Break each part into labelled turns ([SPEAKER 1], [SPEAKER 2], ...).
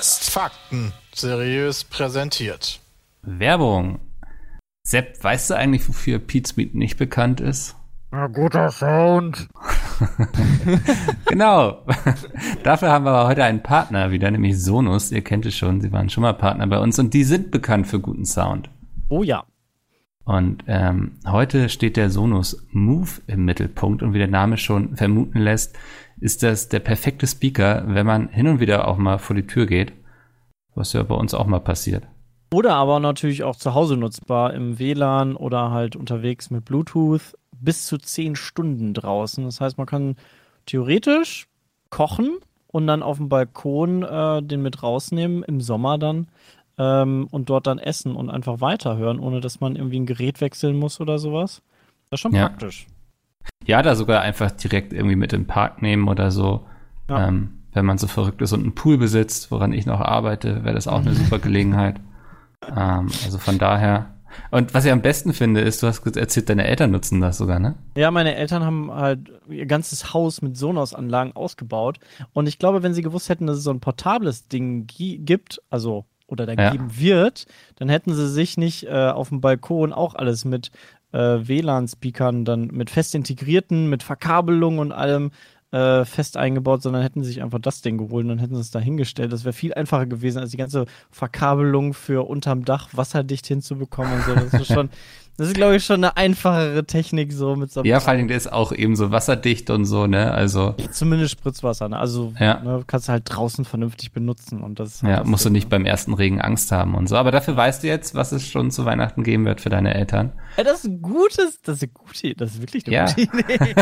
[SPEAKER 1] Fakten seriös präsentiert.
[SPEAKER 2] Werbung. Sepp, weißt du eigentlich, wofür Pete's Meat nicht bekannt ist?
[SPEAKER 3] Na, guter Sound.
[SPEAKER 2] genau. Dafür haben wir aber heute einen Partner wieder, nämlich Sonus. Ihr kennt es schon, sie waren schon mal Partner bei uns und die sind bekannt für guten Sound.
[SPEAKER 3] Oh ja.
[SPEAKER 2] Und ähm, heute steht der Sonos Move im Mittelpunkt und wie der Name schon vermuten lässt, ist das der perfekte Speaker, wenn man hin und wieder auch mal vor die Tür geht, was ja bei uns auch mal passiert.
[SPEAKER 3] Oder aber natürlich auch zu Hause nutzbar im WLAN oder halt unterwegs mit Bluetooth bis zu zehn Stunden draußen. Das heißt, man kann theoretisch kochen und dann auf dem Balkon äh, den mit rausnehmen, im Sommer dann ähm, und dort dann essen und einfach weiterhören, ohne dass man irgendwie ein Gerät wechseln muss oder sowas. Das ist schon
[SPEAKER 2] Ja.
[SPEAKER 3] praktisch.
[SPEAKER 2] Ja, da sogar einfach direkt irgendwie mit in den Park nehmen oder so.
[SPEAKER 3] Ja.
[SPEAKER 2] Ähm, wenn man so verrückt ist und einen Pool besitzt, woran ich noch arbeite, wäre das auch eine super Gelegenheit. Ähm, also von daher. Und was ich am besten finde, ist, du hast ge- erzählt, deine Eltern nutzen das sogar, ne?
[SPEAKER 3] Ja, meine Eltern haben halt ihr ganzes Haus mit Sonos-Anlagen ausgebaut. Und ich glaube, wenn sie gewusst hätten, dass es so ein portables Ding gi- gibt, also oder da
[SPEAKER 2] Ja.
[SPEAKER 3] geben wird, dann hätten sie sich nicht äh, auf dem Balkon auch alles mit äh, WLAN-Speakern, dann mit fest integrierten, mit Verkabelung und allem äh, fest eingebaut, sondern hätten sie sich einfach das Ding geholt und dann hätten sie es da hingestellt. Das wäre viel einfacher gewesen, als die ganze Verkabelung für unterm Dach wasserdicht hinzubekommen und so. Das ist schon, das ist, glaube ich, schon eine einfachere Technik, so mit so einem
[SPEAKER 2] Ja, vor allen Dingen, der ist auch eben so wasserdicht und so, ne? Also,
[SPEAKER 3] Zumindest Spritzwasser, ne? Also
[SPEAKER 2] Ja.
[SPEAKER 3] ne, kannst du halt draußen vernünftig benutzen und das.
[SPEAKER 2] ja,
[SPEAKER 3] das
[SPEAKER 2] musst du
[SPEAKER 3] Ding,
[SPEAKER 2] nicht
[SPEAKER 3] ne?
[SPEAKER 2] beim ersten Regen Angst haben und so. Aber dafür weißt du jetzt, was es schon zu Weihnachten geben wird für deine Eltern.
[SPEAKER 3] Ey, das ist ein gutes, das ist eine gute, das ist wirklich eine
[SPEAKER 2] Ja.
[SPEAKER 3] gute Idee.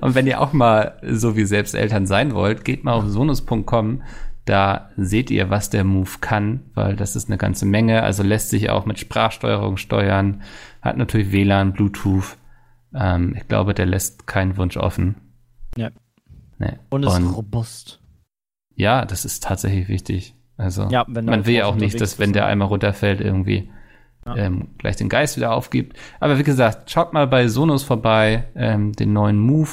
[SPEAKER 2] Und wenn ihr auch mal so wie selbst Eltern sein wollt, geht mal auf sonus.com. Da seht ihr, was der Move kann, weil das ist eine ganze Menge. Also lässt sich auch mit Sprachsteuerung steuern, hat natürlich WLAN, Bluetooth. Ähm, ich glaube, der lässt keinen Wunsch offen.
[SPEAKER 3] Ja.
[SPEAKER 2] Nee.
[SPEAKER 3] Und ist robust.
[SPEAKER 2] ja, das ist tatsächlich wichtig. Also
[SPEAKER 3] Ja, wenn du
[SPEAKER 2] man
[SPEAKER 3] halt
[SPEAKER 2] will ja
[SPEAKER 3] draußen
[SPEAKER 2] auch nicht,
[SPEAKER 3] unterwegs
[SPEAKER 2] dass wenn der
[SPEAKER 3] bist, ne?
[SPEAKER 2] einmal runterfällt, irgendwie
[SPEAKER 3] Ja.
[SPEAKER 2] ähm, gleich den Geist wieder aufgibt. Aber wie gesagt, schaut mal bei Sonos vorbei, ähm, den neuen Move.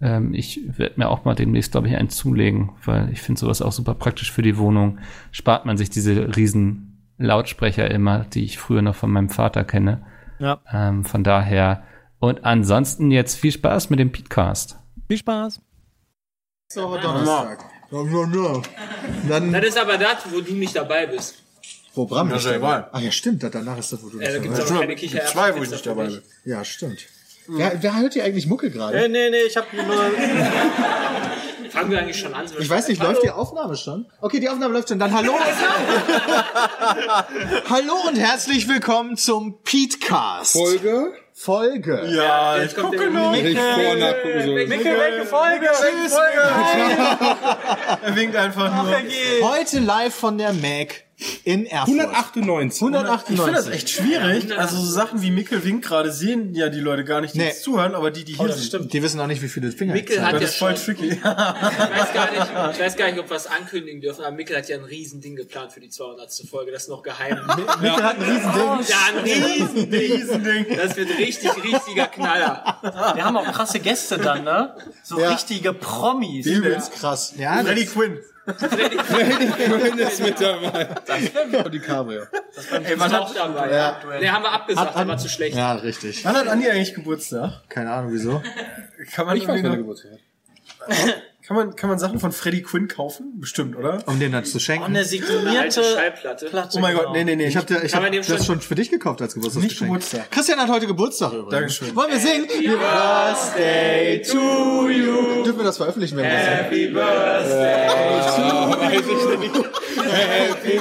[SPEAKER 2] Ähm, ich werde mir auch mal demnächst, glaube ich, einen zulegen, weil ich finde sowas auch super praktisch für die Wohnung. Spart man sich diese riesen Lautsprecher immer, die ich früher noch von meinem Vater kenne.
[SPEAKER 3] Ja.
[SPEAKER 2] Ähm, von daher. Und ansonsten jetzt viel Spaß mit dem Podcast.
[SPEAKER 3] Viel Spaß.
[SPEAKER 4] Nächste Woche Donnerstag. Ja, ja, ja. Dann
[SPEAKER 5] Das ist aber das, wo du nicht dabei bist.
[SPEAKER 4] Programm.
[SPEAKER 6] Ja, ist ja
[SPEAKER 4] dabei.
[SPEAKER 6] egal.
[SPEAKER 4] Ah ja, stimmt. da- Danach ist das, wo du
[SPEAKER 5] da
[SPEAKER 4] nicht
[SPEAKER 5] gibt's
[SPEAKER 4] dabei
[SPEAKER 5] aber-
[SPEAKER 4] bist.
[SPEAKER 5] keine Kichererbsen
[SPEAKER 6] Zwei, wo ich
[SPEAKER 5] gibt's
[SPEAKER 6] nicht
[SPEAKER 5] doch
[SPEAKER 6] dabei
[SPEAKER 5] nicht.
[SPEAKER 6] bin.
[SPEAKER 4] Ja, stimmt. Wer, wer hört hier eigentlich Mucke gerade?
[SPEAKER 7] Nee, nee, nee, ich hab nur.
[SPEAKER 5] Fangen wir eigentlich schon an.
[SPEAKER 4] Ich weiß nicht, läuft die Aufnahme schon? Okay, die Aufnahme läuft schon. Dann hallo. hallo und herzlich willkommen zum Petecast.
[SPEAKER 6] Folge?
[SPEAKER 4] Folge.
[SPEAKER 6] Ja,
[SPEAKER 5] jetzt
[SPEAKER 6] ich
[SPEAKER 5] kommt
[SPEAKER 6] gucke
[SPEAKER 5] der
[SPEAKER 6] noch.
[SPEAKER 5] Mickel.
[SPEAKER 6] Ich vorne abgucken soll.
[SPEAKER 7] Mickel, welche Folge? Welche Folge?
[SPEAKER 6] Er winkt einfach nur.
[SPEAKER 4] Heute live von der Mac in Erfurt.
[SPEAKER 6] 198.
[SPEAKER 4] 198.
[SPEAKER 6] Ich finde das echt schwierig. Also so Sachen wie Mickel winkt gerade sehen ja die Leute gar nicht, die
[SPEAKER 4] Nee.
[SPEAKER 6] jetzt zuhören, aber die, die
[SPEAKER 4] Oh,
[SPEAKER 6] hier sind.
[SPEAKER 4] Die wissen auch nicht, wie viele Finger
[SPEAKER 5] Mickel
[SPEAKER 4] ich
[SPEAKER 5] hat
[SPEAKER 4] zeige.
[SPEAKER 6] Das
[SPEAKER 5] ja
[SPEAKER 6] ist voll
[SPEAKER 5] schon-
[SPEAKER 6] tricky.
[SPEAKER 5] Ich weiß, gar nicht, ich weiß gar nicht, ob wir es ankündigen dürfen, aber Mikkel hat ja ein Riesending geplant für die 200. Folge. Das ist noch geheim.
[SPEAKER 4] Mickel hat ein Riesending.
[SPEAKER 5] Ja, ein Riesending.
[SPEAKER 6] Riesending.
[SPEAKER 5] Das wird richtig, richtiger Knaller.
[SPEAKER 7] Ah. Wir haben auch krasse Gäste dann, ne? So
[SPEAKER 4] Ja.
[SPEAKER 7] richtige Promis.
[SPEAKER 4] Übelst krass. Ja,
[SPEAKER 6] Freddy Quinn.
[SPEAKER 4] die Cabrio.
[SPEAKER 5] Ey, was auch dabei.
[SPEAKER 4] Ja.
[SPEAKER 5] Nee, haben wir abgesagt, der war zu schlecht.
[SPEAKER 4] Ja, richtig.
[SPEAKER 6] Wann hat Andi eigentlich Geburtstag?
[SPEAKER 4] Keine Ahnung, wieso.
[SPEAKER 6] Kann man, irgendwie noch,
[SPEAKER 4] Geburtstag.
[SPEAKER 6] kann man, kann man Sachen von Freddy Quinn kaufen? Bestimmt, oder?
[SPEAKER 4] Um den dann zu schenken.
[SPEAKER 7] Eine
[SPEAKER 5] Alte
[SPEAKER 7] signierte
[SPEAKER 5] Schallplatte.
[SPEAKER 7] Platte.
[SPEAKER 6] Oh mein Gott,
[SPEAKER 7] genau.
[SPEAKER 6] nee, nee, nee.
[SPEAKER 4] Ich habe ich hab
[SPEAKER 5] Aber dem
[SPEAKER 4] das schon für dich gekauft als Geburtstag.
[SPEAKER 6] Nicht Geburtstag.
[SPEAKER 4] Christian hat heute Geburtstag übrigens.
[SPEAKER 6] Dankeschön.
[SPEAKER 4] Wollen wir singen? Happy Birthday to you. Dürfen wir das veröffentlichen, wenn wir das singen? Happy Birthday,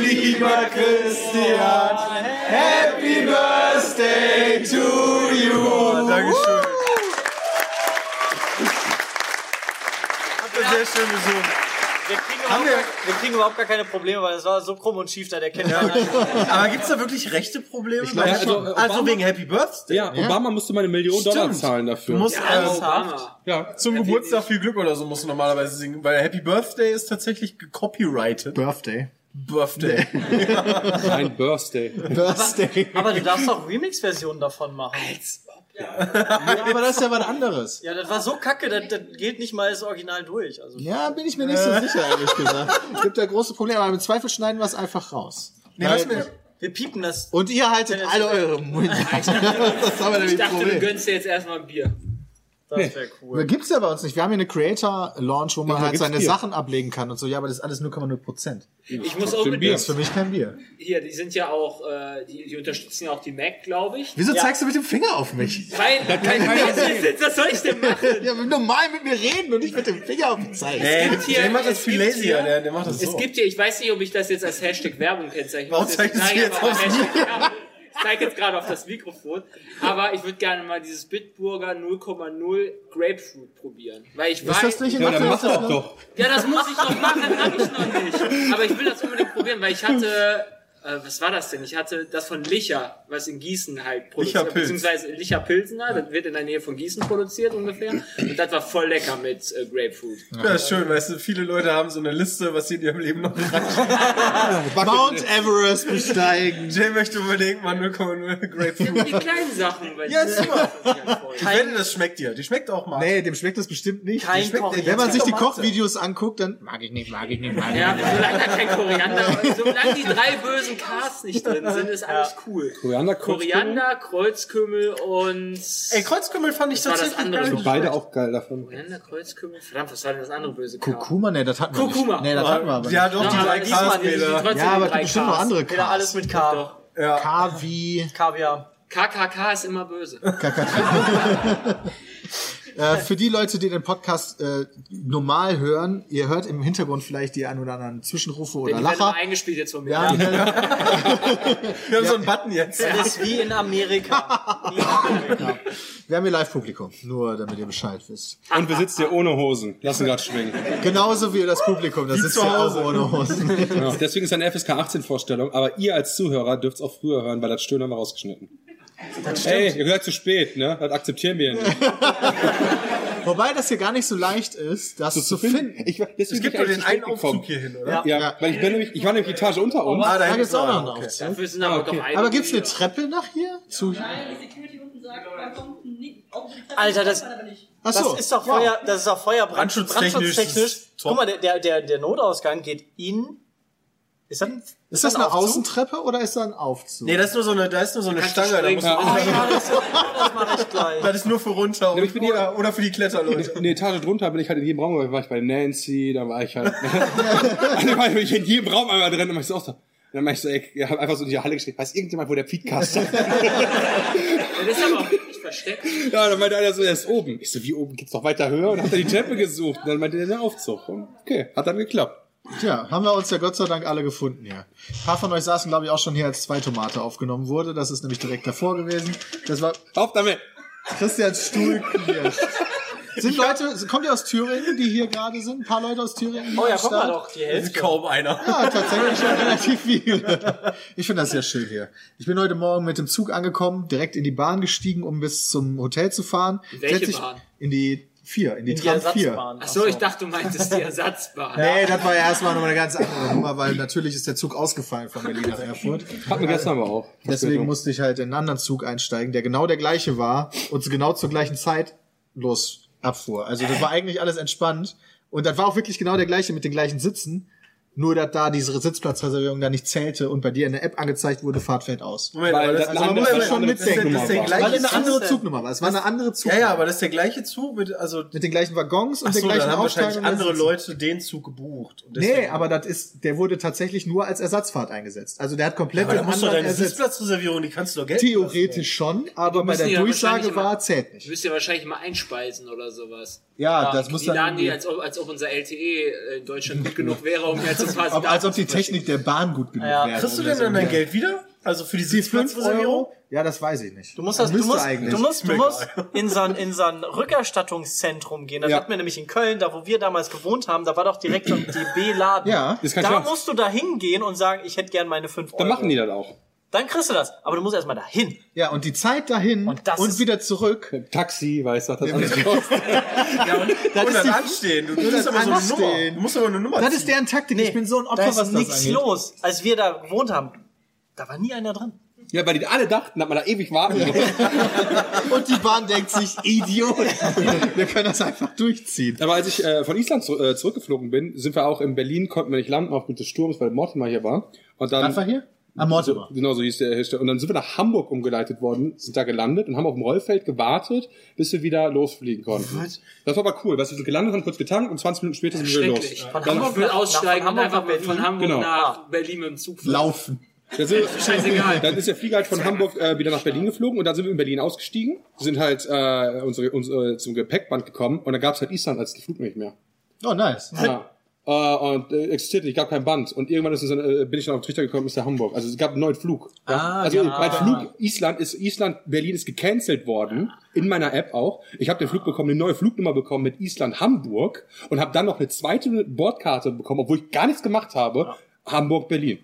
[SPEAKER 4] lieber Christian. Happy Birthday to you.
[SPEAKER 6] Dankeschön. Habt ihr sehr schön gesungen.
[SPEAKER 7] Wir kriegen, überhaupt, gar- wir kriegen überhaupt gar keine Probleme, weil es war so krumm und schief da, der kennt ja.
[SPEAKER 6] Aber gibt's da wirklich rechte Probleme?
[SPEAKER 4] glaub
[SPEAKER 6] Weil-
[SPEAKER 8] schon.
[SPEAKER 6] also, also wegen Happy Birthday?
[SPEAKER 8] Ja, Obama musste mal eine Million Dollar zahlen
[SPEAKER 6] Du
[SPEAKER 8] dafür.
[SPEAKER 6] musst
[SPEAKER 3] oh
[SPEAKER 6] äh,
[SPEAKER 5] Obama.
[SPEAKER 8] ja.
[SPEAKER 6] zum Geburtstag viel Glück oder so musst du normalerweise singen, weil Happy Birthday ist tatsächlich gecopyrighted.
[SPEAKER 4] Birthday.
[SPEAKER 6] Birthday.
[SPEAKER 8] Ein Birthday.
[SPEAKER 4] Birthday.
[SPEAKER 7] Aber du darfst auch Remix-Versionen davon machen.
[SPEAKER 5] Als ob.
[SPEAKER 4] Ja, aber das ist ja was anderes.
[SPEAKER 3] Ja, das war so kacke, das, das geht nicht mal das Original durch. Also,
[SPEAKER 4] Ja, bin ich mir nicht so sicher, ehrlich gesagt. Es gibt da große Probleme, aber im Zweifel schneiden wir es einfach raus.
[SPEAKER 6] Nee, was mir,
[SPEAKER 3] wir piepen das.
[SPEAKER 4] Und ihr haltet alle eure Mund. das haben wir
[SPEAKER 5] Ich
[SPEAKER 4] nämlich ein
[SPEAKER 5] dachte, du
[SPEAKER 4] Problem.
[SPEAKER 5] gönnst dir jetzt erstmal ein Bier.
[SPEAKER 3] Das wäre cool.
[SPEAKER 4] Das gibt's ja bei uns nicht. Wir haben hier eine Creator-Launch, wo man halt
[SPEAKER 8] gibt's
[SPEAKER 4] seine
[SPEAKER 8] Bier.
[SPEAKER 4] Sachen ablegen kann und so. Ja, aber das ist alles 0,0 Prozent.
[SPEAKER 5] Ich muss
[SPEAKER 8] Trotzdem
[SPEAKER 5] unbedingt.
[SPEAKER 4] Das ist für mich kein Bier.
[SPEAKER 5] Hier, die sind ja auch, äh, die, die unterstützen ja auch die Mac, glaube ich.
[SPEAKER 4] Wieso zeigst du mit dem Finger auf mich?
[SPEAKER 5] Weil, weil, weil was soll ich denn machen?
[SPEAKER 4] Ja, will normal mit mir reden und nicht mit dem Finger auf mich zeigen.
[SPEAKER 6] ey,
[SPEAKER 5] gibt hier-
[SPEAKER 6] der macht das
[SPEAKER 5] es
[SPEAKER 6] viel
[SPEAKER 5] gibt
[SPEAKER 6] lazier,
[SPEAKER 5] hier-
[SPEAKER 6] der, der macht das so.
[SPEAKER 5] Es gibt ja, ich weiß nicht, ob ich das jetzt als Hashtag Werbung kennzeichne.
[SPEAKER 6] Warum zeigst du jetzt aufs
[SPEAKER 5] Ich zeige jetzt gerade auf das Mikrofon. Aber ich würde gerne mal dieses Bitburger 0,0 Grapefruit probieren. Weil ich weiß.
[SPEAKER 4] Ist das nicht in
[SPEAKER 8] Ja,
[SPEAKER 4] der
[SPEAKER 8] dann mach
[SPEAKER 4] Klasse?
[SPEAKER 8] doch doch.
[SPEAKER 5] Ja, das muss ich noch machen, habe ich noch nicht. Aber ich will das unbedingt probieren, weil ich hatte. Äh, was war das denn? Ich hatte das von Licher, was in Gießen halt
[SPEAKER 6] Licher
[SPEAKER 5] produziert,
[SPEAKER 6] Pilz.
[SPEAKER 5] beziehungsweise Licher Pilsener, das wird in der Nähe von Gießen produziert ungefähr. Und das war voll lecker mit äh, Grapefruit.
[SPEAKER 6] Ja, ist schön, weißt du, viele Leute haben so eine Liste, was sie in ihrem Leben noch reichen.
[SPEAKER 4] Mount Everest besteigen.
[SPEAKER 6] Jay möchte unbedingt mal 0,0 Grapefruit.
[SPEAKER 5] Die kleinen Sachen, weil
[SPEAKER 6] Ja,
[SPEAKER 5] die-
[SPEAKER 6] super. Ich
[SPEAKER 5] Kein-
[SPEAKER 6] wette, das schmeckt dir. Die schmeckt auch mal.
[SPEAKER 4] Nee, dem schmeckt das bestimmt nicht.
[SPEAKER 3] Kein
[SPEAKER 4] Dem schmeckt-
[SPEAKER 3] Koch-
[SPEAKER 4] Wenn man sich die
[SPEAKER 6] Tomate.
[SPEAKER 4] Kochvideos anguckt, dann mag ich nicht, mag ich nicht, mag ich nicht.
[SPEAKER 5] Ja, solange da kein Koriander, solange die drei bösen Ks nicht drin sind, ist alles cool.
[SPEAKER 8] Koriander, Koriander.
[SPEAKER 5] Koriander, Kreuzkümmel und
[SPEAKER 6] Ey, Kreuzkümmel fand ich
[SPEAKER 5] war das
[SPEAKER 6] tatsächlich
[SPEAKER 5] andere
[SPEAKER 6] geil.
[SPEAKER 5] so.
[SPEAKER 8] Beide auch geil davon.
[SPEAKER 5] Koriander, Kreuzkümmel, verdammt, was war denn das andere böse K?
[SPEAKER 4] Kurkuma? Nee, das hatten wir
[SPEAKER 5] Kurkuma.
[SPEAKER 4] nicht. Nee, das hatten wir aber
[SPEAKER 6] Ja,
[SPEAKER 4] nicht.
[SPEAKER 6] doch, die
[SPEAKER 5] Ja,
[SPEAKER 6] drei
[SPEAKER 5] aber diesmal-
[SPEAKER 6] Kasmäler.
[SPEAKER 5] trotzdem
[SPEAKER 4] Ja, aber
[SPEAKER 5] die drei
[SPEAKER 4] bestimmt noch
[SPEAKER 5] Ks.
[SPEAKER 4] andere
[SPEAKER 3] Wieder
[SPEAKER 4] K.
[SPEAKER 3] alles mit K.
[SPEAKER 4] K wie
[SPEAKER 3] Kaviar.
[SPEAKER 5] KKK ist immer böse.
[SPEAKER 4] Äh, für die Leute, die den Podcast äh, normal hören, ihr hört im Hintergrund vielleicht die ein oder anderen Zwischenrufe
[SPEAKER 5] Die
[SPEAKER 4] oder
[SPEAKER 5] werden immer
[SPEAKER 4] Lacher.
[SPEAKER 5] eingespielt jetzt von mir.
[SPEAKER 4] Ja,
[SPEAKER 5] Ja.
[SPEAKER 4] ja.
[SPEAKER 6] Wir haben so einen Button jetzt. Ah,
[SPEAKER 3] Das ist wie in Amerika. Wie in Amerika.
[SPEAKER 4] Wir haben hier Live-Publikum, nur damit ihr Bescheid wisst.
[SPEAKER 8] Und wir sitzen hier ohne Hosen. Lassen gerade schwingen.
[SPEAKER 4] Genauso wie das Publikum, das sitzt
[SPEAKER 6] zu
[SPEAKER 4] ja auch
[SPEAKER 6] Hause.
[SPEAKER 4] ohne Hosen.
[SPEAKER 8] Ja. Deswegen ist eine FSK 18 Vorstellung, aber ihr als Zuhörer dürft es auch früher hören, weil das Stöhnen haben wir rausgeschnitten. Ey, ihr hört zu spät, ne? Das akzeptieren wir nicht.
[SPEAKER 4] Wobei das hier gar nicht so leicht ist, das zu finden.
[SPEAKER 8] Ich, war- deswegen
[SPEAKER 6] Es gibt
[SPEAKER 8] bin
[SPEAKER 6] nur
[SPEAKER 8] ich
[SPEAKER 6] den
[SPEAKER 8] eigentlich
[SPEAKER 6] einen
[SPEAKER 8] zu spät gekommen.
[SPEAKER 6] Aufzug hier hin, oder?
[SPEAKER 8] Ja, weil ich bin nämlich, ich war nämlich Etage unter uns.
[SPEAKER 6] Ah,
[SPEAKER 4] Da
[SPEAKER 6] hinten
[SPEAKER 4] gibt's
[SPEAKER 6] ist
[SPEAKER 4] auch
[SPEAKER 6] einer.
[SPEAKER 4] noch einen Aufzug.
[SPEAKER 5] Dafür sind aber doch einige
[SPEAKER 4] Aber gibt's eine
[SPEAKER 5] hier.
[SPEAKER 4] Treppe nach hier? Zu
[SPEAKER 9] Weil die Security unten sagt, man kommt nicht auf die Treppe.
[SPEAKER 3] Alter, das-
[SPEAKER 9] Aber nicht.
[SPEAKER 4] Ach
[SPEAKER 3] Das
[SPEAKER 4] so.
[SPEAKER 3] ist doch Feuer, das ist doch Feuerbrand.
[SPEAKER 6] Brandschutztechnisch
[SPEAKER 3] Brandschutztechnisch.
[SPEAKER 6] ist es
[SPEAKER 3] Guck
[SPEAKER 6] top.
[SPEAKER 3] mal, der- der, der, der Notausgang geht in. Ist das, ein-
[SPEAKER 4] Ist das
[SPEAKER 3] ein
[SPEAKER 4] eine
[SPEAKER 3] Aufzug?
[SPEAKER 4] Außentreppe oder ist da ein Aufzug?
[SPEAKER 6] Nee, das ist nur so eine, da ist nur so eine
[SPEAKER 5] Kannst du
[SPEAKER 6] Stange. Da
[SPEAKER 5] springen?
[SPEAKER 6] muss man,
[SPEAKER 3] Ah, ja, das, das mache ich gleich.
[SPEAKER 6] Das ist nur für runter
[SPEAKER 8] ich
[SPEAKER 6] und,
[SPEAKER 8] bin hier-
[SPEAKER 6] oder, oder für die Kletterleute.
[SPEAKER 8] Eine Etage drunter bin ich halt in jedem Raum, war ich bei Nancy, da war ich halt. dann war ich in jedem Raum einmal drin und ich so auch so. Und dann mach ich so, ey, ich hab einfach so in die Halle geschrieben, weiß irgendjemand, wo der Feedcast ist?
[SPEAKER 5] Ja, Das ist aber auch wirklich versteckt.
[SPEAKER 8] ja, dann meinte einer so, er ist oben. Ich so, wie oben geht's doch weiter höher? Und dann hat er die Treppe gesucht. Und dann meinte er, der Aufzug. Und okay, hat dann geklappt.
[SPEAKER 4] Tja, haben wir uns ja Gott sei Dank alle gefunden hier. Ein paar von euch saßen, glaube ich, auch schon hier, als zwei Tomate aufgenommen wurde. Das ist nämlich direkt davor gewesen. Das war
[SPEAKER 8] Auf damit!
[SPEAKER 4] Christians Stuhl knirscht. Sind Leute, kommt ihr aus Thüringen, die hier gerade sind? Ein paar Leute aus Thüringen?
[SPEAKER 3] Oh ja, guck mal doch, die Hälfte.
[SPEAKER 6] Kaum einer.
[SPEAKER 4] Ja, Ah, tatsächlich schon relativ viele. Ich finde das sehr schön hier. Ich bin heute Morgen mit dem Zug angekommen, direkt in die Bahn gestiegen, um bis zum Hotel zu fahren.
[SPEAKER 5] welche
[SPEAKER 4] Setz ich
[SPEAKER 5] Bahn?
[SPEAKER 4] In die vier, in die,
[SPEAKER 3] In die
[SPEAKER 4] Tram 4.
[SPEAKER 3] Ersatzbahn.
[SPEAKER 5] Ach so, ich dachte, du meintest die Ersatzbahn.
[SPEAKER 4] Nee, das war ja erstmal nochmal eine ganz andere Nummer, weil natürlich ist der Zug ausgefallen von Berlin nach Erfurt.
[SPEAKER 8] Hatten wir gestern aber auch.
[SPEAKER 4] Deswegen musste ich halt in einen anderen Zug einsteigen, der genau der gleiche war und genau zur gleichen Zeit los abfuhr. Also das war eigentlich alles entspannt. Und das war auch wirklich genau der gleiche mit den gleichen Sitzen. Nur, dass da diese Sitzplatzreservierung da nicht zählte und bei dir in der App angezeigt wurde, Fahrt fällt aus.
[SPEAKER 6] Moment,
[SPEAKER 8] Weil
[SPEAKER 6] aber das,
[SPEAKER 8] das-
[SPEAKER 4] Also man muss
[SPEAKER 8] Andere-
[SPEAKER 4] ja schon
[SPEAKER 8] andere
[SPEAKER 4] mitdenken.
[SPEAKER 6] Das ist der
[SPEAKER 8] Zimmernummer
[SPEAKER 4] Weil
[SPEAKER 6] gleiche
[SPEAKER 4] eine andere
[SPEAKER 3] Sitze.
[SPEAKER 4] Zugnummer war. Es war eine andere
[SPEAKER 6] Ja,
[SPEAKER 4] Zugnummer.
[SPEAKER 6] ja, aber das ist der gleiche Zug mit, also,
[SPEAKER 4] mit den gleichen Waggons und
[SPEAKER 6] ach
[SPEAKER 4] der
[SPEAKER 6] so,
[SPEAKER 4] gleichen
[SPEAKER 6] dann haben wahrscheinlich
[SPEAKER 4] Aufteilung der
[SPEAKER 6] andere
[SPEAKER 4] Sitze.
[SPEAKER 6] Leute den Zug gebucht. Und
[SPEAKER 4] Nee,
[SPEAKER 6] deswegen-
[SPEAKER 4] aber das ist, der wurde tatsächlich nur als Ersatzfahrt eingesetzt. Also der hat komplett
[SPEAKER 6] aber da
[SPEAKER 4] den
[SPEAKER 6] musst du
[SPEAKER 4] anderen
[SPEAKER 6] deine
[SPEAKER 4] ersetzt.
[SPEAKER 6] Sitzplatzreservierung, die kannst du doch gelten.
[SPEAKER 4] Theoretisch schon, aber bei
[SPEAKER 5] müssen
[SPEAKER 4] der
[SPEAKER 5] ja
[SPEAKER 4] Durchsage
[SPEAKER 5] wahrscheinlich
[SPEAKER 4] war
[SPEAKER 5] immer-
[SPEAKER 4] zählt
[SPEAKER 5] Du
[SPEAKER 4] nicht.
[SPEAKER 5] müsst ja wahrscheinlich mal einspeisen oder sowas.
[SPEAKER 4] Ja, Ah, das muss
[SPEAKER 5] die
[SPEAKER 4] dann
[SPEAKER 5] laden die,
[SPEAKER 4] irgendwie-
[SPEAKER 5] als ob, als ob unser LTE äh, in Deutschland gut genug wäre, um jetzt das
[SPEAKER 4] ob, als ob die Technik der Bahn gut genug
[SPEAKER 3] Ja.
[SPEAKER 4] wäre.
[SPEAKER 6] Kriegst du
[SPEAKER 4] oder
[SPEAKER 6] denn
[SPEAKER 4] so.
[SPEAKER 6] dann dein Geld wieder? Also für die
[SPEAKER 4] Die 5
[SPEAKER 6] Sitzplatzreservierung?
[SPEAKER 4] Euro? Ja, das weiß ich nicht.
[SPEAKER 3] Du musst, das, du
[SPEAKER 4] Müsste
[SPEAKER 3] musst,
[SPEAKER 4] eigentlich.
[SPEAKER 3] du musst, du
[SPEAKER 6] Ist mir
[SPEAKER 3] musst in so ein, in so ein Rückerstattungszentrum gehen. Das
[SPEAKER 8] Ja.
[SPEAKER 3] hatten wir nämlich in Köln, da wo wir damals gewohnt haben, da war doch direkt so ein DB-Laden.
[SPEAKER 4] Ja,
[SPEAKER 8] ist kein
[SPEAKER 3] da
[SPEAKER 8] Scherz.
[SPEAKER 3] musst du da hingehen und sagen, ich hätte gern meine 5 Euro.
[SPEAKER 8] Dann machen die das auch.
[SPEAKER 3] Dann kriegst du das. Aber du musst erstmal dahin.
[SPEAKER 4] Ja, und die Zeit dahin und,
[SPEAKER 3] Und das ist-
[SPEAKER 4] wieder zurück.
[SPEAKER 8] Taxi, weißt du, hat das alles gekostet.
[SPEAKER 6] Ja, und, und
[SPEAKER 4] ist
[SPEAKER 6] dann
[SPEAKER 4] die-
[SPEAKER 6] anstehen. Du, du
[SPEAKER 4] das
[SPEAKER 6] musst aber so eine Nummer.
[SPEAKER 4] Anstehen.
[SPEAKER 6] Du musst aber eine Nummer
[SPEAKER 4] Das
[SPEAKER 6] ziehen.
[SPEAKER 4] ist deren Taktik. ich bin so ein Opfer,
[SPEAKER 3] da ist
[SPEAKER 4] was das
[SPEAKER 3] nichts
[SPEAKER 4] angeht.
[SPEAKER 3] los. Als wir da gewohnt haben, da war nie einer drin.
[SPEAKER 8] Ja, weil die alle dachten, dass man da ewig warten muss.
[SPEAKER 4] Und die Bahn denkt sich, Idiot, wir können das einfach durchziehen.
[SPEAKER 8] Aber als ich äh, von Island zu, äh, zurückgeflogen bin, sind wir auch in Berlin, konnten wir nicht landen aufgrund des Sturms, weil Mortimer hier war. Und dann,
[SPEAKER 4] Einfach hier? Am Mortimer.
[SPEAKER 8] Genau, so hieß der Hersteller. Und dann sind wir nach Hamburg umgeleitet worden, sind da gelandet und haben auf dem Rollfeld gewartet, bis wir wieder losfliegen konnten. Das war aber cool, weil wir sind gelandet, haben kurz getankt und 20 Minuten später sind wir wieder
[SPEAKER 5] Schrecklich.
[SPEAKER 8] los.
[SPEAKER 5] Ich will aussteigen und
[SPEAKER 3] Hamburg
[SPEAKER 5] einfach
[SPEAKER 3] nach Berlin.
[SPEAKER 5] von Hamburg
[SPEAKER 8] Genau.
[SPEAKER 5] nach Berlin mit dem Zug fahren.
[SPEAKER 4] Laufen.
[SPEAKER 8] Da sind,
[SPEAKER 5] Scheißegal.
[SPEAKER 8] Dann ist der Flieger halt von Hamburg äh, wieder nach Berlin geflogen und dann sind wir in Berlin ausgestiegen, sind halt äh, unsere, unsere, zum Gepäckband gekommen und dann gab's halt Island als Flug nicht mehr.
[SPEAKER 4] Oh, nice.
[SPEAKER 8] Ja. Äh, und äh, existierte, ich gab kein Band. Und irgendwann ist es dann, äh, bin ich dann auf den Trichter gekommen, ist der Hamburg. Also es gab einen neuen Flug. Ja? also mein Flug Island ist Island, Berlin ist gecancelt worden, in meiner App auch. Ich habe den Flug bekommen, eine neue Flugnummer bekommen mit Island Hamburg und habe dann noch eine zweite Bordkarte bekommen, obwohl ich gar nichts gemacht habe. Hamburg, Berlin.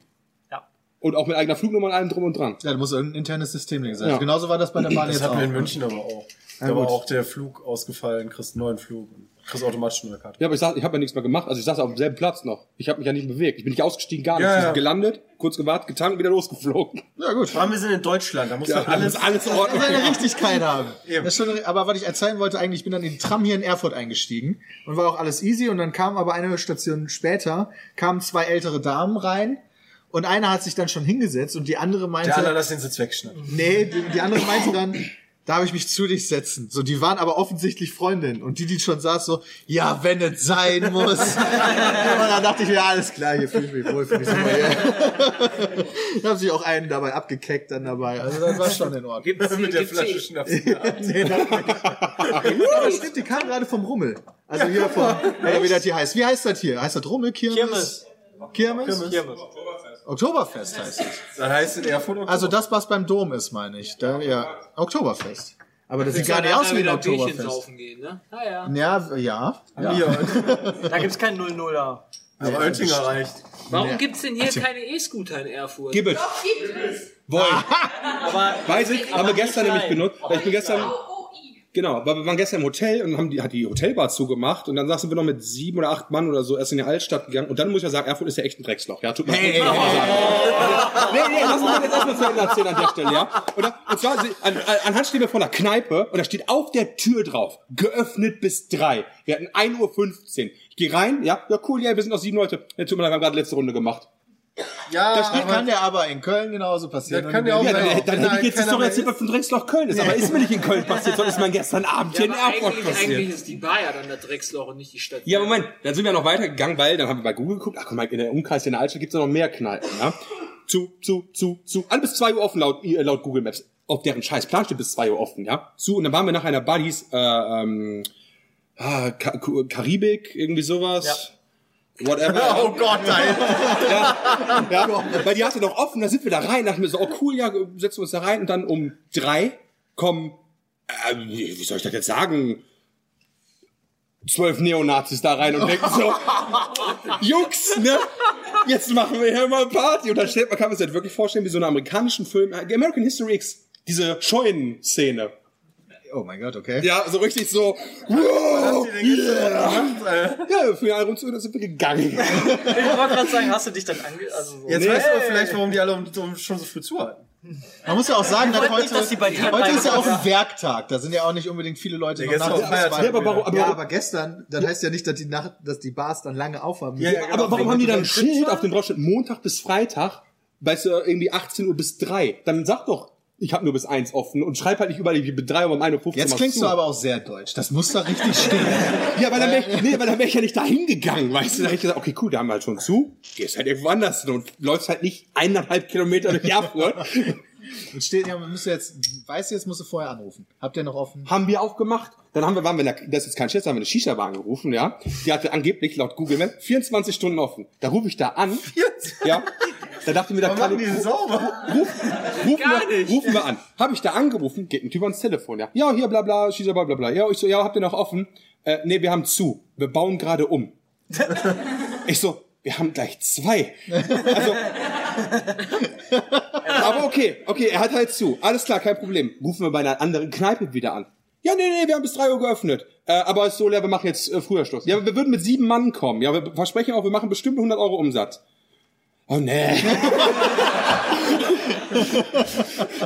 [SPEAKER 3] Ja.
[SPEAKER 8] Und auch mit eigener Flugnummer und allem drum und dran.
[SPEAKER 4] Ja, da muss irgendein internes System sein.
[SPEAKER 8] Ja.
[SPEAKER 4] Genauso war das bei der Bahn
[SPEAKER 6] Das
[SPEAKER 4] jetzt
[SPEAKER 6] hatten
[SPEAKER 4] auch. ne?
[SPEAKER 6] wir in München aber auch. Da war auch der Flug ausgefallen, kriegst einen neuen Flug und kriegst automatisch eine neue Karte.
[SPEAKER 8] Ja, aber ich, sag- ich habe ja nichts mehr gemacht. Also ich saß auf demselben Platz noch. Ich habe mich ja nicht bewegt. Ich bin nicht ausgestiegen, gar nichts.
[SPEAKER 6] Ja,
[SPEAKER 8] Wir sind
[SPEAKER 6] ja.
[SPEAKER 8] gelandet, kurz gewartet, getankt, wieder losgeflogen.
[SPEAKER 4] Ja, gut.
[SPEAKER 6] Vor allem, wir sind in Deutschland, da muss
[SPEAKER 8] Ja,
[SPEAKER 6] man alles,
[SPEAKER 8] alles, alles in Ordnung.
[SPEAKER 4] seine Richtigkeit haben.
[SPEAKER 6] Eben.
[SPEAKER 4] Das ist schon, aber was ich erzählen wollte, eigentlich, ich bin dann in den Tram hier in Erfurt eingestiegen und war auch alles easy und dann kam aber eine Station später, kamen zwei ältere Damen rein und eine hat sich dann schon hingesetzt und die andere meinte,
[SPEAKER 6] Der andere lässt den Sitz wegschneiden.
[SPEAKER 4] nee, die, die andere meinte dann, darf ich mich zu dich setzen? So, die waren aber offensichtlich Freundinnen und die, die schon saß, so, ja, wenn es sein muss. und dann dachte ich mir, alles klar, hier fühle ich mich wohl, finde ich super hier. da haben sich auch einen dabei abgekeckt dann dabei. Also das war schon in Ordnung.
[SPEAKER 6] Mit der Flasche Schnaps.
[SPEAKER 4] Nee, das ja, das stimmt, die kam gerade vom Rummel. Also hier vom, oder wie das hier heißt. Wie heißt das hier? Heißt das Rummel, Kirmes? Kirmes. Kirmes? Oktoberfest heißt es.
[SPEAKER 6] Dann heißt es in Erfurt auch.
[SPEAKER 4] Also das, was beim Dom ist, meine ich. Da, ja, Oktoberfest. Aber das sieht gar nicht aus wie ein
[SPEAKER 5] wieder Bierchen
[SPEAKER 4] Oktoberfest.
[SPEAKER 5] saufen gehen, ne? Naja.
[SPEAKER 4] Ja, ja.
[SPEAKER 3] Da gibt's kein 0-0 da.
[SPEAKER 6] aber Oettinger reicht.
[SPEAKER 5] Warum gibt's denn
[SPEAKER 4] Also-
[SPEAKER 5] hier keine E-Scooter in Erfurt?
[SPEAKER 8] Gibbet. Woll. Weiß ich, haben wir gestern
[SPEAKER 3] nicht
[SPEAKER 8] nämlich
[SPEAKER 3] klein.
[SPEAKER 8] genutzt. Weil ich bin gestern,
[SPEAKER 9] OI.
[SPEAKER 8] genau, weil wir waren gestern im Hotel und haben die, hat die Hotelbar zugemacht und dann saßen wir noch mit sieben oder acht Mann oder so erst in die Altstadt gegangen und dann muss ich ja sagen, Erfurt ist ja echt ein Drecksloch, ja, tut mir leid. muss man sagen. Nee, nee, lass uns das jetzt erstmal zu Ende erzählen an der Stelle, ja. Und, da, und zwar, sie- an, an- anhand stehen wir vor einer Kneipe und da steht auf der Tür drauf, geöffnet bis drei. Wir hatten 1.15 Uhr. Ich gehe rein, ja, ja cool, ja, wir sind noch sieben Leute. Ja, tut mir leid, wir haben gerade letzte Runde gemacht.
[SPEAKER 6] Ja,
[SPEAKER 4] Das kann ja aber in Köln genauso passieren.
[SPEAKER 6] Das kann ja auch
[SPEAKER 8] Ja,
[SPEAKER 6] sein.
[SPEAKER 8] dann,
[SPEAKER 6] Genau.
[SPEAKER 8] dann
[SPEAKER 6] Nein,
[SPEAKER 8] hätte ich jetzt die
[SPEAKER 6] keiner
[SPEAKER 8] Story
[SPEAKER 6] mehr
[SPEAKER 8] erzählt,
[SPEAKER 6] ist.
[SPEAKER 8] was von Drecksloch Köln ist. Aber ist mir nicht in Köln passiert, sondern ist mir gestern Abend hier in
[SPEAKER 5] aber
[SPEAKER 8] Erfurt
[SPEAKER 5] eigentlich, eigentlich
[SPEAKER 8] passiert.
[SPEAKER 5] ist die Bar ja dann der Drecksloch und nicht die Stadt.
[SPEAKER 8] Ja, Moment, dann sind wir noch weitergegangen, weil dann haben wir bei Google geguckt, ach guck mal, in der Umkreis in der Altstadt gibt's ja noch mehr Kneipen, ja? Zu, zu, zu, zu. Alle bis 2 Uhr offen laut, äh, laut Google Maps. Auf deren scheiß Plan steht bis 2 Uhr offen, ja? Zu, und dann waren wir nach einer Bar, die hieß, äh, ähm, ah, Ka Ku- Karibik, irgendwie sowas. Whatever.
[SPEAKER 4] Oh Gott, nein.
[SPEAKER 8] Ja, Genau. weil die hatte noch offen, da sind wir da rein, dachten wir so, oh cool, ja, setzen wir uns da rein und dann um drei kommen, äh, wie wie soll ich das jetzt sagen, zwölf Neonazis da rein und denken so, Jux, ne? Jetzt machen wir hier mal Party. Und dann stellt man, kann man sich das wirklich vorstellen, wie so einen amerikanischen Film, äh, American History X, diese Scheunen-Szene.
[SPEAKER 4] Oh mein Gott, okay.
[SPEAKER 8] Ja, so richtig so, wow, yeah.
[SPEAKER 6] Verdammt, Alter.
[SPEAKER 8] Ja, für eine Runde zu, dann sind wir gegangen.
[SPEAKER 3] Ich wollte gerade sagen, hast du dich dann ange... Also so.
[SPEAKER 6] Jetzt weißt du aber vielleicht, warum die alle um, um, schon so früh zuhalten.
[SPEAKER 4] Man muss ja auch sagen, dass
[SPEAKER 3] wollte
[SPEAKER 4] heute,
[SPEAKER 3] nicht, dass die bei dir
[SPEAKER 4] heute ist ja auch
[SPEAKER 3] bleiben.
[SPEAKER 4] ein Werktag. Da sind ja auch nicht unbedingt viele Leute noch
[SPEAKER 6] Ja, gestern
[SPEAKER 4] nach
[SPEAKER 6] war Feiertag.
[SPEAKER 4] Ja,
[SPEAKER 8] Ja, aber warum- aber-
[SPEAKER 4] ja, aber gestern, das heißt ja nicht, dass die, Nacht, dass die Bars dann lange aufhaben. müssen.
[SPEAKER 6] Ja, genau. ja,
[SPEAKER 8] Aber warum haben die genau. dann ein Schild auf dem drauf steht, Montag bis Freitag, weißt du, irgendwie 18 Uhr bis 3? Dann sag doch, ich habe nur bis 1 offen und schreib halt nicht überall irgendwie bis 3 Uhr um 1.15 Uhr.
[SPEAKER 4] Jetzt
[SPEAKER 8] mal
[SPEAKER 4] klingst
[SPEAKER 8] zu.
[SPEAKER 4] du aber auch sehr deutsch. Das muss doch richtig stehen.
[SPEAKER 8] Ja, weil dann wär, ich- nee, weil dann wär ich ja nicht da hingegangen, weißt du? Da hätte ich gesagt, okay, cool, da haben wir halt schon zu. Gehst halt irgendwo anders hin und läufst halt nicht eineinhalb Kilometer durch Erfurt.
[SPEAKER 4] Und steht, ja, man müsste jetzt, weißt du, jetzt musst du vorher anrufen. Habt ihr noch offen?
[SPEAKER 8] haben wir auch gemacht. Dann haben wir, waren wir in der, das ist jetzt kein Scherz, haben wir eine Shisha-Bar angerufen, ja. Die hatte angeblich laut Google Maps 24 Stunden offen. Da rufe ich da an. Ja. Da dachte ich mir, da
[SPEAKER 6] Warum machen
[SPEAKER 8] kann
[SPEAKER 6] die
[SPEAKER 8] ich,
[SPEAKER 6] sie sauber?
[SPEAKER 8] rufen, rufen, wir, rufen wir an. Habe ich da angerufen, geht ein Typ ans Telefon, ja. Ja, hier, bla, bla, schießer, bla, bla, bla. Ja, ich so, ja, habt ihr noch offen? Äh, nee, wir haben zu. Wir bauen gerade um. ich so, wir haben gleich zwei. Also, aber okay, okay, er hat halt zu. Alles klar, kein Problem. Rufen wir bei einer anderen Kneipe wieder an. Ja, nee, nee, wir haben bis drei Uhr geöffnet. Äh, aber ist so leer, wir machen jetzt äh, früher Schluss. Ja, wir würden mit sieben Mann kommen. Ja, wir versprechen auch, wir machen bestimmt 100 Euro Umsatz. Oh nee.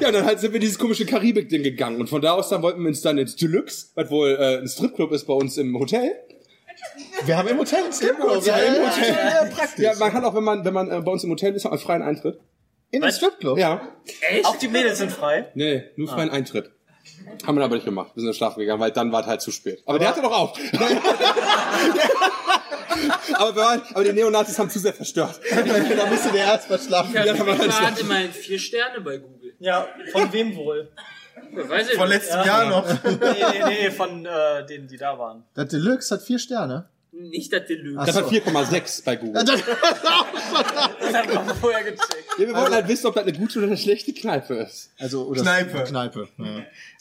[SPEAKER 8] Ja, und dann halt sind wir dieses komische Karibik-Ding gegangen. Und von da aus dann wollten wir uns dann ins Deluxe, was wohl äh, ein Stripclub ist bei uns im Hotel.
[SPEAKER 4] Wir haben im Hotel einen Stripclub. Ja, ja, ja, ja, praktisch.
[SPEAKER 8] Ja, man kann auch, wenn man, wenn man äh, bei uns im Hotel ist, auch einen freien Eintritt.
[SPEAKER 4] In den Stripclub?
[SPEAKER 8] Ja.
[SPEAKER 3] Auch die Mädels sind frei.
[SPEAKER 8] Nee, nur freien Eintritt. Haben wir aber nicht gemacht. Wir sind dann schlafen gegangen, weil dann war es halt zu spät. Aber, der hatte doch auch. aber, wir waren, aber die Neonazis haben zu sehr verstört.
[SPEAKER 4] da müsste der erst mal schlafen.
[SPEAKER 5] Ja,
[SPEAKER 8] Ja,
[SPEAKER 5] ich
[SPEAKER 8] kann man alles
[SPEAKER 5] war immerhin vier Sterne bei Google.
[SPEAKER 3] Ja, von wem wohl?
[SPEAKER 5] Ja, weiß ich
[SPEAKER 6] Vor
[SPEAKER 5] nicht.
[SPEAKER 6] letztem Jahr noch.
[SPEAKER 3] Nee, nee, nee, von äh, denen, die da waren.
[SPEAKER 4] Das Deluxe hat vier Sterne.
[SPEAKER 5] Nicht das Deluxe.
[SPEAKER 8] Das hat 4,6 bei Google.
[SPEAKER 3] Das
[SPEAKER 4] Ah.
[SPEAKER 3] hat man vorher gecheckt.
[SPEAKER 8] Ja, wir wollten halt wissen, ob das eine gute oder eine schlechte Kneipe ist.
[SPEAKER 4] Also, oder
[SPEAKER 6] Kneipe.
[SPEAKER 4] Kneipe. Ja.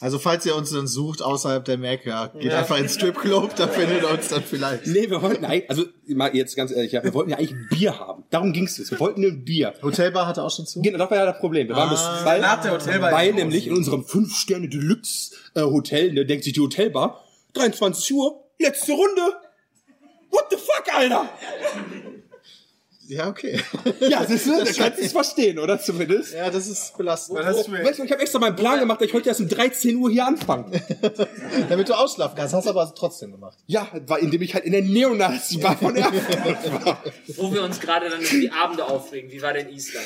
[SPEAKER 4] Also, falls ihr uns dann sucht außerhalb der Mac, ja, geht einfach ins Stripclub, da findet ihr uns dann vielleicht.
[SPEAKER 8] Nee, wir wollten eigentlich, also mal jetzt ganz ehrlich, ja, wir wollten ja eigentlich ein Bier haben. Darum ging's jetzt. Wir wollten ein Bier.
[SPEAKER 4] Hotelbar hatte auch schon zu.
[SPEAKER 8] Genau, das war ja das Problem. Wir waren bis zwei,
[SPEAKER 6] Ah, nach der Hotelbar
[SPEAKER 8] weil
[SPEAKER 6] ist
[SPEAKER 8] nämlich in unserem 5-Sterne-Deluxe-Hotel, ne, denkt sich die Hotelbar, 23 Uhr, letzte Runde. What the fuck, Alter?
[SPEAKER 4] Ja, okay.
[SPEAKER 8] Ja, siehst du, das kannst du es verstehen, oder zumindest?
[SPEAKER 4] Ja, das ist
[SPEAKER 6] Was
[SPEAKER 4] belastend.
[SPEAKER 6] hast du mir-
[SPEAKER 8] Weißt du, ich habe extra meinen Plan gemacht, dass ich heute erst um 13 Uhr hier anfange.
[SPEAKER 4] Damit du ausschlafen kannst, hast du aber trotzdem gemacht.
[SPEAKER 8] Ja, war, indem ich halt in der Neonazi-Bar von Erfurt war.
[SPEAKER 5] Wo wir uns gerade dann über die Abende aufregen. Wie war denn Island?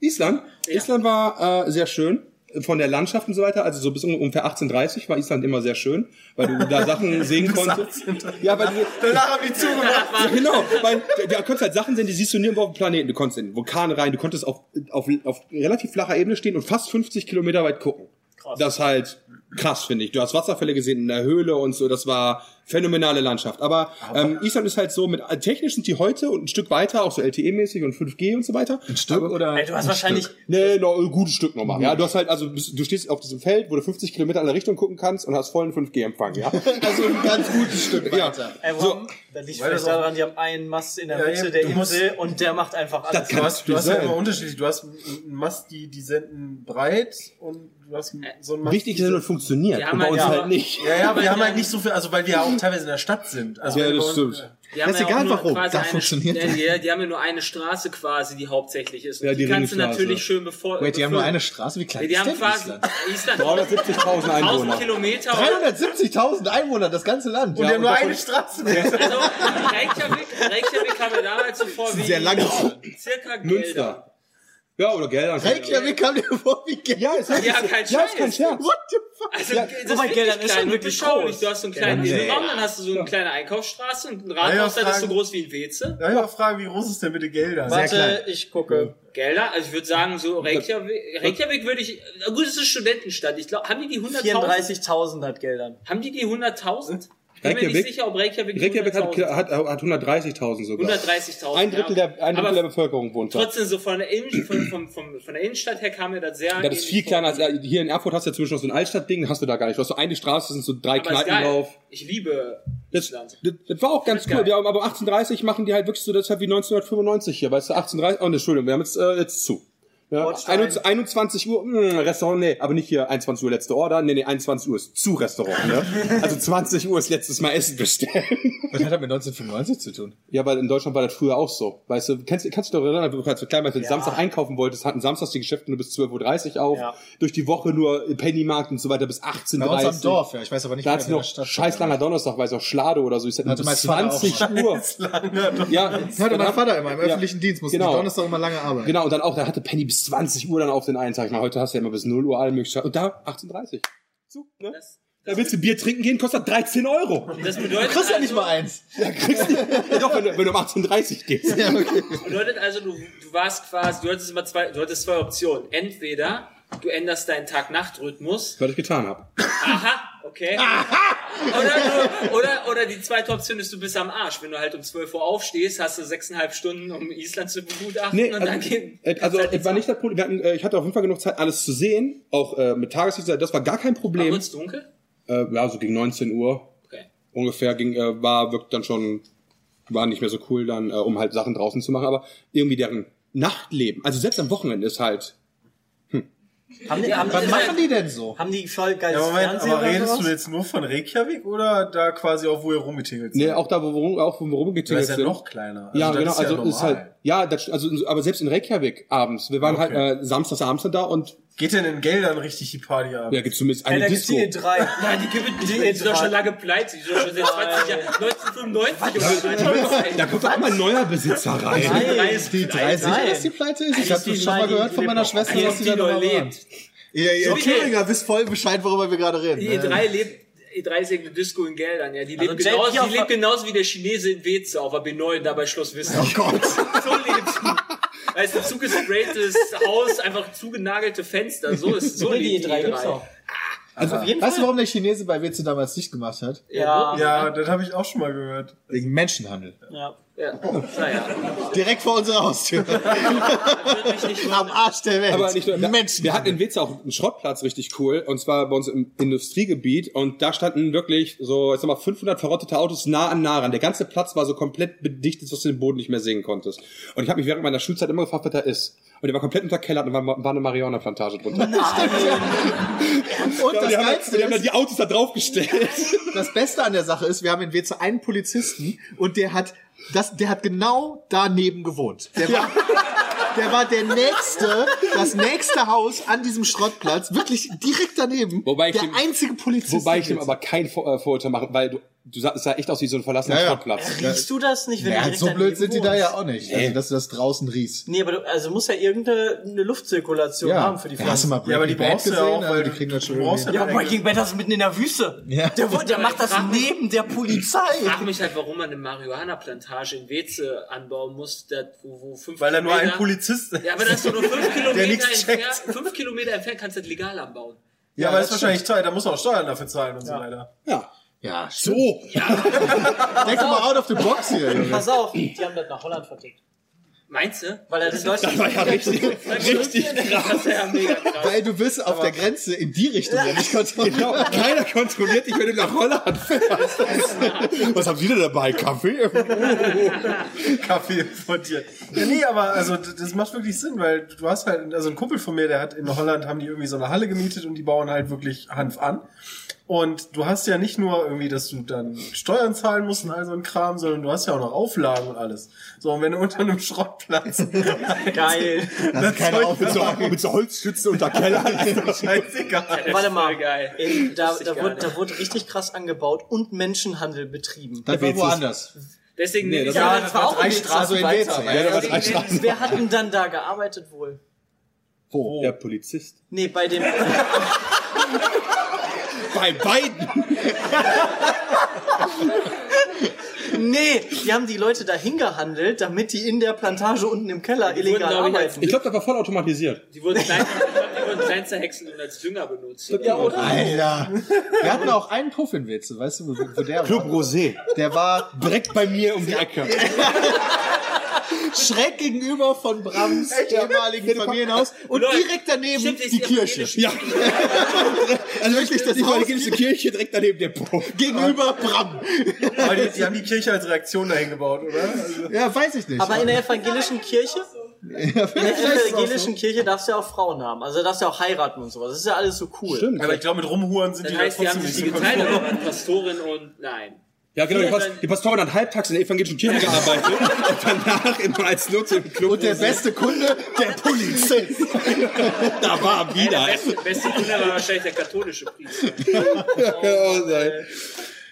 [SPEAKER 8] Island.
[SPEAKER 5] Ja.
[SPEAKER 8] Island war äh, sehr schön. Von der Landschaft und so weiter, also so bis um- ungefähr 1830 war Island immer sehr schön, weil du da Sachen sehen konntest. Ja, weil du,
[SPEAKER 6] Danach haben die zugemacht.
[SPEAKER 8] ja, genau, weil du- da konntest halt Sachen sehen, die siehst du nirgendwo auf dem Planeten. Du konntest in Vulkane rein, du konntest auf, auf, auf relativ flacher Ebene stehen und fast 50 Kilometer weit gucken. Krass. Das ist halt krass, finde ich. Du hast Wasserfälle gesehen in der Höhle und so, das war phänomenale Landschaft. Aber ähm, Island ist halt so, mit technisch sind die heute und ein Stück weiter, auch so LTE-mäßig und 5G und so weiter.
[SPEAKER 4] Ein Stück oder?
[SPEAKER 3] Ey, du hast wahrscheinlich.
[SPEAKER 8] Nee, noch ein gutes Stück nochmal.
[SPEAKER 5] Mhm.
[SPEAKER 8] Ja, du hast halt, also bist- du stehst auf diesem Feld, wo du 50 Kilometer in der Richtung gucken kannst und hast vollen 5G-Empfang, ja.
[SPEAKER 4] Also ein ganz gutes Stück weiter.
[SPEAKER 3] Ey, warum? Da liegt
[SPEAKER 6] Weil
[SPEAKER 3] vielleicht
[SPEAKER 6] das auch-
[SPEAKER 3] daran, die haben einen Mast in der
[SPEAKER 6] Ja,
[SPEAKER 3] Mitte
[SPEAKER 6] eben,
[SPEAKER 3] der
[SPEAKER 6] du musst-
[SPEAKER 3] Insel und der macht einfach alles.
[SPEAKER 6] Du hast, du hast ja
[SPEAKER 8] sein.
[SPEAKER 6] immer unterschiedlich. Du hast einen Mast, die, die senden breit und du hast einen- so einen Mast.
[SPEAKER 8] Wichtig ist, dass es funktioniert.
[SPEAKER 5] Ja,
[SPEAKER 8] und bei
[SPEAKER 5] Mann,
[SPEAKER 8] uns
[SPEAKER 5] ja.
[SPEAKER 8] halt nicht.
[SPEAKER 6] Ja, ja, aber wir haben halt nicht so viel, also weil wir ja auch teilweise in der Stadt sind. Also
[SPEAKER 8] Ja,
[SPEAKER 6] wenn
[SPEAKER 8] das
[SPEAKER 6] wir uns-
[SPEAKER 8] stimmt.
[SPEAKER 5] Die haben
[SPEAKER 4] Ist
[SPEAKER 5] auch
[SPEAKER 4] egal,
[SPEAKER 5] nur
[SPEAKER 4] warum.
[SPEAKER 5] quasi
[SPEAKER 4] Da
[SPEAKER 5] eine,
[SPEAKER 4] funktioniert
[SPEAKER 5] ja, die, die haben ja nur eine Straße quasi, die hauptsächlich ist. Und
[SPEAKER 8] Ja,
[SPEAKER 5] die,
[SPEAKER 8] die
[SPEAKER 5] kannst du
[SPEAKER 8] Ringstraße.
[SPEAKER 5] natürlich schön bevor.
[SPEAKER 4] Wait, die haben nur
[SPEAKER 5] bevor-
[SPEAKER 4] eine Straße? Wie klein
[SPEAKER 5] Die
[SPEAKER 4] ist
[SPEAKER 5] haben
[SPEAKER 4] denn
[SPEAKER 5] quasi
[SPEAKER 4] Island?
[SPEAKER 5] Island.
[SPEAKER 8] 370.000
[SPEAKER 5] 1000
[SPEAKER 8] Einwohner.
[SPEAKER 5] Kilometer.
[SPEAKER 4] 370.000 Einwohner, das ganze Land.
[SPEAKER 6] Und wir haben nur
[SPEAKER 8] und
[SPEAKER 6] eine Straße.
[SPEAKER 5] Also Reykjavik, Reykjavik kam mir damals so vor wie
[SPEAKER 4] sehr lange.
[SPEAKER 5] circa Gelder.
[SPEAKER 8] Münster. Ja, oder Gelder.
[SPEAKER 4] Reykjavik kam dir vor wie Geld.
[SPEAKER 8] Ja, ist halt,
[SPEAKER 5] Ja,
[SPEAKER 8] ist,
[SPEAKER 5] kein
[SPEAKER 8] ja, ist kein
[SPEAKER 5] Scheiß.
[SPEAKER 8] Scherz.
[SPEAKER 4] What the fuck?
[SPEAKER 5] Also, das ist
[SPEAKER 3] wobei
[SPEAKER 5] wirklich
[SPEAKER 3] Geldern ist
[SPEAKER 5] klein
[SPEAKER 3] schon
[SPEAKER 5] und
[SPEAKER 3] wirklich
[SPEAKER 5] beschaulich.
[SPEAKER 3] groß.
[SPEAKER 5] Du hast so einen kleinen
[SPEAKER 4] Ja,
[SPEAKER 5] Innenraum,
[SPEAKER 4] nee.
[SPEAKER 5] dann hast du so eine kleine Einkaufsstraße und ein
[SPEAKER 6] Ja, ja,
[SPEAKER 5] Rathaus, das ist so
[SPEAKER 6] Fragen.
[SPEAKER 5] groß wie ein WC.
[SPEAKER 6] Ja, ich mal fragen, wie groß ist denn bitte Gelder?
[SPEAKER 3] Warte, ich gucke.
[SPEAKER 5] Gelder, also ich würde sagen, so Reykjavik, Reykjavik würde ich, na gut, es ist Studentenstadt. Ich glaube, haben die die
[SPEAKER 3] halt
[SPEAKER 5] 100.000?
[SPEAKER 3] 34.000 hat Geldern.
[SPEAKER 5] Haben die die 100.000? Ich bin mir nicht
[SPEAKER 8] Reykjavik-
[SPEAKER 5] sicher, ob Reykjavik,
[SPEAKER 8] Reykjavik hat,
[SPEAKER 5] 100.000
[SPEAKER 8] hat, hat 130.000 sogar.
[SPEAKER 5] 130.000.
[SPEAKER 8] Ein Drittel,
[SPEAKER 5] ja.
[SPEAKER 8] der, ein
[SPEAKER 5] Aber
[SPEAKER 8] Drittel der Bevölkerung wohnt da.
[SPEAKER 5] Trotzdem, so von der, Innen, von, von, von, von der Innenstadt her kam mir das sehr.
[SPEAKER 8] Das ist viel
[SPEAKER 5] ähnlich vor.
[SPEAKER 8] kleiner als äh, hier in Erfurt hast du ja zwischen noch so ein Altstadtding, hast du da gar nicht. Du hast so eine Straße, sind so
[SPEAKER 5] Aber
[SPEAKER 8] drei
[SPEAKER 5] ist
[SPEAKER 8] Kneipen
[SPEAKER 5] geil.
[SPEAKER 8] drauf.
[SPEAKER 5] Ich liebe
[SPEAKER 8] Das,
[SPEAKER 5] Island.
[SPEAKER 8] das, das war auch ganz
[SPEAKER 5] Geil.
[SPEAKER 8] cool. Ja, aber um 1830 machen die halt wirklich so, das ist halt wie 1995 hier, weißt du, 1830, oh ne, Entschuldigung, wir haben jetzt, äh, jetzt zu. Ja,
[SPEAKER 3] Ortstein.
[SPEAKER 8] 21, 21 Uhr, mh, Restaurant, nee, aber nicht hier 21 Uhr letzte Order, nee, nee, 21 Uhr ist zu Restaurant, ne? Also 20 Uhr ist letztes Mal Essen bestellen.
[SPEAKER 4] Was hat das mit 1995 zu tun?
[SPEAKER 8] Ja, weil in Deutschland war das früher auch so. Weißt du, kannst, kannst du dich doch erinnern, als du klein warst, wenn du Samstag einkaufen wolltest, hatten samstags die Geschäfte nur bis 12.30 Uhr auf,
[SPEAKER 3] Ja.
[SPEAKER 8] durch die Woche nur Pennymarkt und so weiter bis
[SPEAKER 4] Bei
[SPEAKER 8] 18.30 Uhr.
[SPEAKER 4] uns am Dorf, ja. Ich weiß aber nicht,
[SPEAKER 8] Da
[SPEAKER 4] wie
[SPEAKER 8] hat's
[SPEAKER 4] in der
[SPEAKER 8] noch
[SPEAKER 4] Stadt-
[SPEAKER 8] scheiß langer Donnerstag, weiß auch Schlade oder so. Ich sag,
[SPEAKER 4] Hatte
[SPEAKER 8] bis
[SPEAKER 4] mein Vater
[SPEAKER 8] 20 Uhr. Ja,
[SPEAKER 4] Hatte mein
[SPEAKER 8] dann-
[SPEAKER 4] Vater immer im
[SPEAKER 8] Genau. Ja.
[SPEAKER 4] öffentlichen Dienst, musste
[SPEAKER 8] Genau.
[SPEAKER 4] Donnerstag immer lange arbeiten.
[SPEAKER 8] Genau, und dann auch, da hatte Penny bis 20 Uhr dann auf den einen Tag. Ich meine, heute hast du ja immer bis 0 Uhr alle Möglichkeiten. Und da 18.30 Uhr. So, ne?
[SPEAKER 5] Das,
[SPEAKER 8] Da willst du Bier trinken gehen, kostet 13 Euro.
[SPEAKER 5] das bedeutet,
[SPEAKER 4] Du kriegst ja
[SPEAKER 5] also,
[SPEAKER 4] nicht mal eins.
[SPEAKER 8] ja, doch, wenn du, wenn du um 18.30 Uhr gehst.
[SPEAKER 4] Ja, okay.
[SPEAKER 5] bedeutet also, du, du warst quasi, du hattest immer zwei, du hattest zwei Optionen. Entweder du änderst deinen Tag-Nacht-Rhythmus.
[SPEAKER 8] Was ich getan habe.
[SPEAKER 5] Aha, okay. Oder, du, oder, oder die zweite Option ist, du bist am Arsch. Wenn du halt um 12 Uhr aufstehst, hast du sechseinhalb Stunden, um Island zu begutachten
[SPEAKER 8] Nee,
[SPEAKER 5] und
[SPEAKER 8] also,
[SPEAKER 5] dann geht.
[SPEAKER 8] äh, also es war nicht das Problem. Wir hatten, äh, Ich hatte auf jeden Fall genug Zeit, alles zu sehen. Auch äh, mit Tageslicht, das war gar kein
[SPEAKER 5] War
[SPEAKER 8] Problem.
[SPEAKER 5] kurz dunkel?
[SPEAKER 8] Äh, ja, so gegen 19 Uhr
[SPEAKER 5] Okay.
[SPEAKER 8] ungefähr ging, äh, war, wirkt dann schon, war nicht mehr so cool dann, äh, um halt Sachen draußen zu machen, aber irgendwie deren Nachtleben, also selbst am Wochenende ist halt, hm,
[SPEAKER 3] Haben die, haben
[SPEAKER 4] Was
[SPEAKER 3] die,
[SPEAKER 4] machen die denn so?
[SPEAKER 3] haben die voll geiles
[SPEAKER 6] Ja, Moment,
[SPEAKER 3] Fernsehen
[SPEAKER 6] aber
[SPEAKER 3] oder
[SPEAKER 6] redest
[SPEAKER 3] sowas?
[SPEAKER 6] du jetzt nur von Reykjavik oder da quasi auch, wo ihr rumgetingelt
[SPEAKER 8] Nee,
[SPEAKER 6] seid?
[SPEAKER 8] Ne, auch da, wo, wo, auch wo wir
[SPEAKER 6] Das
[SPEAKER 8] rumgetingelt
[SPEAKER 6] ist ja
[SPEAKER 8] sind.
[SPEAKER 6] noch kleiner.
[SPEAKER 8] ja,
[SPEAKER 6] das
[SPEAKER 8] genau,
[SPEAKER 6] ist
[SPEAKER 8] also ist
[SPEAKER 6] normal.
[SPEAKER 8] halt, ja, das, also, aber selbst in Reykjavik abends, wir waren
[SPEAKER 6] Okay.
[SPEAKER 8] halt äh, samstags abends dann da und
[SPEAKER 6] Geht denn in Geldern richtig die Party ab?
[SPEAKER 8] ja, gibt zumindest eine
[SPEAKER 3] NXT
[SPEAKER 8] Disco.
[SPEAKER 3] 3. Nein, die
[SPEAKER 5] Die
[SPEAKER 3] gewinnen
[SPEAKER 5] sind doch schon lange pleite. Die sind doch schon seit 20 Jahren. 1995
[SPEAKER 8] Da kommt doch auch mal ein neuer Besitzer rein.
[SPEAKER 4] Die 30
[SPEAKER 3] Nein.
[SPEAKER 4] dass die pleite ist? Ich habe
[SPEAKER 3] die
[SPEAKER 4] das schon mal
[SPEAKER 3] Leute, die
[SPEAKER 4] gehört von meiner Schwester, dass die da noch
[SPEAKER 3] neu
[SPEAKER 4] mal waren.
[SPEAKER 3] lebt.
[SPEAKER 4] Ihr, ihr
[SPEAKER 5] So wie die-
[SPEAKER 4] Thüringer wisst voll Bescheid, worüber wir gerade reden.
[SPEAKER 5] Die E3 lebt, E3 ist irgendeine Disco in Geldern, ja. Die lebt,
[SPEAKER 3] Ne? Also JP
[SPEAKER 5] genauso,
[SPEAKER 3] auf-
[SPEAKER 5] die lebt genauso wie der Chinese in Weze auf der B9, da bei Schloss Wissen. Oh Gott. so lebt sie. Weißt du, zugespraytes Haus, einfach zugenagelte Fenster, so ist, so
[SPEAKER 3] Nee,
[SPEAKER 5] lebt
[SPEAKER 3] die
[SPEAKER 5] E
[SPEAKER 3] E3 gibt's auch.
[SPEAKER 4] also, weißt du, warum der Chinese bei WC damals nicht gemacht hat?
[SPEAKER 3] Ja,
[SPEAKER 6] Ja, das habe ich auch schon mal gehört.
[SPEAKER 4] Wegen Menschenhandel.
[SPEAKER 3] ja.
[SPEAKER 5] Ja, naja.
[SPEAKER 4] Direkt vor unserer Haustür. Am Arsch der Welt.
[SPEAKER 8] Aber nicht nur, wir, wir hatten
[SPEAKER 4] Menschenhandel.
[SPEAKER 8] in Witz auch einen Schrottplatz richtig cool, und zwar bei uns im Industriegebiet, und da standen wirklich so, ich sag mal, 500 verrottete Autos nah an nah ran. Der ganze Platz war so komplett bedichtet, dass du den Boden nicht mehr sehen konntest. Und ich habe mich während meiner Schulzeit immer gefragt, was da ist. Und der war komplett unterkellert und war, war eine Marihuana-Plantage drunter.
[SPEAKER 4] Und
[SPEAKER 8] Ja,
[SPEAKER 4] das
[SPEAKER 8] die, haben,
[SPEAKER 4] Geilste
[SPEAKER 8] die haben dann
[SPEAKER 4] ist,
[SPEAKER 8] die Autos da draufgestellt.
[SPEAKER 4] das Beste an der Sache ist, wir haben in WC einen Polizisten und der hat, das, der hat genau daneben gewohnt. Der war, der war der nächste, das nächste Haus an diesem Schrottplatz, wirklich direkt daneben.
[SPEAKER 8] Wobei ich
[SPEAKER 4] der
[SPEAKER 8] dem-
[SPEAKER 4] einzige Polizist.
[SPEAKER 8] Wobei ich
[SPEAKER 4] in
[SPEAKER 8] dem
[SPEAKER 4] Weze.
[SPEAKER 8] aber kein Vor äh, Vorurteil mache, weil du, du sah, es sah echt aus wie so ein verlassener
[SPEAKER 4] Ja, ja.
[SPEAKER 8] Schrottplatz.
[SPEAKER 3] Riechst du das nicht, wenn du
[SPEAKER 4] ja,
[SPEAKER 3] direkt
[SPEAKER 4] so blöd
[SPEAKER 3] daneben
[SPEAKER 4] sind die da ja
[SPEAKER 3] wohnst?
[SPEAKER 4] auch nicht, also,
[SPEAKER 8] Nee.
[SPEAKER 4] dass du das draußen riechst.
[SPEAKER 3] Nee, aber du, also muss ja irgendeine eine Luftzirkulation haben für die
[SPEAKER 4] Ja, hast du
[SPEAKER 3] Pflanzen.
[SPEAKER 4] mal
[SPEAKER 6] Ja, aber die
[SPEAKER 4] Breaking Bad
[SPEAKER 6] brauchst du ja
[SPEAKER 4] gesehen?
[SPEAKER 6] auch,
[SPEAKER 4] Also,
[SPEAKER 6] weil
[SPEAKER 4] die
[SPEAKER 6] du-
[SPEAKER 4] kriegen das schon
[SPEAKER 6] du braust
[SPEAKER 4] irgendwie.
[SPEAKER 3] Ja, Breaking Bad ist mitten in der Wüste.
[SPEAKER 4] Ja.
[SPEAKER 3] Der, wo- der macht das neben der
[SPEAKER 5] Ich
[SPEAKER 3] Polizei.
[SPEAKER 5] frage mich halt, warum man eine Marihuana-Plantage in Weze anbauen muss, da, wo, wo fünf
[SPEAKER 6] Weil da nur ein
[SPEAKER 5] Kilometer-
[SPEAKER 6] Polizist ist.
[SPEAKER 5] Ja, aber das ist doch nur fünf Kilometer
[SPEAKER 6] nichts
[SPEAKER 5] entfernt.
[SPEAKER 6] checkt.
[SPEAKER 5] Fünf Kilometer entfernt kannst du das legal anbauen.
[SPEAKER 6] Ja, aber das ist wahrscheinlich teuer, da muss man auch Steuern dafür zahlen und so weiter.
[SPEAKER 8] Ja.
[SPEAKER 4] Ja, so. Denk mal out of the box hier, Junge.
[SPEAKER 3] Pass auf, die haben das nach Holland vertickt.
[SPEAKER 5] Meinst du?
[SPEAKER 3] Weil er in Deutschland
[SPEAKER 8] Ja, richtig, richtig krass.
[SPEAKER 5] Das ist ja mega krass.
[SPEAKER 4] Weil du bist auf der Grenze in die Richtung, ja. nicht kontrolliert.
[SPEAKER 8] Genau, keiner kontrolliert dich, wenn du nach Holland fährst. Was haben Sie denn dabei? Kaffee?
[SPEAKER 6] Kaffee von dir. Ja, nee, aber also d- das macht wirklich Sinn, weil du hast halt, also ein Kumpel von mir, der hat in Holland, haben die irgendwie so eine Halle gemietet und die bauen halt wirklich Hanf an. Und du hast ja nicht nur irgendwie, dass du dann Steuern zahlen musst und all so ein Kram, sondern du hast ja auch noch Auflagen und alles. So, und wenn du unter einem Schrottplatz
[SPEAKER 3] geil.
[SPEAKER 4] Das keine Aufbesorgung.
[SPEAKER 8] mit so Holzschützen unter Keller.
[SPEAKER 5] Das
[SPEAKER 6] scheißegal.
[SPEAKER 5] ist
[SPEAKER 3] Warte mal.
[SPEAKER 5] voll geil.
[SPEAKER 3] In, da,
[SPEAKER 5] Wusste ich
[SPEAKER 3] da,
[SPEAKER 5] gar
[SPEAKER 3] wurde,
[SPEAKER 5] nicht.
[SPEAKER 3] da wurde richtig krass angebaut und Menschenhandel betrieben.
[SPEAKER 4] Das war woanders.
[SPEAKER 5] Deswegen
[SPEAKER 8] Nee,
[SPEAKER 5] nehme ich
[SPEAKER 8] das
[SPEAKER 5] ja,
[SPEAKER 3] das
[SPEAKER 6] war
[SPEAKER 3] in
[SPEAKER 6] drei
[SPEAKER 3] Witze.
[SPEAKER 4] Also in Weze. Ja,
[SPEAKER 8] das war drei
[SPEAKER 3] Wer hat denn dann da gearbeitet wohl?
[SPEAKER 8] Wo? Der Polizist.
[SPEAKER 3] Nee, bei dem.
[SPEAKER 8] Bei beiden.
[SPEAKER 3] Nee, die haben die Leute dahin gehandelt, damit die in der Plantage unten im Keller
[SPEAKER 5] wurden,
[SPEAKER 3] illegal
[SPEAKER 5] glaub ich, als-
[SPEAKER 3] arbeiten.
[SPEAKER 8] Ich glaube, das war voll automatisiert.
[SPEAKER 5] die wurden klein, die wurden klein zerhexen und als Dünger benutzt. Ja, oder?
[SPEAKER 4] Alter. Wir hatten auch einen Puff in Weze, weißt du, wo, wo der
[SPEAKER 8] Club
[SPEAKER 4] war?
[SPEAKER 8] Rosé.
[SPEAKER 4] Der war
[SPEAKER 8] Direkt bei mir um die Ecke.
[SPEAKER 4] schräg gegenüber von Brams ehemaligen Familienhaus und
[SPEAKER 5] Leute,
[SPEAKER 4] direkt daneben
[SPEAKER 5] stimmt, ist
[SPEAKER 4] die
[SPEAKER 5] ja
[SPEAKER 4] Kirche.
[SPEAKER 5] evangelisch.
[SPEAKER 8] Ja. Also wirklich, das
[SPEAKER 4] Die
[SPEAKER 8] die evangelische Kirche direkt daneben der Po.
[SPEAKER 4] Gegenüber Bram.
[SPEAKER 6] Weil die, die haben die Kirche als Reaktion dahin gebaut, oder? Also,
[SPEAKER 4] Ja, weiß ich nicht.
[SPEAKER 3] Aber in der evangelischen Kirche? In der evangelischen Kirche darfst du ja auch Frauen haben. Also darfst du ja auch heiraten und sowas. Das ist ja alles so cool.
[SPEAKER 6] aber ich glaube, mit Rumhuren sind
[SPEAKER 5] Das
[SPEAKER 6] die
[SPEAKER 5] heißt, die
[SPEAKER 6] da
[SPEAKER 5] haben
[SPEAKER 6] trotzdem
[SPEAKER 5] sich
[SPEAKER 6] nicht
[SPEAKER 5] die
[SPEAKER 6] so
[SPEAKER 5] geteilt,
[SPEAKER 6] konform.
[SPEAKER 5] aber waren Pastorin und nein.
[SPEAKER 8] Ja, genau. Die, Pas die Pastorin hat halbtags in der evangelischen Kirche gearbeitet und danach immer als Nutzer im Club.
[SPEAKER 4] Und der beste Kunde, der Polizist.
[SPEAKER 8] da war er wieder.
[SPEAKER 5] Der beste, beste Dünger war wahrscheinlich der katholische Priester.
[SPEAKER 8] Oh, nein.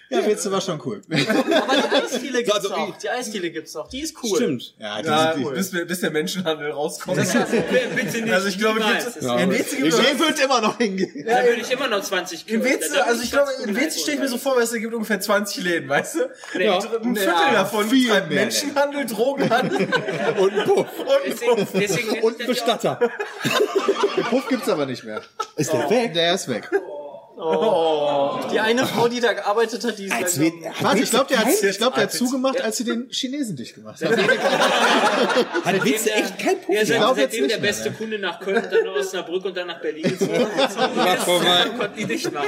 [SPEAKER 4] Ja, Weze war schon cool.
[SPEAKER 3] Aber die Eisdiele gibt's
[SPEAKER 8] Also,
[SPEAKER 3] noch. Die Eisdiele gibt's noch. Die ist cool.
[SPEAKER 8] Stimmt.
[SPEAKER 4] Ja, die
[SPEAKER 6] Ja,
[SPEAKER 4] sind
[SPEAKER 6] bis, wir- bis der Menschenhandel rauskommt.
[SPEAKER 5] Bitte nicht.
[SPEAKER 6] also ich glaube,
[SPEAKER 5] niemals.
[SPEAKER 6] gibt's,
[SPEAKER 8] Ja,
[SPEAKER 6] in
[SPEAKER 8] aber-
[SPEAKER 6] Weze gibt es
[SPEAKER 4] Der wird immer noch hingehen.
[SPEAKER 5] Da würde ich immer noch 20
[SPEAKER 6] In
[SPEAKER 5] Kilo- da
[SPEAKER 6] Weze,
[SPEAKER 5] darf
[SPEAKER 6] also ich glaube,
[SPEAKER 5] ganz
[SPEAKER 6] in
[SPEAKER 5] gut
[SPEAKER 6] Weze stelle ich mir so
[SPEAKER 5] Alkohol
[SPEAKER 6] vor, weil es da gibt ungefähr 20 Läden, weißt du?
[SPEAKER 5] Ja.
[SPEAKER 6] Ein Viertel davon
[SPEAKER 4] viel
[SPEAKER 6] betreibt
[SPEAKER 4] mehr,
[SPEAKER 6] Menschenhandel, Drogenhandel
[SPEAKER 8] Und ein Puff.
[SPEAKER 6] und
[SPEAKER 5] sein. Deswegen, deswegen nennt
[SPEAKER 8] Und
[SPEAKER 5] sich
[SPEAKER 8] ein
[SPEAKER 5] das ja auch-
[SPEAKER 8] Bestatter.
[SPEAKER 4] Den Puff gibt's aber nicht mehr. Oh.
[SPEAKER 8] Ist der weg?
[SPEAKER 4] Der ist weg.
[SPEAKER 3] Die eine Frau, die da gearbeitet hat, die ist
[SPEAKER 8] Als
[SPEAKER 3] langsam-
[SPEAKER 8] wen- hat
[SPEAKER 4] Was? Ich glaube, der, hat,
[SPEAKER 8] kein-
[SPEAKER 4] ich glaub, der hat zugemacht, als sie den Chinesen dicht gemacht haben.
[SPEAKER 8] Hat Witze echt kein Puff?
[SPEAKER 5] Ja,
[SPEAKER 8] Ja,
[SPEAKER 5] seit,
[SPEAKER 4] glaub jetzt
[SPEAKER 5] seitdem
[SPEAKER 4] nicht
[SPEAKER 5] der
[SPEAKER 4] mehr,
[SPEAKER 5] beste Kunde nach Köln, dann nach Osnabrück und dann nach Berlin gezogen ist,
[SPEAKER 8] vorbei.
[SPEAKER 5] konnten die dicht machen.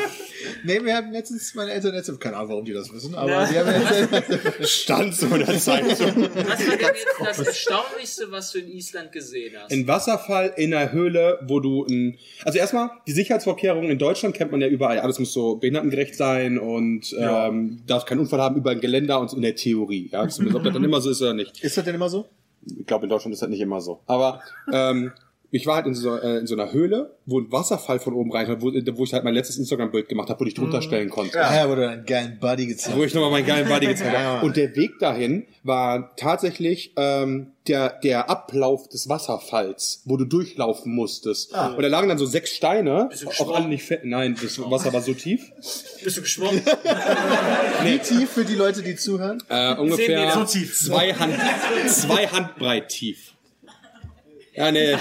[SPEAKER 4] Nee, wir haben letztens meine Eltern letztens, keine Ahnung, warum die das wissen, aber die haben letztens,
[SPEAKER 8] Stand zu einer Zeitung.
[SPEAKER 5] Was war denn jetzt das Erstaunlichste, was du in Island gesehen hast?
[SPEAKER 8] Ein Wasserfall in einer Höhle, wo du ein. Also erstmal, die Sicherheitsvorkehrungen in Deutschland kennt man ja überall. Alles muss so behindertengerecht sein und ähm, darf keinen Unfall haben über ein Geländer und so in der Theorie. Ja? Zumindest ob das dann immer so ist oder nicht.
[SPEAKER 4] ist das denn immer so?
[SPEAKER 8] Ich glaube, in Deutschland ist das nicht immer so. Aber ähm, ich war halt in so, äh, in so einer Höhle, wo ein Wasserfall von oben rein hat, wo, wo ich halt mein letztes Instagram-Bild gemacht habe, wo ich drunter stellen konnte.
[SPEAKER 4] Mhm. Ah, Ja, ja wo du einen geilen Buddy gezogen
[SPEAKER 8] Wo ich nochmal meinen geilen Buddy gezeigt
[SPEAKER 4] Ja, Mann.
[SPEAKER 8] habe. Und der Weg dahin war tatsächlich ähm, der, der Ablauf des Wasserfalls, wo du durchlaufen musstest.
[SPEAKER 4] Ah.
[SPEAKER 8] Und da lagen dann so sechs Steine,
[SPEAKER 5] Bist du
[SPEAKER 8] auf
[SPEAKER 5] geschwommen?
[SPEAKER 8] alle nicht fett. Nein, das Wasser war so tief.
[SPEAKER 5] Bist du geschwommen?
[SPEAKER 4] Wie tief für die Leute, die zuhören?
[SPEAKER 8] Äh,
[SPEAKER 5] Zehn
[SPEAKER 8] ungefähr
[SPEAKER 5] Meter. So
[SPEAKER 6] tief.
[SPEAKER 8] Zwei, Hand, zwei Handbreit tief. Ja, nee.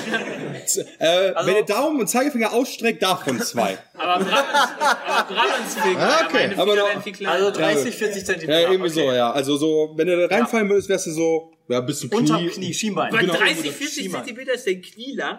[SPEAKER 8] Z- Äh, wenn ihr Daumen und Zeigefinger ausstreckt, davon zwei.
[SPEAKER 5] Aber Brabants
[SPEAKER 4] Ah, okay.
[SPEAKER 5] aber okay.
[SPEAKER 8] Aber
[SPEAKER 5] Aber
[SPEAKER 8] noch-
[SPEAKER 5] werden viel kleiner.
[SPEAKER 3] Also 30, 40 Zentimeter.
[SPEAKER 8] Ja, irgendwie so, ja. Also so, wenn du da reinfallen würdest, wärst du so, ja, bist du Knie.
[SPEAKER 3] Unterm Knie, Schienbein.
[SPEAKER 5] Bei
[SPEAKER 8] Genau.
[SPEAKER 5] 30, 40 Zentimeter ist dein Knie lang.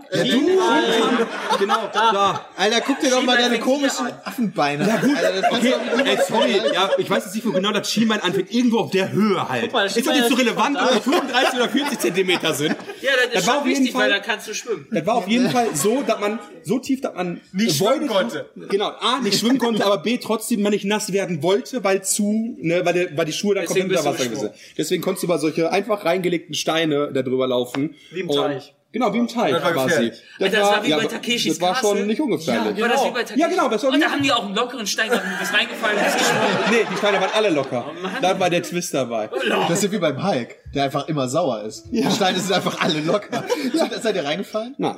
[SPEAKER 8] Genau, da.
[SPEAKER 4] Alter, guck dir doch mal deine komischen Affenbeine an. Alter, das
[SPEAKER 8] Okay,
[SPEAKER 4] kannst du doch
[SPEAKER 8] ey,
[SPEAKER 4] nicht-
[SPEAKER 8] sorry, ja, ich weiß jetzt nicht, wo genau das Schienbein anfängt, irgendwo auf der Höhe halt.
[SPEAKER 3] mal, das
[SPEAKER 8] ist das jetzt so
[SPEAKER 3] Schienbein
[SPEAKER 8] relevant, ob 35 oder 40 Zentimeter sind?
[SPEAKER 5] Ja, das ist
[SPEAKER 8] war
[SPEAKER 5] schon
[SPEAKER 8] auf jeden
[SPEAKER 5] wichtig, weil
[SPEAKER 8] Fall-
[SPEAKER 5] da kannst du schwimmen.
[SPEAKER 8] Das war auf jeden Fall so, dass man so tief, dass man
[SPEAKER 6] Nicht schwimmen
[SPEAKER 8] avoided-
[SPEAKER 6] konnte.
[SPEAKER 8] Genau, A, nicht schwimmen konnte, aber B, trotzdem man nicht nass werden wollte, weil zu, ne, weil, der, weil die Schuhe dann
[SPEAKER 5] Deswegen
[SPEAKER 8] komplett unter
[SPEAKER 5] bist du
[SPEAKER 8] Wasser gewesen sind. Deswegen konntest du über solche einfach reingelegten Steine da drüber laufen.
[SPEAKER 3] Wie im
[SPEAKER 8] Und-
[SPEAKER 3] Teich.
[SPEAKER 8] Genau, wie im Teich
[SPEAKER 6] Das war
[SPEAKER 8] quasi.
[SPEAKER 6] gefährlich.
[SPEAKER 5] Alter, das war wie bei
[SPEAKER 8] aber
[SPEAKER 5] Takeshis
[SPEAKER 8] Das war
[SPEAKER 5] Castle.
[SPEAKER 8] schon nicht ungefährlich.
[SPEAKER 5] War das wie bei Takeshi?
[SPEAKER 8] Ja, genau, das war
[SPEAKER 5] Und
[SPEAKER 8] wie-
[SPEAKER 5] da haben die auch einen lockeren Stein gehabt, du bist reingefallen und bist geschwommen.
[SPEAKER 8] Nee, die Steine waren alle locker.
[SPEAKER 5] Oh
[SPEAKER 8] da war der Twist dabei.
[SPEAKER 4] Das ist wie beim Hulk, der einfach immer sauer ist. Die Steine sind einfach alle locker. Seid- Seid ihr reingefallen?
[SPEAKER 8] Nein.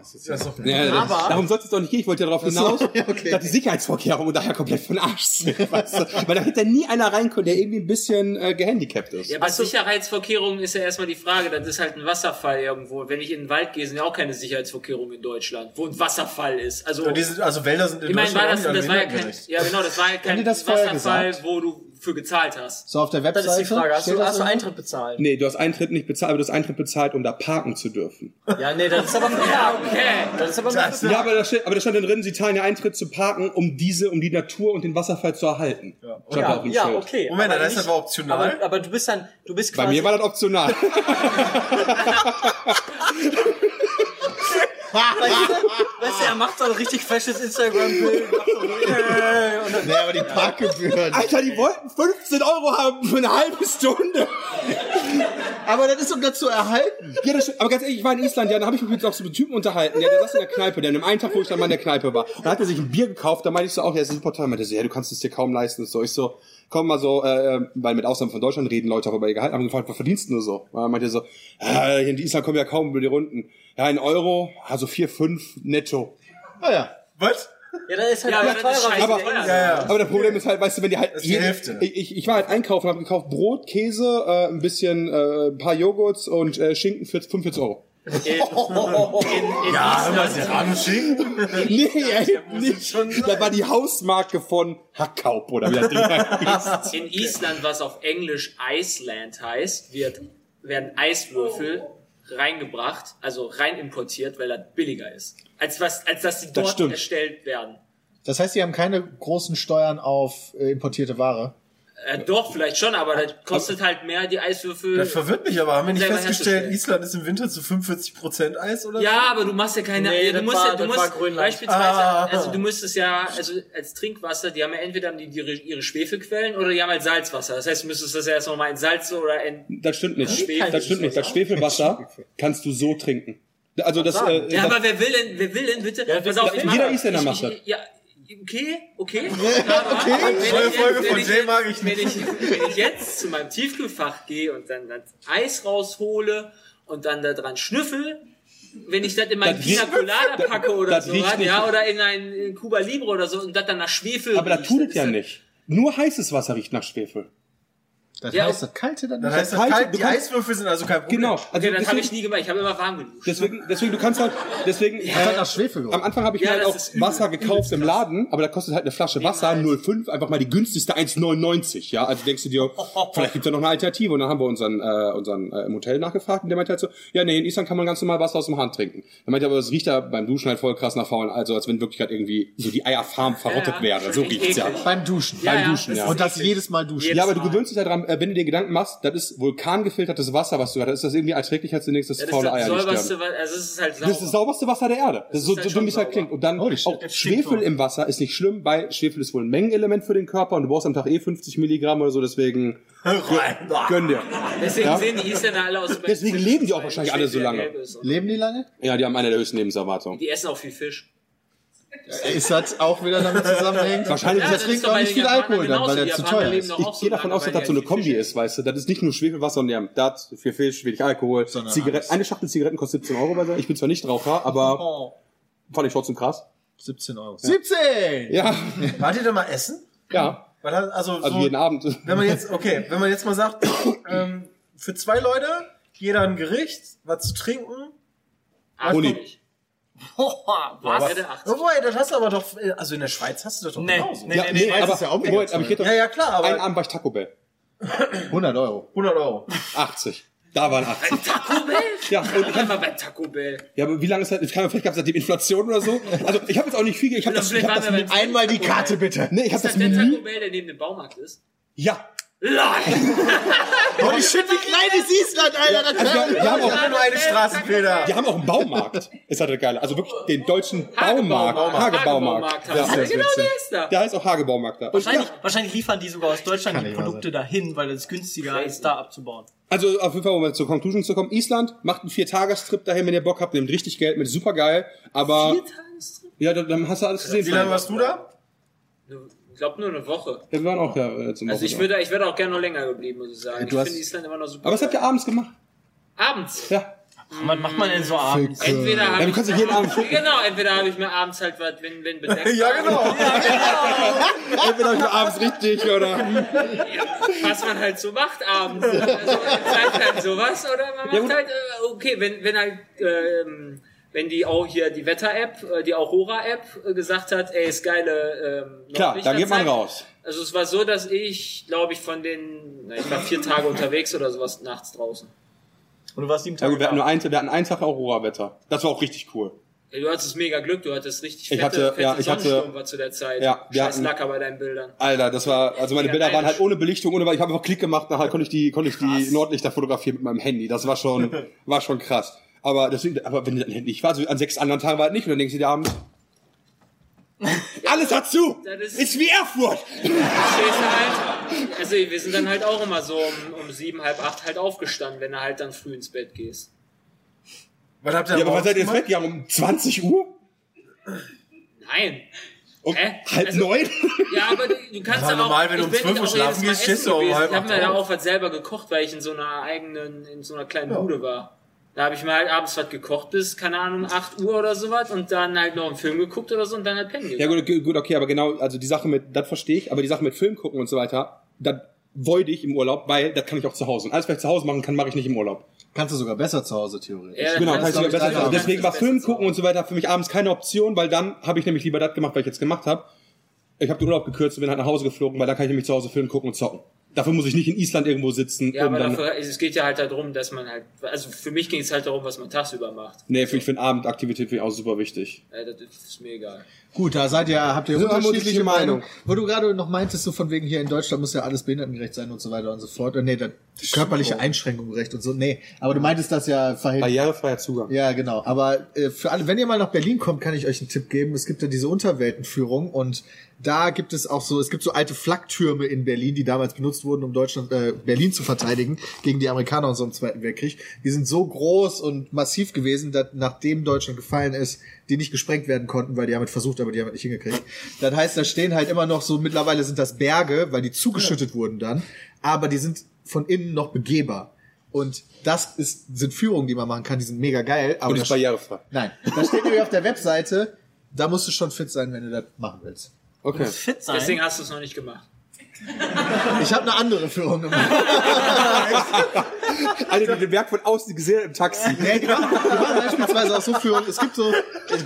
[SPEAKER 6] Das ist doch
[SPEAKER 8] Ja, das- darum sollte es doch nicht gehen. Ich wollte ja darauf hinaus, dass die Sicherheitsvorkehrungen daher komplett von Arsch sind. Weißt du? Weil da hätte nie einer reinkommen, der irgendwie ein bisschen äh, gehandicapt ist.
[SPEAKER 5] Ja, bei Sicherheitsvorkehrungen ist ja erstmal die Frage, das ist halt ein Wasserfall irgendwo. Wenn ich in den Wald gehe, sind ja auch keine Sicherheitsvorkehrungen in Deutschland, wo ein Wasserfall ist. Also,
[SPEAKER 6] Und die sind- also Wälder sind in
[SPEAKER 5] ich meine, war
[SPEAKER 6] Deutschland
[SPEAKER 5] das,
[SPEAKER 6] auch nicht
[SPEAKER 5] das war ja kein,
[SPEAKER 6] behindertengerecht.
[SPEAKER 5] ja genau, das war ja
[SPEAKER 4] die
[SPEAKER 5] kein
[SPEAKER 4] das vorher
[SPEAKER 5] Wasserfall,
[SPEAKER 4] gesagt?
[SPEAKER 5] wo du für gezahlt hast.
[SPEAKER 4] So auf der Webseite.
[SPEAKER 3] Das ist die Frage. Hast
[SPEAKER 4] steht
[SPEAKER 3] du,
[SPEAKER 4] das
[SPEAKER 3] hast du
[SPEAKER 4] so?
[SPEAKER 3] Eintritt bezahlt?
[SPEAKER 8] Nee, du hast Eintritt nicht bezahlt, aber du hast Eintritt bezahlt, um da parken zu dürfen.
[SPEAKER 3] Ja, nee, das ist aber
[SPEAKER 5] Ja,
[SPEAKER 3] verkehrt.
[SPEAKER 5] okay.
[SPEAKER 3] Das ist aber
[SPEAKER 6] Das-
[SPEAKER 3] das
[SPEAKER 8] Ja, aber da steht, aber da stand dann drin, sie zahlen ja Eintritt zu parken, um diese, um die Natur und den Wasserfall zu erhalten. Ja,
[SPEAKER 3] ja, ja, okay.
[SPEAKER 6] Moment, das ist
[SPEAKER 3] nicht-
[SPEAKER 6] aber optional.
[SPEAKER 3] Aber, aber du bist dann, du bist quasi.
[SPEAKER 8] Bei mir war das optional.
[SPEAKER 3] weißt du, er macht so ein richtig fesches Instagram-Bild. macht so, äh, und dann-
[SPEAKER 4] Nee, aber die Parkgebühren.
[SPEAKER 8] Alter, die wollten 15 Euro haben für eine halbe Stunde.
[SPEAKER 4] Aber das ist um das zu erhalten.
[SPEAKER 8] Ja, das stimmt. Aber ganz ehrlich, ich war in Island, ja, da habe ich mich mit auch so einem Typen unterhalten. Ja, der saß in der Kneipe, der an dem einen Tag, wo ich dann mal in der Kneipe war. Und da hat er sich ein Bier gekauft, da meinte ich so auch, ja, ist super teuer. Meinte er so, ja, du kannst es dir kaum leisten. Und so, ich so, komm mal so, äh, weil mit Ausnahme von Deutschland reden Leute auch über ihr Gehalt, haben gefragt, was verdienst du nur so? Und dann meinte er so, ja, hier in Island kommen ja kaum über die Runden. Ja, ein Euro, also vier, fünf netto.
[SPEAKER 4] Ah ja.
[SPEAKER 6] Was?
[SPEAKER 3] ja, dann ist halt
[SPEAKER 5] Ja,
[SPEAKER 3] immer
[SPEAKER 5] aber das ist
[SPEAKER 3] teurer. wenn
[SPEAKER 5] scheiße.
[SPEAKER 3] die Engländer-
[SPEAKER 5] Ja, ja.
[SPEAKER 8] Aber das Problem ist halt, weißt du, wenn die halt
[SPEAKER 6] ist die Hälfte.
[SPEAKER 8] Ich, ich, ich war halt einkaufen, habe gekauft Brot, Käse, äh, ein bisschen, äh, ein paar Joghurts und äh, Schinken für 45 Euro.
[SPEAKER 3] Oh.
[SPEAKER 6] Ja, hör mal, sie ramschig.
[SPEAKER 8] Nee, ey, nicht. Da war die Hausmarke von Hackkaup oder wie das Ding heißt.
[SPEAKER 5] In Island, was auf Englisch Iceland heißt, wird, werden Eiswürfel reingebracht, also rein importiert, weil das billiger ist. Als was, als dass sie dort
[SPEAKER 8] stimmt.
[SPEAKER 5] erstellt werden.
[SPEAKER 4] Das heißt, sie haben keine großen Steuern auf äh, importierte Ware.
[SPEAKER 5] Äh, doch, vielleicht schon, aber das kostet halt mehr, die Eiswürfel.
[SPEAKER 6] Das verwirrt mich aber. Haben wir nicht
[SPEAKER 5] Selber
[SPEAKER 6] festgestellt,
[SPEAKER 5] herzustellen.
[SPEAKER 6] Island ist im Winter zu 45% Eis oder so?
[SPEAKER 5] Ja, aber du machst ja keine.
[SPEAKER 3] Nee,
[SPEAKER 5] du
[SPEAKER 3] das
[SPEAKER 5] musst,
[SPEAKER 3] war-
[SPEAKER 5] ja, du
[SPEAKER 3] das
[SPEAKER 5] musst
[SPEAKER 3] war Grönland.
[SPEAKER 5] beispielsweise,
[SPEAKER 6] Ah.
[SPEAKER 5] also du müsstest ja, also als Trinkwasser, die haben ja entweder die, die, ihre Schwefelquellen oder die haben halt Salzwasser. Das heißt, du müsstest das ja erst nochmal in Salz oder in.
[SPEAKER 8] Das stimmt nicht.
[SPEAKER 5] Schwefel-
[SPEAKER 8] Das stimmt nicht. Das Schwefelwasser kannst du so trinken. Also das, äh,
[SPEAKER 5] Ja,
[SPEAKER 8] das
[SPEAKER 5] aber wer will denn, wer will denn bitte?
[SPEAKER 3] Ja,
[SPEAKER 5] pass
[SPEAKER 3] wir-
[SPEAKER 5] auf, ich
[SPEAKER 8] jeder
[SPEAKER 5] mach-
[SPEAKER 8] Isländer macht das.
[SPEAKER 5] Ja, okay, okay. okay.
[SPEAKER 6] Neue Folge von Jay mag ich
[SPEAKER 5] Wenn ich, wenn ich jetzt zu meinem Tiefkühlfach gehe und dann das Eis raushole und dann da dran schnüffel, wenn ich das in meinen
[SPEAKER 8] Das
[SPEAKER 5] Pina
[SPEAKER 8] riecht-
[SPEAKER 5] Colada
[SPEAKER 8] das-
[SPEAKER 5] packe oder
[SPEAKER 8] das
[SPEAKER 5] so,
[SPEAKER 8] riecht
[SPEAKER 5] was,
[SPEAKER 8] nicht.
[SPEAKER 5] ja, oder in ein in Cuba Libre oder so und das dann nach Schwefel
[SPEAKER 8] aber das
[SPEAKER 5] riecht,
[SPEAKER 8] tut es
[SPEAKER 5] ist
[SPEAKER 8] ja nicht. Nur heißes Wasser riecht nach Schwefel.
[SPEAKER 4] Das
[SPEAKER 5] Ja.
[SPEAKER 4] heißt, das kalte dann
[SPEAKER 6] Dann
[SPEAKER 4] nicht.
[SPEAKER 6] heißt das
[SPEAKER 8] Kalte-
[SPEAKER 6] kalt,
[SPEAKER 8] du
[SPEAKER 6] die
[SPEAKER 8] kannst-
[SPEAKER 6] Eiswürfel sind also kein Problem.
[SPEAKER 8] Genau. Also
[SPEAKER 5] Okay, das habe ich
[SPEAKER 8] deswegen,
[SPEAKER 5] nie gemacht. Ich habe immer warm geduscht.
[SPEAKER 8] deswegen, deswegen, du kannst halt, deswegen,
[SPEAKER 4] Das hat nach Schwefel gerochen.
[SPEAKER 8] Am Anfang habe ich
[SPEAKER 5] Ja,
[SPEAKER 8] mir halt
[SPEAKER 5] das
[SPEAKER 8] auch
[SPEAKER 5] ist übel,
[SPEAKER 8] Wasser
[SPEAKER 5] übelst
[SPEAKER 8] gekauft im
[SPEAKER 5] krass.
[SPEAKER 8] Laden, aber da kostet halt eine Flasche Wasser 0,5, einfach mal die günstigste 1,99. Ja, also denkst du dir, vielleicht gibt's da noch eine Alternative. Und dann haben wir unseren, äh, unseren äh, im Hotel nachgefragt und der meinte halt so, ja, nee, in Island kann man ganz normal Wasser aus dem Hahn trinken. Dann meinte er, aber das riecht da beim Duschen halt voll krass nach faulen, also als wenn wirklich gerade irgendwie so die Eierfarm verrottet
[SPEAKER 5] ja.
[SPEAKER 8] wäre. So riecht's Oh, ja.
[SPEAKER 5] Eklig.
[SPEAKER 4] Beim Duschen.
[SPEAKER 5] Ja,
[SPEAKER 8] beim
[SPEAKER 5] ja,
[SPEAKER 8] Duschen,
[SPEAKER 5] das
[SPEAKER 8] ja.
[SPEAKER 5] ist
[SPEAKER 4] Und das
[SPEAKER 5] eklig.
[SPEAKER 4] jedes Mal duschen.
[SPEAKER 8] Ja,
[SPEAKER 5] Jedes
[SPEAKER 8] aber du
[SPEAKER 5] Mal.
[SPEAKER 8] gewöhnst dich halt dran, äh, wenn du dir Gedanken machst, das ist vulkangefiltertes Wasser, was du hast, dann ist das irgendwie erträglicher als du denkst, dass
[SPEAKER 5] Ja, das
[SPEAKER 8] faule
[SPEAKER 5] ist das
[SPEAKER 8] Eier nicht sterben.
[SPEAKER 5] säuberste, weil- also es ist halt sauber.
[SPEAKER 8] Das ist das sauberste Wasser der Erde. Das
[SPEAKER 5] Das
[SPEAKER 8] ist
[SPEAKER 5] ist
[SPEAKER 8] so,
[SPEAKER 5] halt
[SPEAKER 8] so
[SPEAKER 5] schon
[SPEAKER 8] dumm, wie es halt
[SPEAKER 5] sauber.
[SPEAKER 8] klingt. Und dann
[SPEAKER 4] Holy shit,
[SPEAKER 8] auch
[SPEAKER 4] das stinkt
[SPEAKER 8] Schwefel
[SPEAKER 4] auch.
[SPEAKER 8] im Wasser ist nicht schlimm, weil Schwefel ist wohl ein Mengenelement für den Körper und du brauchst am Tag eh 50 Milligramm oder so, deswegen gö- gönn dir.
[SPEAKER 5] Deswegen
[SPEAKER 8] Ja.
[SPEAKER 5] sehen die Isländer alle aus.
[SPEAKER 8] Deswegen leben die auch wahrscheinlich alle so
[SPEAKER 5] Weil
[SPEAKER 8] lange.
[SPEAKER 5] gelb ist und-
[SPEAKER 4] Leben die lange?
[SPEAKER 8] Ja, die haben eine der höchsten Lebenserwartungen.
[SPEAKER 5] Die essen auch viel Fisch.
[SPEAKER 4] Ist das auch wieder damit zusammenhängt?
[SPEAKER 8] Wahrscheinlich
[SPEAKER 4] das
[SPEAKER 8] ist
[SPEAKER 5] das
[SPEAKER 4] trinkt
[SPEAKER 5] ist doch
[SPEAKER 4] auch
[SPEAKER 5] bei
[SPEAKER 4] nicht
[SPEAKER 5] den
[SPEAKER 4] viel
[SPEAKER 5] Japanern
[SPEAKER 4] Alkohol dann,
[SPEAKER 5] genauso.
[SPEAKER 4] weil
[SPEAKER 5] Die
[SPEAKER 4] der zu
[SPEAKER 5] Japaner
[SPEAKER 4] teuer
[SPEAKER 5] leben
[SPEAKER 4] ist.
[SPEAKER 5] doch auch
[SPEAKER 8] Ich
[SPEAKER 5] so
[SPEAKER 8] gehe davon
[SPEAKER 5] lange,
[SPEAKER 8] aus, dass
[SPEAKER 5] weil
[SPEAKER 8] das so
[SPEAKER 5] die
[SPEAKER 8] eine
[SPEAKER 5] halt
[SPEAKER 8] Kombi
[SPEAKER 5] viel Fisch
[SPEAKER 8] ist, weißt du. Das ist nicht nur Schwefel, Wasser und ja, da hat viel Fisch, wenig Alkohol.
[SPEAKER 4] Sondern
[SPEAKER 8] Zigaret
[SPEAKER 4] alles.
[SPEAKER 8] eine Schachtel Zigaretten kostet 17 Euro bei so. Ich bin zwar nicht Raucher, aber
[SPEAKER 5] Oh.
[SPEAKER 8] fand ich trotzdem krass.
[SPEAKER 4] 17 Euro. 17!
[SPEAKER 8] Ja,
[SPEAKER 6] Wart ihr da mal essen?
[SPEAKER 8] ja.
[SPEAKER 6] Weil, das- also,
[SPEAKER 8] Also
[SPEAKER 6] so,
[SPEAKER 8] jeden Abend.
[SPEAKER 6] wenn man jetzt, okay, wenn man jetzt mal sagt, ähm, für zwei Leute, jeder ein Gericht, was zu trinken.
[SPEAKER 5] Ach,
[SPEAKER 8] Uni.
[SPEAKER 5] komm ich.
[SPEAKER 6] aber-
[SPEAKER 5] Was? Ja,
[SPEAKER 6] Oh, wobei, das hast du aber doch, äh, also in der Schweiz hast du das doch
[SPEAKER 5] Nee,
[SPEAKER 6] genauso.
[SPEAKER 5] nee.
[SPEAKER 8] Ja, nee,
[SPEAKER 4] weiß
[SPEAKER 8] aber,
[SPEAKER 4] es ja auch nicht.
[SPEAKER 8] Moment, aber ich hätte
[SPEAKER 6] Ja, ja, klar, aber
[SPEAKER 8] einen Abend war ich Taco Bell.
[SPEAKER 4] 100 Euro.
[SPEAKER 6] 100 Euro.
[SPEAKER 8] 80. Da waren 80.
[SPEAKER 5] Taco Bell?
[SPEAKER 8] Ja, und Oh. ich
[SPEAKER 5] Einfach
[SPEAKER 8] hab,
[SPEAKER 5] bei Taco Bell.
[SPEAKER 8] ja, aber wie lange ist das? Ich kann, vielleicht gab es seitdem Inflation oder so. Also ich habe jetzt auch nicht viel. ge- Ich habe das, ich
[SPEAKER 5] Vielleicht
[SPEAKER 8] hab das,
[SPEAKER 5] waren wir
[SPEAKER 8] Menü-
[SPEAKER 5] beim-
[SPEAKER 4] Einmal die Karte bitte.
[SPEAKER 8] nee, ich hab
[SPEAKER 5] Ist das
[SPEAKER 8] das
[SPEAKER 5] der Taco
[SPEAKER 8] Menü.
[SPEAKER 5] Bell, der neben dem Baumarkt ist?
[SPEAKER 8] Ja.
[SPEAKER 5] Lol!
[SPEAKER 4] Holy shit, wie klein ist Island, Alter.
[SPEAKER 8] Also,
[SPEAKER 4] Das
[SPEAKER 8] wir, wir, haben auch,
[SPEAKER 6] Nur eine Straßenbilder.
[SPEAKER 8] wir haben auch einen Baumarkt. Ist halt geil. Also wirklich den deutschen Baumarkt. Hagebaumarkt.
[SPEAKER 5] Hagebaumarkt. hast du.
[SPEAKER 8] Ja.
[SPEAKER 5] Genau der ist da.
[SPEAKER 8] Der heißt auch Hagebaumarkt da. Und
[SPEAKER 3] Wahrscheinlich,
[SPEAKER 8] ja,
[SPEAKER 3] wahrscheinlich liefern die sogar aus Deutschland die
[SPEAKER 4] nicht wahr
[SPEAKER 3] Produkte dahin, weil es günstiger ist, da abzubauen.
[SPEAKER 8] also auf jeden Fall, um mal zur Conclusion zu kommen. Island macht einen Viertagestrip dahin, wenn ihr Bock habt. Nehmt richtig Geld mit. Super geil. Aber... Ja, dann- dann hast du alles gesehen.
[SPEAKER 6] Wie lange warst du da?
[SPEAKER 5] Ich glaube nur eine Woche.
[SPEAKER 8] Ja, wir waren auch da äh, zum
[SPEAKER 5] Also ich
[SPEAKER 8] Wochenende.
[SPEAKER 5] würde, ich wäre auch gerne noch länger geblieben, muss ich sagen.
[SPEAKER 4] Du
[SPEAKER 5] ich
[SPEAKER 4] hast-
[SPEAKER 5] finde Island immer noch super.
[SPEAKER 8] Aber was habt ihr abends gemacht?
[SPEAKER 5] Abends.
[SPEAKER 8] Ja.
[SPEAKER 3] Man macht man denn so abends?
[SPEAKER 5] Entweder habe
[SPEAKER 8] du
[SPEAKER 5] ich
[SPEAKER 8] kannst doch jeden Abend gucken.
[SPEAKER 5] genau, entweder habe ich mir abends halt was, wenn wenn bedeckt.
[SPEAKER 6] Ja, genau.
[SPEAKER 8] Entweder hab ich abends richtig oder...
[SPEAKER 5] was man halt so macht abends. Also man zeigt dann sowas oder man macht
[SPEAKER 8] Ja, gut.
[SPEAKER 5] halt, äh, okay, wenn, wenn halt, ähm, wenn die auch hier die Wetter-App, äh, die Aurora-App äh, gesagt hat, ey, ist geile, ähm,
[SPEAKER 8] Klar,
[SPEAKER 5] Nordlichter
[SPEAKER 8] dann geht man
[SPEAKER 5] zeigen.
[SPEAKER 8] raus.
[SPEAKER 5] Also es war so, dass ich, glaube ich, von den, na, ich war vier Tage unterwegs oder sowas nachts draußen.
[SPEAKER 3] Und du warst sieben
[SPEAKER 8] Ja,
[SPEAKER 3] Tage
[SPEAKER 8] gut, wir hatten nur
[SPEAKER 3] da.
[SPEAKER 8] einen, wir hatten einen Tag Aurora-Wetter. Das war auch richtig cool.
[SPEAKER 5] Ey, Du hattest mega Glück, du hattest richtig
[SPEAKER 8] Ich
[SPEAKER 5] fette,
[SPEAKER 8] hatte-
[SPEAKER 5] fette
[SPEAKER 8] ja, ich hatte-
[SPEAKER 5] Sonnenstürme war zu der Zeit.
[SPEAKER 8] Ja, wir
[SPEAKER 5] Scheiß
[SPEAKER 8] hatten-
[SPEAKER 5] Lacker bei deinen Bildern.
[SPEAKER 8] Alter, das war, also meine
[SPEAKER 5] Ja,
[SPEAKER 8] Bilder waren
[SPEAKER 5] nein.
[SPEAKER 8] halt ohne Belichtung, ohne, ich habe einfach Klick gemacht, nachher konnte ich die, konnte ich die Nordlichter fotografieren mit meinem Handy. Das war schon, war schon krass. Aber deswegen, aber wenn dann nicht war, so an sechs anderen Tagen war halt nicht, und dann denkst du dir abends, alles hat zu!
[SPEAKER 5] Das ist-
[SPEAKER 8] Ist wie Erfurt!
[SPEAKER 5] Stehst du halt, also wir sind dann halt auch immer so um, um sieben, halb acht halt aufgestanden, wenn du halt dann früh ins Bett gehst.
[SPEAKER 6] Was habt ihr
[SPEAKER 8] Ja,
[SPEAKER 6] am
[SPEAKER 8] aber wann
[SPEAKER 6] Morgen
[SPEAKER 8] seid ihr jetzt
[SPEAKER 6] gemacht?
[SPEAKER 8] weggegangen? Um 20 Uhr?
[SPEAKER 5] Nein.
[SPEAKER 8] Um
[SPEAKER 5] Hä?
[SPEAKER 8] halb
[SPEAKER 5] Also-
[SPEAKER 8] neun?
[SPEAKER 5] Ja, aber du du kannst
[SPEAKER 6] Ja,
[SPEAKER 5] dann
[SPEAKER 6] normal,
[SPEAKER 5] auch,
[SPEAKER 6] wenn du um
[SPEAKER 5] ich bin
[SPEAKER 6] 12 Uhr
[SPEAKER 5] auch jedes
[SPEAKER 6] schlafen
[SPEAKER 5] Mal
[SPEAKER 6] gehst,
[SPEAKER 5] essen
[SPEAKER 6] stehst du um
[SPEAKER 5] gewesen.
[SPEAKER 6] halb
[SPEAKER 5] Ich habe
[SPEAKER 6] acht
[SPEAKER 5] mir dann
[SPEAKER 6] auf.
[SPEAKER 5] auch was selber gekocht, weil ich in so einer eigenen, in so einer kleinen Bude war. Da habe ich mir halt abends was gekocht bis, keine Ahnung, 8 Uhr oder sowas und dann halt noch einen Film geguckt oder so und dann halt pennen
[SPEAKER 8] Ja,
[SPEAKER 5] gegangen.
[SPEAKER 8] gut, okay, gut, okay, aber genau, also die Sache mit, das verstehe ich, aber die Sache mit Film gucken und so weiter, das wollte ich im Urlaub, weil das kann ich auch zu Hause. Und alles, was ich zu Hause machen kann, mache ich nicht im Urlaub.
[SPEAKER 4] Kannst du sogar besser zu Hause, theoretisch.
[SPEAKER 5] Ja,
[SPEAKER 8] Genau,
[SPEAKER 5] das
[SPEAKER 8] kann ich
[SPEAKER 5] kannst du,
[SPEAKER 8] sogar
[SPEAKER 5] glaub ich,
[SPEAKER 8] besser
[SPEAKER 5] dann
[SPEAKER 8] zu Hause.
[SPEAKER 5] auch
[SPEAKER 8] Deswegen war
[SPEAKER 5] ganz
[SPEAKER 8] Film
[SPEAKER 5] besser zu
[SPEAKER 8] gucken und so weiter für mich abends keine Option, weil dann habe ich nämlich lieber das gemacht, was ich jetzt gemacht habe. Ich habe den Urlaub gekürzt und bin halt nach Hause geflogen, weil da kann ich nämlich zu Hause Film gucken und zocken. Dafür muss ich nicht in Island irgendwo sitzen.
[SPEAKER 5] Ja,
[SPEAKER 8] um
[SPEAKER 5] aber
[SPEAKER 8] dann,
[SPEAKER 5] dafür, es geht ja halt darum, dass man halt, also für mich ging es halt darum, was man tagsüber macht.
[SPEAKER 8] nee, für, ich finde Abendaktivität finde ich auch super wichtig.
[SPEAKER 5] Äh, Das ist mir egal.
[SPEAKER 4] Gut, da seid ihr, habt ihr
[SPEAKER 8] So haben wir
[SPEAKER 4] unterschiedliche
[SPEAKER 8] unterschiedliche Meinungen.
[SPEAKER 4] Meinungen. Wo du gerade noch meintest, so von wegen hier in Deutschland muss ja alles behindertengerecht sein und so weiter und so fort. Und nee, dann körperliche Einschränkung recht und so. Nee, aber du meintest das ja verhindert.
[SPEAKER 8] Barrierefreier Zugang.
[SPEAKER 4] Ja, genau. Aber äh, für alle, wenn ihr mal nach Berlin kommt, kann ich euch einen Tipp geben. Es gibt ja diese Unterweltenführung und da gibt es auch so, es gibt so alte Flaktürme in Berlin, die damals benutzt wurden, um Deutschland, äh, Berlin zu verteidigen gegen die Amerikaner und so im Zweiten Weltkrieg. Die sind so groß und massiv gewesen, dass nachdem Deutschland gefallen ist, die nicht gesprengt werden konnten, weil die haben es versucht, aber die haben es nicht hingekriegt. Das heißt, da stehen halt immer noch so, mittlerweile sind das Berge, weil die zugeschüttet wurden dann, aber die sind von innen noch begehbar. Und das ist, sind Führungen, die man machen kann, die sind mega geil. Aber
[SPEAKER 8] Und ist
[SPEAKER 4] da-
[SPEAKER 8] barrierefrei.
[SPEAKER 4] Nein, da steht nämlich auf der Webseite, da musst du schon fit sein, wenn du das machen willst.
[SPEAKER 8] Okay.
[SPEAKER 3] Fit sein.
[SPEAKER 5] Deswegen hast du es noch nicht gemacht.
[SPEAKER 4] Ich habe eine andere Führung gemacht.
[SPEAKER 8] Alter, die den Berg von außen gesehen hat im Taxi.
[SPEAKER 4] Nee, die machen, die genau. machen beispielsweise auch so Führungen. Es gibt so äh,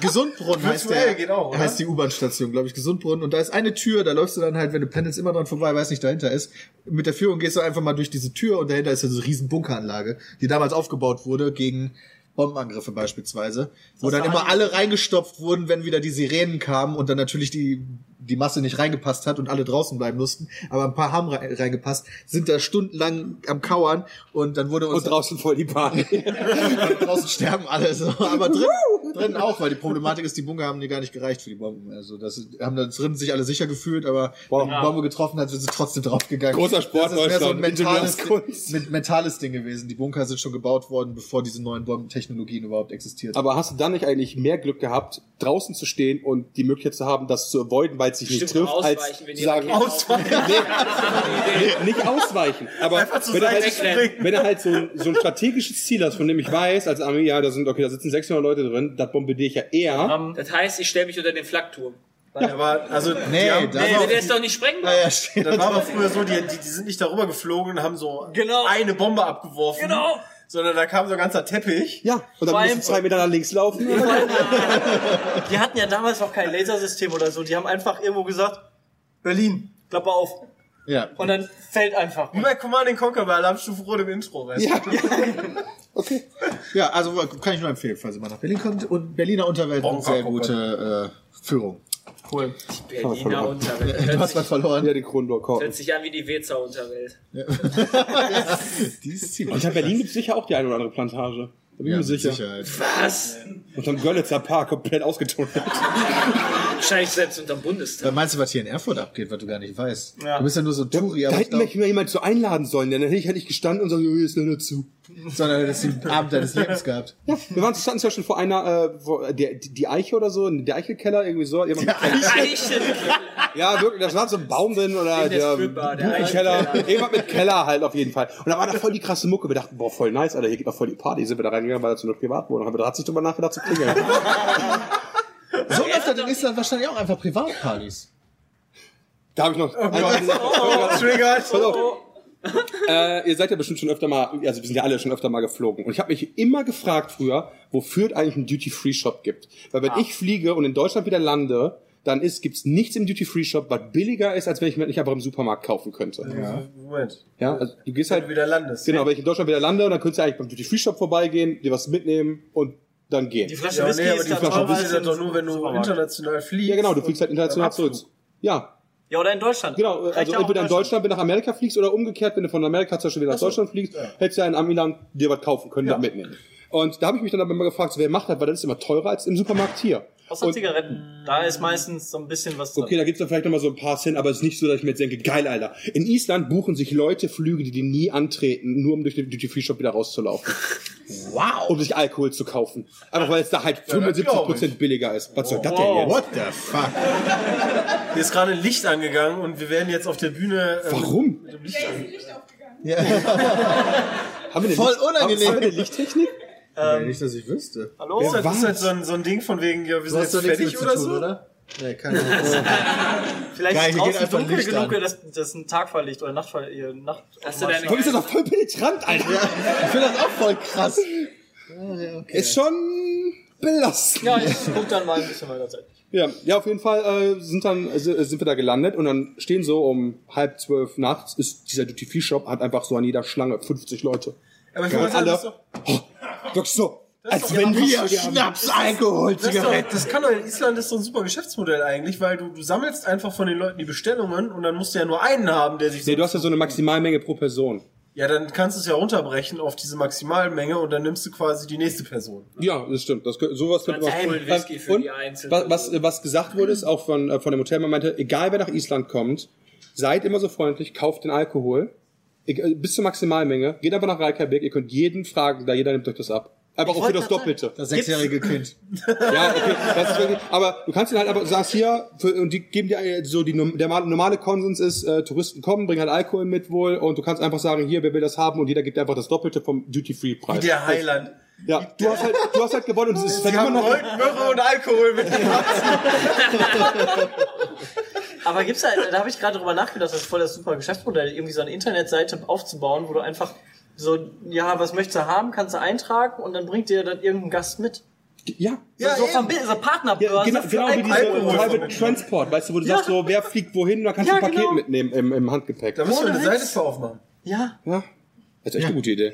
[SPEAKER 4] Gesundbrunnen heißt der,
[SPEAKER 6] Virtuell geht auch, oder?
[SPEAKER 4] heißt die U-Bahn-Station, glaube ich, Gesundbrunnen. Und da ist eine Tür, da läufst du dann halt, wenn du pendelst, immer dran vorbei, weiß nicht, dahinter ist. Mit der Führung gehst du einfach mal durch diese Tür und dahinter ist ja so eine riesen Bunkeranlage, die damals aufgebaut wurde gegen Bombenangriffe beispielsweise, wo dann immer alle reingestopft wurden, wenn wieder die Sirenen kamen und dann natürlich die, die Masse nicht reingepasst hat und alle draußen bleiben mussten, aber ein paar haben rei- reingepasst, sind da stundenlang am Kauern und dann wurde uns
[SPEAKER 8] Und draußen voll die Bahn.
[SPEAKER 4] draußen sterben alle so. Aber drin, drin auch, weil die Problematik ist, die Bunker haben dir gar nicht gereicht für die Bomben. Also das ist- haben da drin sich alle sicher gefühlt, aber wenn die Bombe getroffen hat, sind sie trotzdem draufgegangen.
[SPEAKER 8] Großer
[SPEAKER 4] Das
[SPEAKER 8] Sport
[SPEAKER 4] ist mehr so ein
[SPEAKER 8] Deutschland,
[SPEAKER 4] mentales,
[SPEAKER 8] Ingenieurskunst.
[SPEAKER 4] mit mentales Ding gewesen. Die Bunker sind schon gebaut worden, bevor diese neuen Bombentechnologien überhaupt existiert.
[SPEAKER 8] Aber hast du dann nicht eigentlich mehr Glück gehabt, draußen zu stehen und die Möglichkeit zu haben, das zu avoiden, weil es sich nicht
[SPEAKER 5] Stimmt,
[SPEAKER 8] trifft, als
[SPEAKER 5] ausweichen, wenn
[SPEAKER 8] zu
[SPEAKER 5] die
[SPEAKER 8] sagen,
[SPEAKER 5] Raketen
[SPEAKER 8] ausweichen. Nee, nicht ausweichen. Aber wenn du, halt, wenn du halt so ein, so ein strategisches Ziel hast, von dem ich weiß, als Armee, ja, da sind, okay, da sitzen 600 Leute drin, das bombardiere ich ja eher.
[SPEAKER 3] Um.
[SPEAKER 5] Das heißt, ich stelle mich unter den Flakturm.
[SPEAKER 6] Aber also
[SPEAKER 4] Nee,
[SPEAKER 6] die haben,
[SPEAKER 4] das-
[SPEAKER 5] Nee, der ist doch nicht sprengbar.
[SPEAKER 4] ja, stimmt.
[SPEAKER 6] das war aber früher so, die, die, die sind nicht darüber geflogen und haben so
[SPEAKER 3] Genau.
[SPEAKER 6] eine Bombe abgeworfen.
[SPEAKER 5] Genau.
[SPEAKER 6] Sondern da kam so ein ganzer Teppich.
[SPEAKER 8] Ja, und dann musst
[SPEAKER 3] allem-
[SPEAKER 8] du zwei Meter nach links laufen.
[SPEAKER 3] Die hatten ja damals noch kein Lasersystem oder so. Die haben einfach irgendwo gesagt, Berlin, Klappe auf.
[SPEAKER 4] Ja.
[SPEAKER 3] Und dann fällt einfach.
[SPEAKER 6] Wie bei Command and Conquer bei Alarmstufe Rot im Intro, weißt du?
[SPEAKER 4] ja, also kann ich nur empfehlen, falls ihr mal nach Berlin kommt. Und Berliner Unterwelt
[SPEAKER 6] Bonker,
[SPEAKER 4] sehr
[SPEAKER 6] Bonker.
[SPEAKER 4] gute äh, Führung.
[SPEAKER 5] Berliner Unterwelt.
[SPEAKER 4] Du
[SPEAKER 5] Hört
[SPEAKER 4] hast
[SPEAKER 5] sich,
[SPEAKER 4] was verloren.
[SPEAKER 8] Ja, den Kronenblock.
[SPEAKER 5] hört sich an wie die Wezer Unterwelt.
[SPEAKER 4] die ist ziemlich
[SPEAKER 8] Unter Berlin gibt's sicher auch die eine oder andere Plantage. Da bin ich
[SPEAKER 4] ja, mit
[SPEAKER 8] mir sicher.
[SPEAKER 4] Sicherheit.
[SPEAKER 5] Was?
[SPEAKER 8] Unterm Görlitzer Park komplett ausgetont.
[SPEAKER 5] Wahrscheinlich selbst unterm
[SPEAKER 4] Da
[SPEAKER 5] Bundestag.
[SPEAKER 4] Äh, meinst du, was hier in Erfurt abgeht, was du gar nicht weißt? Du bist ja nur so ein Touri,
[SPEAKER 8] Da
[SPEAKER 4] aber ich
[SPEAKER 8] hätten
[SPEAKER 4] glaub,
[SPEAKER 8] wir hier jemanden zu einladen sollen, denn dann hätte ich halt nicht gestanden und gesagt, jo, hier ist nur dazu.
[SPEAKER 4] sondern dass du den Abend deines Lebens gehabt.
[SPEAKER 8] Ja, wir waren standen zum Beispiel vor einer, äh, vor, der, die Eiche oder so, der Eichelkeller, irgendwie so. Jemand,
[SPEAKER 5] Eichenkeller.
[SPEAKER 8] ja, wirklich, das war so ein Baum drin oder
[SPEAKER 5] In der
[SPEAKER 8] der,
[SPEAKER 5] Stripbar, der
[SPEAKER 8] Buchenkeller. Irgendwas mit Keller halt auf jeden Fall. Und da war da voll die krasse Mucke. Wir dachten, boah, voll nice, Alter, hier geht noch voll die Party. Sind wir da reingegangen, weil das nur privat wurde. Haben wir da hat sich drüber nachgedacht zu klingeln.
[SPEAKER 4] So läuft das in Island wahrscheinlich auch einfach Privatpartys.
[SPEAKER 8] da habe ich noch...
[SPEAKER 6] Oh. Triggert.
[SPEAKER 8] Pass auf. Äh, ihr seid ja bestimmt schon öfter mal, also wir sind ja alle schon öfter mal geflogen. Und ich habe mich immer gefragt früher, wofür es eigentlich einen Duty-Free-Shop gibt. Weil
[SPEAKER 6] Ah.
[SPEAKER 8] wenn ich fliege und in Deutschland wieder lande, dann ist, gibt's nichts im Duty-Free-Shop, was billiger ist, als wenn ich mir nicht einfach im Supermarkt kaufen könnte. Ja.
[SPEAKER 6] Moment.
[SPEAKER 8] also du gehst
[SPEAKER 6] Wenn
[SPEAKER 8] halt
[SPEAKER 6] du wieder landest.
[SPEAKER 8] Genau, wenn ich in Deutschland wieder lande, dann könntest du eigentlich beim Duty-Free-Shop vorbeigehen, dir was mitnehmen und dann gehen.
[SPEAKER 3] Die Flasche
[SPEAKER 6] Ja,
[SPEAKER 3] Whisky
[SPEAKER 6] nee, aber
[SPEAKER 3] ist
[SPEAKER 6] die
[SPEAKER 3] da
[SPEAKER 6] Flasche
[SPEAKER 3] teurer
[SPEAKER 6] Whisky
[SPEAKER 3] als
[SPEAKER 6] ist ja
[SPEAKER 3] im
[SPEAKER 6] doch nur, wenn du
[SPEAKER 3] Supermarkt.
[SPEAKER 6] international fliegst.
[SPEAKER 8] ja, genau, du fliegst halt international
[SPEAKER 6] Beim Abflug.
[SPEAKER 8] zurück. Ja,
[SPEAKER 3] Ja, oder in Deutschland.
[SPEAKER 8] Genau,
[SPEAKER 3] Reicht
[SPEAKER 8] also
[SPEAKER 3] ja auch
[SPEAKER 8] entweder in Deutschland, wenn du nach Amerika fliegst oder umgekehrt, wenn du von Amerika zum Beispiel wieder nach Deutschland fliegst, hättest du ja in Amiland dir was kaufen können, da mitnehmen. Und da habe ich mich dann aber immer gefragt, so, wer macht das, weil das ist immer teurer als im Supermarkt hier.
[SPEAKER 3] Außer Zigaretten. Da ist meistens so ein bisschen was drin.
[SPEAKER 8] Okay, da gibt's dann vielleicht nochmal so ein paar Cent, aber es ist nicht so, dass ich mir jetzt denke, geil, Alter. In Island buchen sich Leute Flüge, die die nie antreten, nur um durch den Duty-Free-Shop wieder rauszulaufen. Wow. Um sich Alkohol zu kaufen. Einfach weil es da halt
[SPEAKER 6] glaub
[SPEAKER 8] 75% billiger ist. Was soll das denn jetzt?
[SPEAKER 4] What the fuck?
[SPEAKER 6] Hier ist gerade ein Licht angegangen und wir werden jetzt auf der Bühne. äh,
[SPEAKER 8] Warum? Haben wir denn
[SPEAKER 4] Voll
[SPEAKER 8] Licht- haben-
[SPEAKER 4] unangenehm.
[SPEAKER 8] Haben wir eine Lichttechnik?
[SPEAKER 4] nee, nicht, dass ich wüsste.
[SPEAKER 3] Hallo?
[SPEAKER 6] Ist das, ist das halt so, ein, so ein Ding von wegen, ja, wir
[SPEAKER 4] Du
[SPEAKER 6] sind
[SPEAKER 4] hast
[SPEAKER 6] jetzt
[SPEAKER 4] doch nichts mit
[SPEAKER 6] fertig
[SPEAKER 4] zu
[SPEAKER 6] oder
[SPEAKER 4] tun,
[SPEAKER 6] so?
[SPEAKER 4] oder? Nee, keine Ahnung. Oh,
[SPEAKER 3] Vielleicht ist
[SPEAKER 4] Geil, hier geht
[SPEAKER 3] draußen
[SPEAKER 4] einfach
[SPEAKER 3] dunkel
[SPEAKER 4] Licht
[SPEAKER 3] genug,
[SPEAKER 4] an.
[SPEAKER 3] dass das ein Tagfahrlicht oder Nachtfall, ihr Nacht.
[SPEAKER 5] Hast du deine
[SPEAKER 8] Warum ist das auch voll penetrant, Alter?
[SPEAKER 4] ich finde das auch voll krass.
[SPEAKER 8] Ist schon belastend.
[SPEAKER 3] Ja, ich guck dann mal ein bisschen weiter seitlich.
[SPEAKER 8] Ja, ja auf jeden Fall äh, sind, dann, äh, sind wir da gelandet und dann stehen so um halb zwölf nachts, ist dieser Duty-Free-Shop hat einfach so an jeder Schlange 50 Leute.
[SPEAKER 6] Aber ich
[SPEAKER 8] Ja,
[SPEAKER 6] wollte sagen, das, ist
[SPEAKER 8] alle-
[SPEAKER 6] doch-
[SPEAKER 8] Wirklich so, als wenn wir Schnaps, Alkohol,
[SPEAKER 6] das, ist doch,
[SPEAKER 8] Zigaretten.
[SPEAKER 6] das kann doch in Island ist so ein super Geschäftsmodell eigentlich, weil du, du sammelst einfach von den Leuten die Bestellungen und dann musst du ja nur einen haben, der sich so.
[SPEAKER 8] Nee, du hast ja so eine Maximalmenge pro Person.
[SPEAKER 6] ja, dann kannst du es ja runterbrechen auf diese Maximalmenge und dann nimmst du quasi die nächste Person.
[SPEAKER 8] Ja, das stimmt. Das, kö- sowas könnte man.
[SPEAKER 5] Ne? Ganz coolen Whisky für
[SPEAKER 8] und
[SPEAKER 5] die Einzelnen.
[SPEAKER 8] was, was, was gesagt wurde, ist auch von, äh, von dem Hotel, man meinte, egal wer nach Island kommt, seid immer so freundlich, kauft den Alkohol eg- äh, bis zur Maximalmenge, geht einfach nach Reykjavik, ihr könnt jeden fragen, da jeder nimmt euch das ab. Einfach auch für das Doppelte.
[SPEAKER 4] Das sechsjährige Kind.
[SPEAKER 8] Ja, okay, das ist wirklich, aber du kannst ihn halt aber sagst hier für, und die geben dir äh, so die norm- der normale- normale Konsens ist äh, Touristen kommen, bringen halt Alkohol mit wohl und du kannst einfach sagen, hier, wer will das haben und jeder gibt einfach das Doppelte vom Duty Free Preis.
[SPEAKER 6] Der Heiland.
[SPEAKER 8] Ja, du hast halt du hast halt gewonnen und es ist halt
[SPEAKER 6] Die
[SPEAKER 8] immer
[SPEAKER 6] haben
[SPEAKER 8] noch
[SPEAKER 6] Gold, Möhre und Alkohol mit.
[SPEAKER 3] Aber gibt's da, da habe ich gerade drüber nachgedacht, das ist voll das super Geschäftsmodell, irgendwie so eine Internetseite aufzubauen, wo du einfach so, ja, was möchtest du haben, kannst du eintragen und dann bringt dir dann irgendein Gast mit.
[SPEAKER 8] Ja.
[SPEAKER 3] So, so, verbi- so Partnerbörse.
[SPEAKER 8] Ja, genau,
[SPEAKER 3] für
[SPEAKER 8] genau wie diese
[SPEAKER 3] Alkohol.
[SPEAKER 8] Private Transport, weißt du, wo du sagst, so, wer fliegt wohin, da kannst du
[SPEAKER 3] Ja,
[SPEAKER 8] ein Paket
[SPEAKER 3] genau.
[SPEAKER 8] mitnehmen im, im Handgepäck.
[SPEAKER 6] Da
[SPEAKER 8] Ja,
[SPEAKER 6] müssen wir eine
[SPEAKER 3] Ohne
[SPEAKER 6] Seite
[SPEAKER 3] Witz.
[SPEAKER 6] für aufmachen.
[SPEAKER 3] Ja,
[SPEAKER 8] Das ist echt eine gute Idee.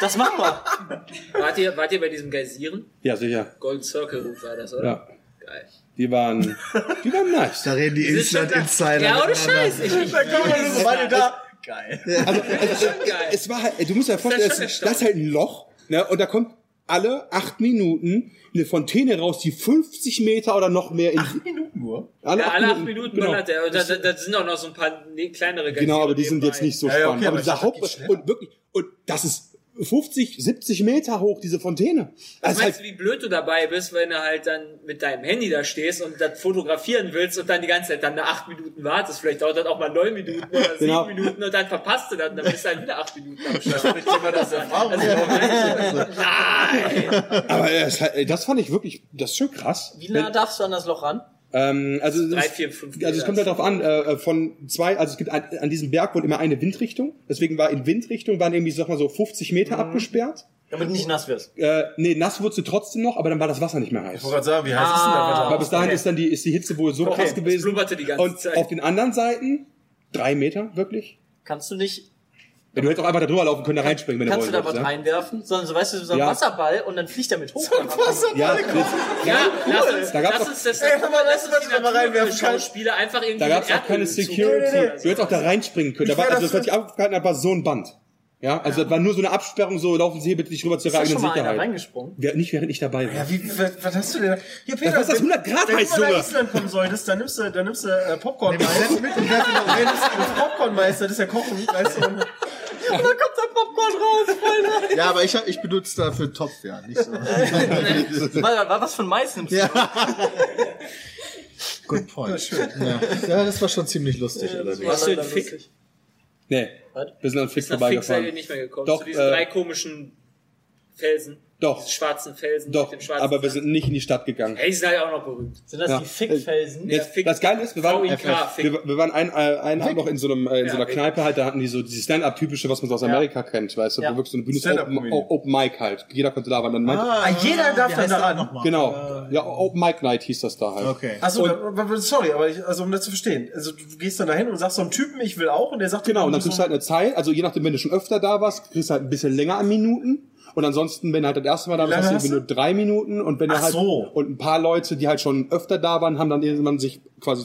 [SPEAKER 3] das machen wir.
[SPEAKER 5] Wart ihr, wart ihr bei diesem Geisieren?
[SPEAKER 8] Ja, sicher.
[SPEAKER 5] Golden Circle Ruf war das, oder?
[SPEAKER 8] Ja.
[SPEAKER 5] Geil.
[SPEAKER 8] Die waren, die waren nice.
[SPEAKER 4] Da reden die Instant Insider.
[SPEAKER 5] Ja, ohne
[SPEAKER 4] miteinander.
[SPEAKER 5] Scheiß. Ich, ich,
[SPEAKER 4] Ist beide da.
[SPEAKER 8] Also, also es war halt, du musst dir vorstellen,
[SPEAKER 5] Das
[SPEAKER 8] das,
[SPEAKER 5] ist schon
[SPEAKER 8] das, ist halt ein Loch, ne, und da kommt alle acht Minuten eine Fontäne raus, die 50 Meter oder noch mehr in acht
[SPEAKER 6] Minuten nur.
[SPEAKER 8] alle,
[SPEAKER 5] ja, alle acht Minuten
[SPEAKER 8] genau.
[SPEAKER 5] ballert er. Und da, da, da sind auch noch so ein paar ne, kleinere Geisieren.
[SPEAKER 8] Genau, aber die sind jetzt nicht so
[SPEAKER 6] Ja, ja,
[SPEAKER 8] spannend.
[SPEAKER 6] okay,
[SPEAKER 8] aber
[SPEAKER 6] aber
[SPEAKER 8] dieser
[SPEAKER 6] das
[SPEAKER 8] Haupt
[SPEAKER 6] geht schneller.
[SPEAKER 8] und wirklich und das ist 50, 70 Meter hoch diese Fontäne. Das ist
[SPEAKER 5] Weißt du,
[SPEAKER 8] halt,
[SPEAKER 5] wie blöd du dabei bist, wenn du halt dann mit deinem Handy da stehst und das fotografieren willst und dann die ganze Zeit dann eine acht Minuten wartest. Vielleicht dauert das auch mal neun Minuten oder sieben
[SPEAKER 8] Genau.
[SPEAKER 5] Minuten und dann verpasst du das und dann bist du halt wieder acht Minuten am Start. Also,
[SPEAKER 6] Spricht immer das Erfahrung.
[SPEAKER 3] Also,
[SPEAKER 8] Also, aber das, halt- das fand ich wirklich, das ist schon krass.
[SPEAKER 3] Wie nah darfst du an das Loch ran?
[SPEAKER 8] Ähm, also
[SPEAKER 5] Drei,
[SPEAKER 8] es-
[SPEAKER 5] vier, fünf
[SPEAKER 8] Also es
[SPEAKER 5] Meter.
[SPEAKER 8] kommt halt darauf an, äh, von zwei, also es gibt an, an diesem Berg wohl immer eine Windrichtung. Deswegen war in Windrichtung waren irgendwie, sag mal so, 50 Meter
[SPEAKER 5] Mhm.
[SPEAKER 8] abgesperrt.
[SPEAKER 3] Damit du nicht nass wirst.
[SPEAKER 8] Äh, nee, nass wurde sie trotzdem noch, aber dann war das Wasser nicht mehr heiß.
[SPEAKER 6] Ich wollte gerade sagen, wie heiß ist denn der
[SPEAKER 8] Aber
[SPEAKER 6] Wetter?
[SPEAKER 8] bis dahin ist dann die, ist die Hitze wohl so krass
[SPEAKER 5] Es
[SPEAKER 8] gewesen.
[SPEAKER 5] blubberte die ganze
[SPEAKER 8] Und
[SPEAKER 5] Zeit.
[SPEAKER 8] auf den anderen Seiten, drei Meter, wirklich.
[SPEAKER 3] Kannst du nicht,
[SPEAKER 8] Ja, du hättest auch einfach da drüber laufen können, da reinspringen, wenn
[SPEAKER 3] kannst du
[SPEAKER 8] du ne?
[SPEAKER 3] da
[SPEAKER 8] wollen
[SPEAKER 3] was
[SPEAKER 8] würdest,
[SPEAKER 3] reinwerfen, sondern so weißt du, so ein
[SPEAKER 8] Ja.
[SPEAKER 3] Wasserball und dann fliegt er mit hoch.
[SPEAKER 8] ja? Ja, das-
[SPEAKER 5] Ja, lass uns,
[SPEAKER 8] Da gab's
[SPEAKER 5] lass
[SPEAKER 8] auch-
[SPEAKER 5] uns das,
[SPEAKER 6] Ey, hör mal, lass
[SPEAKER 5] lass uns
[SPEAKER 6] uns
[SPEAKER 5] die
[SPEAKER 6] das mal reinwerfen, Karl.
[SPEAKER 5] Naturwissenschaftler-Spiele einfach irgendwie
[SPEAKER 8] da gab es
[SPEAKER 5] mit
[SPEAKER 8] auch keine
[SPEAKER 5] Erdöl zu-
[SPEAKER 8] Security.
[SPEAKER 6] Nee, nee, nee.
[SPEAKER 8] Du hättest auch da reinspringen können. Da
[SPEAKER 6] Ich
[SPEAKER 8] war,
[SPEAKER 6] wär
[SPEAKER 8] also das, was
[SPEAKER 6] dafür-
[SPEAKER 8] ich abgehalten habe, war so ein Band. Ja, also das war nur so eine Absperrung, so laufen Sie hier bitte nicht rüber zur
[SPEAKER 3] Ist da
[SPEAKER 8] eigenen
[SPEAKER 3] schon mal einer
[SPEAKER 8] Sicherheit.
[SPEAKER 3] reingesprungen?
[SPEAKER 8] Wer- Nicht während ich dabei war.
[SPEAKER 6] Ja, wie, was, was hast du denn da? Hier, Peter,
[SPEAKER 8] Das ist das
[SPEAKER 6] wenn-
[SPEAKER 8] 100 Grad
[SPEAKER 6] wenn
[SPEAKER 8] heiß,
[SPEAKER 6] du mal
[SPEAKER 8] Junge.
[SPEAKER 6] nach Island kommen solltest, dann nimmst du, dann nimmst du äh, Popcorn mit. Wenn das Popcornmeister, das ist ja Kochen, weißt du. Und
[SPEAKER 3] Da kommt der Popcorn raus, Freunde.
[SPEAKER 4] Ja, aber ich, hab- ich benutze dafür Topf, ja, nicht so.
[SPEAKER 3] Warte, warte, was für ein Mais nimmst du?
[SPEAKER 4] Good point. Ja. ja, das war schon ziemlich lustig. allerdings.
[SPEAKER 5] Hast du den Fick, ist
[SPEAKER 8] Nee, wir sind an Fix
[SPEAKER 5] der Fick seid ihr
[SPEAKER 8] vorbeigefahren.
[SPEAKER 5] nicht mehr gekommen?
[SPEAKER 8] Doch,
[SPEAKER 5] zu diesen
[SPEAKER 8] äh,
[SPEAKER 5] drei komischen Felsen.
[SPEAKER 8] Doch.
[SPEAKER 5] Diese schwarzen Felsen
[SPEAKER 8] Doch,
[SPEAKER 5] mit dem schwarzen
[SPEAKER 8] aber wir sind nicht in die Stadt gegangen.
[SPEAKER 5] Hey, die sind halt auch noch berühmt.
[SPEAKER 3] Sind das
[SPEAKER 8] Ja.
[SPEAKER 3] die Fickfelsen?
[SPEAKER 5] Ja,
[SPEAKER 8] Jetzt,
[SPEAKER 5] Fick-
[SPEAKER 8] das Geile ist, wir waren,
[SPEAKER 5] VIK,
[SPEAKER 8] wir,
[SPEAKER 5] Fick.
[SPEAKER 8] wir waren ein, äh, einen Abend noch in so, einem, äh, in so einer
[SPEAKER 5] Fick.
[SPEAKER 8] Kneipe halt, da hatten die so dieses Stand-Up-typische, was man so aus Amerika kennt, weißt du,
[SPEAKER 3] Ja.
[SPEAKER 8] wo wirklich so eine Bühne ist,
[SPEAKER 6] Stand-up
[SPEAKER 8] Open,
[SPEAKER 6] Comedy.
[SPEAKER 8] O- Open Mic halt. Jeder konnte da, weil dann meinte,
[SPEAKER 6] ah, jeder darf dann da ran.
[SPEAKER 8] genau,
[SPEAKER 6] Äh,
[SPEAKER 8] ja, Open Mic Night hieß das da halt.
[SPEAKER 4] Okay.
[SPEAKER 6] Achso, sorry, aber ich, also um das zu verstehen, also du gehst dann dahin und sagst so einem Typen, ich will auch, und der sagt
[SPEAKER 8] Genau, und dann
[SPEAKER 6] du
[SPEAKER 8] kriegst du halt eine Zeit, also je nachdem, wenn du schon öfter da warst, kriegst du halt ein bisschen länger an Minuten. Und ansonsten, wenn du halt das erste Mal da
[SPEAKER 6] Wie
[SPEAKER 8] bist, hast du
[SPEAKER 6] lange
[SPEAKER 8] irgendwie
[SPEAKER 6] hast
[SPEAKER 8] nur drei Minuten und wenn du
[SPEAKER 6] Ach
[SPEAKER 8] halt
[SPEAKER 6] so.
[SPEAKER 8] und ein paar Leute, die halt schon öfter da waren, haben dann irgendwann sich quasi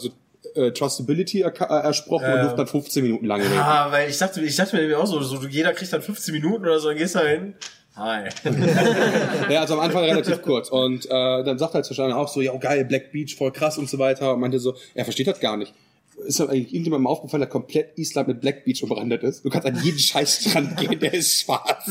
[SPEAKER 8] so äh, Trustability er äh, ersprochen und durften dann 15 Minuten lang reden.
[SPEAKER 6] Ah, weil ich dachte, ich dachte mir nämlich auch so, so, du- jeder kriegt dann 15 Minuten oder so, dann gehst du da hin. Hi.
[SPEAKER 8] Ja, also am Anfang relativ kurz. Und äh, dann sagt halt Zwischan auch so, ja, oh, geil, Black Beach, voll krass und so weiter. Und meinte so, er versteht das gar nicht. Ist doch eigentlich irgendjemandem aufgefallen, dass komplett Island mit Black Beach umrandet ist? Du kannst an jeden Scheißstrand gehen, der ist schwarz.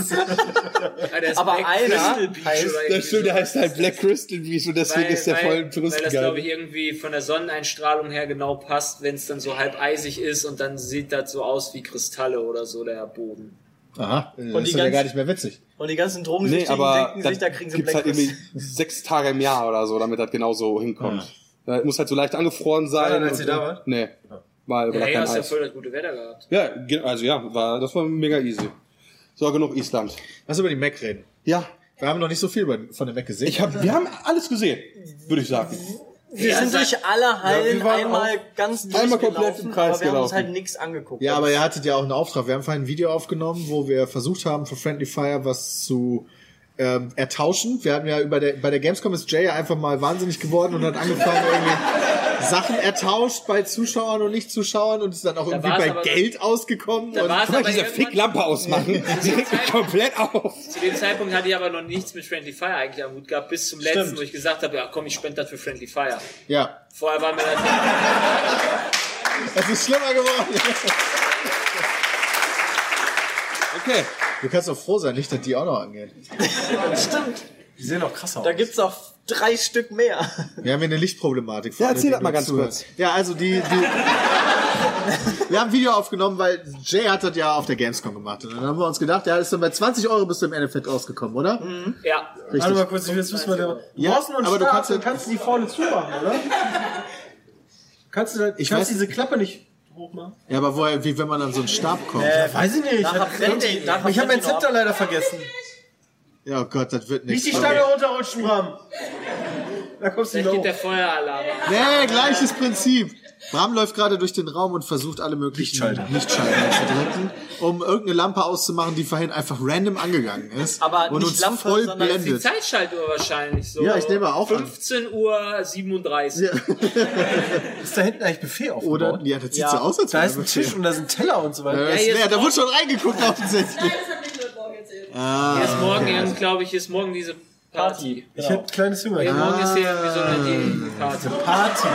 [SPEAKER 5] Ah, der ist
[SPEAKER 3] Aber
[SPEAKER 5] Black
[SPEAKER 3] einer
[SPEAKER 5] Crystal Beach
[SPEAKER 3] heißt-
[SPEAKER 5] oder irgendwie
[SPEAKER 8] Das stimmt, der
[SPEAKER 5] so.
[SPEAKER 8] heißt halt Black Crystal Beach und deswegen ist der voll
[SPEAKER 5] weil
[SPEAKER 8] im
[SPEAKER 5] das, glaube ich,
[SPEAKER 8] Touristengeil.
[SPEAKER 5] irgendwie von der Sonneneinstrahlung her genau passt, wenn es dann so halb eisig ist und dann sieht das so aus wie Kristalle oder so, der Boden.
[SPEAKER 4] Aha. Und
[SPEAKER 3] die
[SPEAKER 4] das ist ja
[SPEAKER 3] ganze-
[SPEAKER 4] gar nicht mehr witzig.
[SPEAKER 3] Und die ganzen
[SPEAKER 8] Nee,
[SPEAKER 3] Drogensüchtigen
[SPEAKER 8] aber
[SPEAKER 3] denken
[SPEAKER 8] dann
[SPEAKER 3] sich, da kriegen sie
[SPEAKER 8] gibt's halt
[SPEAKER 3] Black
[SPEAKER 8] irgendwie sechs Tage im Jahr oder so, damit das genauso hinkommt. Da muss halt so leicht angefroren sein.
[SPEAKER 6] War das, als
[SPEAKER 8] und-
[SPEAKER 6] ihr da wart?
[SPEAKER 8] Nee. Weil, weil
[SPEAKER 5] Ja, ja,
[SPEAKER 8] da kein
[SPEAKER 5] hast ja
[SPEAKER 8] Eis.
[SPEAKER 5] voll das gute Wetter gehabt.
[SPEAKER 8] Ja, ge- also ja, war, das war mega easy. So, genug Island.
[SPEAKER 4] Lass über die Mac reden.
[SPEAKER 8] Ja,
[SPEAKER 4] Wir haben noch nicht so viel über- von der Mac gesehen.
[SPEAKER 8] ich hab, wir haben alles gesehen, würde ich sagen.
[SPEAKER 3] Wir
[SPEAKER 5] Ja,
[SPEAKER 3] sind
[SPEAKER 5] sag-
[SPEAKER 3] durch alle Hallen
[SPEAKER 6] wir waren
[SPEAKER 3] einmal ganz
[SPEAKER 8] Einmal
[SPEAKER 3] durchgelaufen,
[SPEAKER 8] komplett im
[SPEAKER 3] aber
[SPEAKER 8] Kreis
[SPEAKER 3] wir haben uns
[SPEAKER 8] gelaufen.
[SPEAKER 3] halt nichts angeguckt.
[SPEAKER 4] ja, aber ihr hattet ja auch einen Auftrag. Wir haben vorhin ein Video aufgenommen, wo wir versucht haben, für Friendly Fire was zu ähm, ertauschen. Wir hatten ja über der, bei der Gamescom ist Jay ja einfach mal wahnsinnig geworden und hat angefangen, irgendwie Sachen ertauscht bei Zuschauern und Nicht-Zuschauern und ist dann auch irgendwie
[SPEAKER 5] war's
[SPEAKER 4] bei
[SPEAKER 5] aber-
[SPEAKER 4] Geld ausgekommen.
[SPEAKER 5] Da
[SPEAKER 4] und
[SPEAKER 5] war es
[SPEAKER 8] Kann
[SPEAKER 5] aber
[SPEAKER 8] ich diese
[SPEAKER 5] irgendwann-
[SPEAKER 8] Ficklampe ausmachen? Sie regt mich komplett auf.
[SPEAKER 5] Zu dem Zeitpunkt hatte ich aber noch nichts mit Friendly Fire eigentlich am Hut gehabt, bis zum letzten, wo ich gesagt habe, ja komm, ich spende das für Friendly Fire.
[SPEAKER 4] ja,
[SPEAKER 5] Vorher war mir das,
[SPEAKER 4] es ist schlimmer geworden.
[SPEAKER 8] Okay.
[SPEAKER 4] Du kannst doch froh sein, nicht, dass die auch noch angehen.
[SPEAKER 3] stimmt.
[SPEAKER 6] Die sehen auch krass aus.
[SPEAKER 3] Da gibt's auch drei Stück mehr.
[SPEAKER 4] Wir haben hier eine Lichtproblematik.
[SPEAKER 8] Ja, erzähl
[SPEAKER 4] die
[SPEAKER 8] das mal
[SPEAKER 4] uns
[SPEAKER 8] ganz
[SPEAKER 4] zuhören.
[SPEAKER 8] kurz.
[SPEAKER 4] Ja, also die, die Wir haben ein Video aufgenommen, weil Jay hat das ja auf der Gamescom gemacht. Und dann haben wir uns gedacht, ja, das ist dann bei 20 Euro bist du im Endeffekt rausgekommen, oder?
[SPEAKER 6] Mhm.
[SPEAKER 5] ja,
[SPEAKER 4] Genau.
[SPEAKER 6] Warte Also mal kurz, ich will- jetzt müssen wir da. Du
[SPEAKER 4] Ja,
[SPEAKER 6] brauchst nur einen
[SPEAKER 4] aber du
[SPEAKER 6] Stab,
[SPEAKER 4] kannst ja-
[SPEAKER 6] dann kannst du die vorne zumachen, oder? Kannst du, da,
[SPEAKER 4] Ich
[SPEAKER 6] kannst
[SPEAKER 4] weiß-
[SPEAKER 6] diese Klappe nicht hochmachen?
[SPEAKER 4] Ja, aber woher, wie wenn man an so einen Stab kommt.
[SPEAKER 6] weiß ich nicht. Ich
[SPEAKER 3] Nachher brennt die- nachher
[SPEAKER 6] habe mein
[SPEAKER 3] brennt die noch
[SPEAKER 6] Zepter leider vergessen.
[SPEAKER 4] Ja, oh Gott, das wird
[SPEAKER 6] Nicht
[SPEAKER 4] nichts.
[SPEAKER 6] die Stange runterrutschen, Bram. Da kommst du
[SPEAKER 5] Vielleicht geht
[SPEAKER 6] noch.
[SPEAKER 5] der Feueralarm an.
[SPEAKER 4] Nee, gleiches Prinzip. Bram läuft gerade durch den Raum und versucht alle möglichen
[SPEAKER 6] Lichtschalter.
[SPEAKER 4] Lichtschalter zu drücken, um irgendeine Lampe auszumachen, die vorhin einfach random angegangen ist
[SPEAKER 3] Aber
[SPEAKER 4] und
[SPEAKER 3] nicht
[SPEAKER 4] uns
[SPEAKER 3] Lampe,
[SPEAKER 4] voll
[SPEAKER 3] sondern die
[SPEAKER 5] Die
[SPEAKER 4] blendet.
[SPEAKER 5] Zeitschaltuhr wahrscheinlich so.
[SPEAKER 4] Ja, ich nehme auch an.
[SPEAKER 5] 15 Uhr 37.
[SPEAKER 6] Ist da hinten eigentlich Buffet aufgebaut?
[SPEAKER 4] Oder? Ja, das sieht so aus, als
[SPEAKER 6] da
[SPEAKER 4] wäre
[SPEAKER 6] ist ein
[SPEAKER 4] Buffet.
[SPEAKER 6] Tisch und da sind Teller und so
[SPEAKER 4] Ja,
[SPEAKER 6] weiter.
[SPEAKER 4] das
[SPEAKER 5] Ja,
[SPEAKER 4] ist
[SPEAKER 5] jetzt
[SPEAKER 4] leer. Da
[SPEAKER 5] auch-
[SPEAKER 4] wurde schon reingeguckt offensichtlich.
[SPEAKER 9] Nein, das hat nicht heute Morgen erzählt.
[SPEAKER 6] Ah.
[SPEAKER 5] Hier ist morgen, eben, glaube ich, hier ist morgen diese Party.
[SPEAKER 6] Ich hätte ein kleines Hunger.
[SPEAKER 5] Ja, morgen ist hier irgendwie so eine Party.
[SPEAKER 6] Party.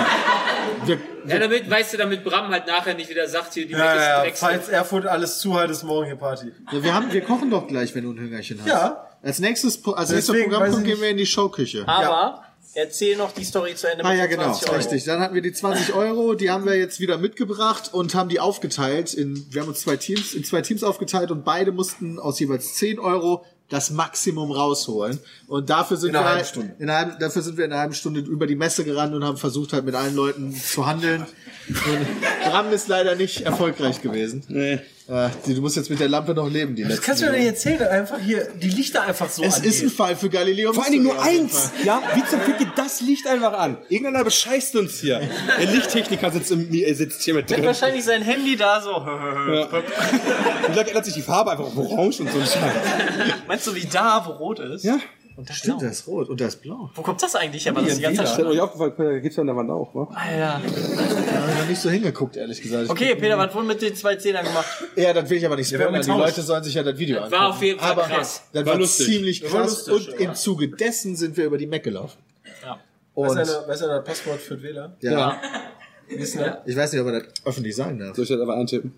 [SPEAKER 4] Wir,
[SPEAKER 5] Ja, damit, weißt du, damit Bram halt nachher nicht wieder sagt, hier die Welt
[SPEAKER 6] Ja,
[SPEAKER 5] ist
[SPEAKER 6] ja, ja.
[SPEAKER 5] Drecks-
[SPEAKER 6] Falls Erfurt alles zu hat, ist morgen hier Party.
[SPEAKER 4] ja, wir, haben, wir kochen doch gleich, wenn du ein Hüngerchen hast.
[SPEAKER 6] Ja.
[SPEAKER 4] Als nächstes, Po- als nächster
[SPEAKER 6] Deswegen weiß
[SPEAKER 4] Programmpunkt
[SPEAKER 6] ich Ah,
[SPEAKER 4] gehen wir in die Showküche.
[SPEAKER 3] Aber erzähl noch die Story zu Ende.
[SPEAKER 4] Ah
[SPEAKER 3] mit
[SPEAKER 4] ja,
[SPEAKER 3] den
[SPEAKER 4] genau,
[SPEAKER 3] 20 Euro.
[SPEAKER 4] richtig. Dann hatten wir die 20 Euro, die haben wir jetzt wieder mitgebracht und haben die aufgeteilt. In, wir haben uns zwei Teams, in zwei Teams aufgeteilt und beide mussten aus jeweils 10 Euro das Maximum rausholen. Und dafür sind
[SPEAKER 6] In einer
[SPEAKER 4] wir
[SPEAKER 6] halben Stunde.
[SPEAKER 4] In einer, halben- dafür sind wir in einer halben Stunde über die Messe gerannt und haben versucht halt mit allen Leuten zu handeln. Und Bram ist leider nicht erfolgreich gewesen.
[SPEAKER 8] Nee.
[SPEAKER 4] Äh, die- du musst jetzt mit der Lampe noch leben, die
[SPEAKER 6] Das
[SPEAKER 4] letzten
[SPEAKER 6] kannst du mir doch nicht erzählen, dass einfach hier die Lichter einfach so
[SPEAKER 4] Es ist ein Fall für Galileo.
[SPEAKER 8] Vor allen Dingen nur
[SPEAKER 4] Mystery auf jeden
[SPEAKER 8] eins.
[SPEAKER 4] Fall.
[SPEAKER 8] Ja, wie zum Fick geht das Licht einfach an? Irgendeiner bescheißt uns hier. Der Lichttechniker sitzt, im, äh, sitzt hier mit
[SPEAKER 3] Hat
[SPEAKER 8] drin.
[SPEAKER 3] wahrscheinlich sein Handy da so.
[SPEAKER 8] Ja. Und dann ändert sich die Farbe einfach auf orange und so ein Scheiß.
[SPEAKER 3] Meinst du, wie da, wo rot ist?
[SPEAKER 8] Ja.
[SPEAKER 3] Und da
[SPEAKER 4] Stimmt,
[SPEAKER 3] blau.
[SPEAKER 4] das ist rot und das ist blau.
[SPEAKER 3] Wo kommt das eigentlich her? War das die ganze Zeit
[SPEAKER 8] Ist euch aufgefallen, da gibt's ja an der Wand auch, wa?
[SPEAKER 3] Alter.
[SPEAKER 4] Da habe ich noch nicht so hingeguckt, ehrlich gesagt.
[SPEAKER 3] Okay, Peter, was wurde mit den zwei Zehnern gemacht?
[SPEAKER 4] Ja, das will ich aber nicht
[SPEAKER 6] wir haben
[SPEAKER 4] spoilern. Die
[SPEAKER 6] getauscht.
[SPEAKER 4] Leute sollen sich ja das Video angucken.
[SPEAKER 5] war auf jeden Fall
[SPEAKER 4] aber
[SPEAKER 5] krass.
[SPEAKER 4] Das war,
[SPEAKER 8] War lustig.
[SPEAKER 4] ziemlich krass.
[SPEAKER 6] war lustig,
[SPEAKER 4] und im Zuge dessen sind wir über die Mac gelaufen.
[SPEAKER 6] Weißt
[SPEAKER 4] Und
[SPEAKER 6] du, einer- weißt du, einer Passwort für den WLAN?
[SPEAKER 4] ja,
[SPEAKER 6] Wissen wir?
[SPEAKER 4] ich weiß nicht, ob man das öffentlich sagen darf.
[SPEAKER 8] Soll ich das einfach
[SPEAKER 5] Äh,
[SPEAKER 8] eintippen?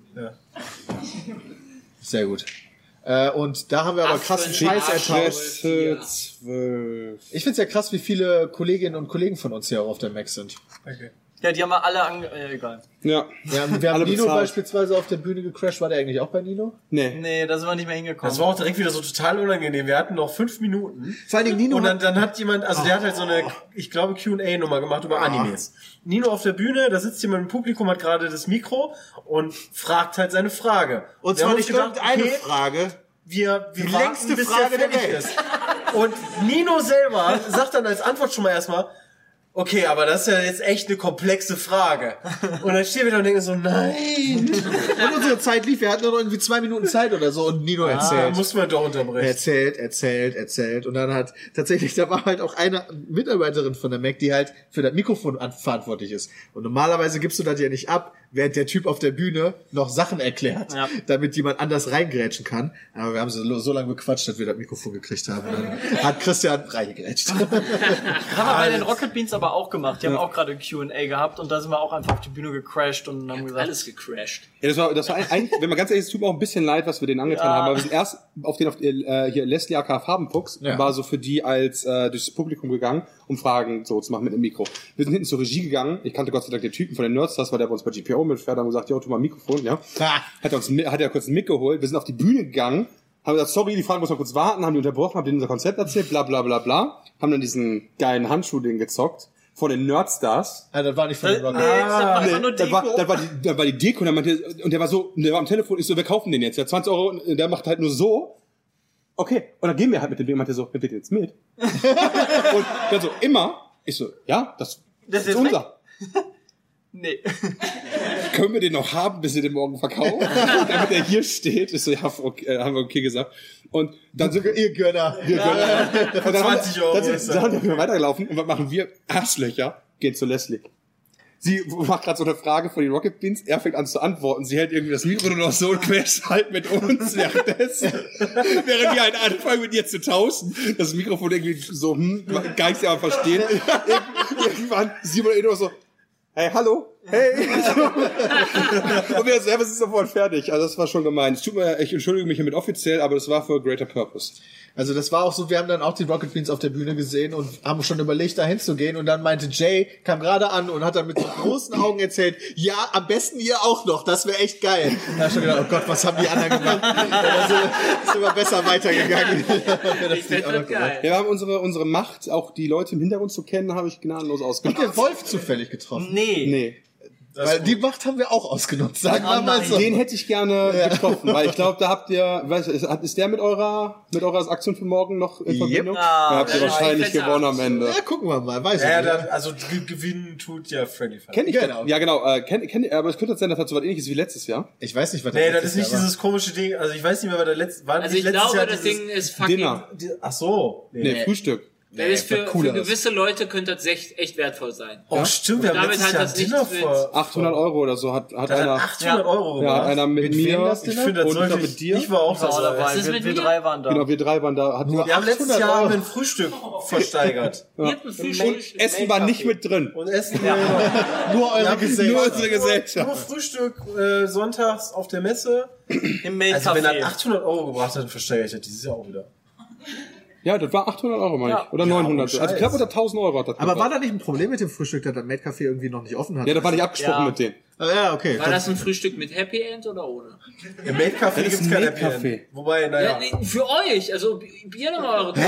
[SPEAKER 4] Sehr gut. Äh, und da haben wir aber
[SPEAKER 5] Affen,
[SPEAKER 4] krassen Scheiß
[SPEAKER 5] Arsch.
[SPEAKER 4] ertaucht.
[SPEAKER 8] Presse 12.
[SPEAKER 4] Ich find's ja krass, wie viele Kolleginnen und Kollegen von uns hier auch auf der Mac sind.
[SPEAKER 6] Okay.
[SPEAKER 3] Ja, die haben wir alle ange... Äh, egal.
[SPEAKER 8] Ja.
[SPEAKER 4] Wir haben, wir haben
[SPEAKER 8] Alle
[SPEAKER 4] Nino
[SPEAKER 8] bezahlt.
[SPEAKER 4] beispielsweise auf der Bühne gecrashed. War der eigentlich auch bei Nino?
[SPEAKER 8] Nee.
[SPEAKER 3] Nee, da sind wir nicht mehr hingekommen.
[SPEAKER 6] Das war auch direkt wieder so total unangenehm. Wir hatten noch fünf Minuten.
[SPEAKER 4] Vor allen Dingen Nino
[SPEAKER 6] Und dann,
[SPEAKER 4] hat-
[SPEAKER 6] dann hat jemand, also der hat halt so eine,
[SPEAKER 4] Oh.
[SPEAKER 6] ich glaube, QA-Nummer gemacht über Animes.
[SPEAKER 4] Ah.
[SPEAKER 6] Nino auf der Bühne, da sitzt jemand im Publikum, hat gerade das Mikro und fragt halt seine Frage.
[SPEAKER 4] Und
[SPEAKER 6] Wir haben
[SPEAKER 4] zwar
[SPEAKER 6] uns
[SPEAKER 4] nicht
[SPEAKER 6] gedacht,
[SPEAKER 4] irgendeine
[SPEAKER 6] okay,
[SPEAKER 4] Frage.
[SPEAKER 6] wir, wir
[SPEAKER 4] Die
[SPEAKER 6] warten,
[SPEAKER 4] längste
[SPEAKER 6] bis
[SPEAKER 4] Frage der
[SPEAKER 6] der fertig
[SPEAKER 4] Welt.
[SPEAKER 6] ist. Und Nino selber sagt dann als Antwort schon mal erstmal, okay, aber das ist ja jetzt echt eine komplexe Frage. Und dann stehen wir da und denken so, nein,
[SPEAKER 4] Und unsere Zeit lief. Wir hatten nur noch irgendwie zwei Minuten Zeit oder so. Und Nino
[SPEAKER 6] da
[SPEAKER 4] erzählt.
[SPEAKER 6] Ah, muss man doch unterbrechen.
[SPEAKER 4] erzählt, erzählt, erzählt. Und dann hat tatsächlich, da war halt auch eine Mitarbeiterin von der Mac, die halt für das Mikrofon an- verantwortlich ist. Und normalerweise gibst du das ja nicht ab, während der Typ auf der Bühne noch Sachen erklärt,
[SPEAKER 3] Ja.
[SPEAKER 4] damit jemand anders reingrätschen kann. Aber wir haben so, so lange bequatscht, dass wir das Mikrofon gekriegt haben. Und dann hat Christian reingrätscht.
[SPEAKER 3] haben wir bei den Rocket Beans aber auch gemacht. Die haben auch gerade Q&A gehabt und da sind wir auch einfach auf die Bühne gecrashed und haben gesagt...
[SPEAKER 5] Alles gecrashed.
[SPEAKER 8] Ja, das war, das war ein, ein, wenn man ganz ehrlich ist, tut mir auch ein bisschen leid, was wir denen angetan haben. Aber wir sind erst auf den auf äh, hier Leslie aka Farbenfuchs
[SPEAKER 4] Ja.
[SPEAKER 8] war so für die als äh, durchs Publikum gegangen, um Fragen so zu machen mit dem Mikro. Wir sind hinten zur Regie gegangen. Ich kannte Gott sei Dank den Typen von den Nerdstars, weil der bei uns bei GPO mitfährt und gesagt, ja, tu mal ein Mikrofon, ja.
[SPEAKER 4] Ha.
[SPEAKER 8] Hat er uns mi- hat er kurz ein Mic geholt. Wir sind auf die Bühne gegangen, haben gesagt, sorry, die Fragen muss man kurz warten, haben die unterbrochen, haben denen unser Konzept erzählt, bla bla bla bla. Haben dann diesen geilen Handschuh den gezockt vor den Nerdstars.
[SPEAKER 4] ja, das war nicht
[SPEAKER 8] Äh,
[SPEAKER 4] von den Rocket.
[SPEAKER 3] Nee, das war einfach
[SPEAKER 8] Nee,
[SPEAKER 3] nur
[SPEAKER 8] das
[SPEAKER 3] Deko.
[SPEAKER 8] war, das war, die, das war die Deko und, er meinte, und der war so, der war am Telefon, ich so, wir kaufen den jetzt, ja, 20 Euro, und der macht halt nur so. Okay, und dann gehen wir halt mit dem Ding, und meinte so, wir gehen jetzt mit. und dann so, immer, ich so, ja, das,
[SPEAKER 3] Das ist
[SPEAKER 8] das ist,
[SPEAKER 3] jetzt
[SPEAKER 8] unser.
[SPEAKER 3] nee.
[SPEAKER 8] Können wir den noch haben, bis ihr den morgen verkauft? Damit er hier steht, ich so, ja, okay, äh, haben wir okay gesagt. Und dann sind wir,
[SPEAKER 4] Ihr Gönner.
[SPEAKER 8] wir können, und dann haben wir-
[SPEAKER 6] 20 Euro
[SPEAKER 8] Dann
[SPEAKER 6] ist
[SPEAKER 8] sind,
[SPEAKER 6] das.
[SPEAKER 8] dann sind wir weitergelaufen und was machen wir? Arschlöcher gehen zu Leslie. Sie macht gerade so eine Frage von den Rocket Beans, er fängt an zu antworten. Sie hält irgendwie das Mikro nur noch so und quetscht halt mit uns währenddessen. Während wir halt anfangen, mit ihr zu tauschen. Das Mikrofon irgendwie so, hm, gar nichts mehr verstehen. Ir- Irgendwann äh, Simon Edo so, hey, hallo, hey. und wir selber sind sofort fertig. Also das war schon gemein. Es tut mir, ich entschuldige mich hiermit offiziell, aber das war für greater purpose.
[SPEAKER 4] Also das war auch so, wir haben dann auch die Rocket Beans auf der Bühne gesehen und haben schon überlegt, da hinzugehen. Und dann meinte Jay, kam gerade an und hat dann mit so großen Augen erzählt, ja, am besten ihr auch noch, das wäre echt geil. Da hab ich schon gedacht, oh Gott, was haben die anderen gemacht? Also sind wir besser weitergegangen.
[SPEAKER 5] Ich fände das geil.
[SPEAKER 8] Ja, wir haben unsere, unsere Macht, auch die Leute im Hintergrund zu kennen, habe ich gnadenlos
[SPEAKER 4] Habt
[SPEAKER 8] ausgenutzt.
[SPEAKER 4] ihr Wolf zufällig getroffen?
[SPEAKER 3] Nee.
[SPEAKER 8] Nee.
[SPEAKER 4] Weil die Macht haben wir auch ausgenutzt, sagen
[SPEAKER 5] Oh
[SPEAKER 4] wir mal so.
[SPEAKER 8] Den hätte ich gerne getroffen, weil ich glaube, da habt ihr, weiß, ist, hat- ist der mit eurer, mit eurer Aktion für morgen noch in Verbindung?
[SPEAKER 3] Ah,
[SPEAKER 8] da habt ihr
[SPEAKER 3] ja,
[SPEAKER 8] wahrscheinlich
[SPEAKER 3] Fenster.
[SPEAKER 8] gewonnen am Ende.
[SPEAKER 4] Ja, gucken wir mal, weiß
[SPEAKER 6] Ja,
[SPEAKER 4] ich nicht.
[SPEAKER 6] dann, also ge- gewinnen tut ja Freddy Fazbear.
[SPEAKER 8] Kenn ich
[SPEAKER 4] Genau.
[SPEAKER 8] genau. Ja, genau. Äh, kenn, kenn, aber es könnte sein, dass das so was ähnliches wie letztes Jahr.
[SPEAKER 4] Ich weiß nicht, was
[SPEAKER 6] Nee, das
[SPEAKER 4] letztes
[SPEAKER 6] ist nicht
[SPEAKER 4] Jahr war.
[SPEAKER 6] dieses komische Ding. Also ich weiß nicht mehr, war der letzte. War
[SPEAKER 5] Also ich
[SPEAKER 6] nicht letztes
[SPEAKER 5] glaube,
[SPEAKER 6] Jahr
[SPEAKER 5] das
[SPEAKER 6] dieses-
[SPEAKER 5] Ding ist fucking.
[SPEAKER 8] Dinner.
[SPEAKER 6] Die, ach so. Nee.
[SPEAKER 8] Nee, Frühstück.
[SPEAKER 5] Das ist für,
[SPEAKER 4] cooler
[SPEAKER 5] für
[SPEAKER 4] ist.
[SPEAKER 5] gewisse Leute könnte das echt, echt wertvoll sein.
[SPEAKER 6] Oh, stimmt, wir haben
[SPEAKER 5] damit
[SPEAKER 6] letztes
[SPEAKER 5] hat
[SPEAKER 6] Jahr
[SPEAKER 5] das
[SPEAKER 6] ein Dinner
[SPEAKER 5] nichts mit-
[SPEAKER 6] vor.
[SPEAKER 8] 800 Euro oder so hat, hat
[SPEAKER 6] Da hat
[SPEAKER 8] einer,
[SPEAKER 6] 800 Euro
[SPEAKER 8] ja, hat
[SPEAKER 6] gemacht.
[SPEAKER 8] einer mit,
[SPEAKER 4] Mit wem
[SPEAKER 8] mir.
[SPEAKER 4] das denn?
[SPEAKER 6] ich finde, das
[SPEAKER 8] und
[SPEAKER 6] sollte
[SPEAKER 8] dann mit dir.
[SPEAKER 6] Ich war auch
[SPEAKER 3] war
[SPEAKER 6] dabei.
[SPEAKER 3] dabei.
[SPEAKER 5] ist
[SPEAKER 3] Wir,
[SPEAKER 5] mit
[SPEAKER 3] wir
[SPEAKER 5] mir?
[SPEAKER 3] drei waren da.
[SPEAKER 8] Genau, wir drei waren da. Hatten
[SPEAKER 6] Wir haben letztes
[SPEAKER 4] 800
[SPEAKER 6] Jahr
[SPEAKER 4] Euro.
[SPEAKER 6] ein Frühstück versteigert.
[SPEAKER 5] Ihr habt ein
[SPEAKER 8] und
[SPEAKER 5] Frühstück-
[SPEAKER 8] Essen war nicht mit drin.
[SPEAKER 6] Und Essen ja.
[SPEAKER 4] Nur eure
[SPEAKER 8] Nur
[SPEAKER 4] Gesellschaft.
[SPEAKER 8] unsere
[SPEAKER 6] Nur
[SPEAKER 8] Gesellschaft.
[SPEAKER 6] Frühstück äh, sonntags auf der Messe.
[SPEAKER 3] Im
[SPEAKER 6] Also wenn er
[SPEAKER 3] Mailcafé.
[SPEAKER 6] 800 Euro gebracht hat, versteigere ich das dieses Jahr auch wieder.
[SPEAKER 8] Ja, das war 800 Euro, meine ich. Oder 900.
[SPEAKER 6] Scheiß.
[SPEAKER 8] also knapp unter 1000 Euro hat das
[SPEAKER 4] Aber war
[SPEAKER 8] gekostet.
[SPEAKER 4] da nicht ein Problem mit dem Frühstück, dass das Maidcafé irgendwie noch nicht offen hat?
[SPEAKER 8] Ja, da war nicht abgesprochen
[SPEAKER 3] Ja.
[SPEAKER 8] mit denen.
[SPEAKER 4] Ah, ja, okay.
[SPEAKER 5] War das ein Frühstück mit Happy End oder ohne?
[SPEAKER 6] Im Made Café
[SPEAKER 8] ist
[SPEAKER 6] gibt's
[SPEAKER 8] ein
[SPEAKER 6] kein
[SPEAKER 8] Made
[SPEAKER 6] Happy End.
[SPEAKER 8] Café.
[SPEAKER 6] Wobei,
[SPEAKER 5] Ja.
[SPEAKER 6] naja.
[SPEAKER 5] Äh, nee, für euch, also ihr nochmal eure Körper,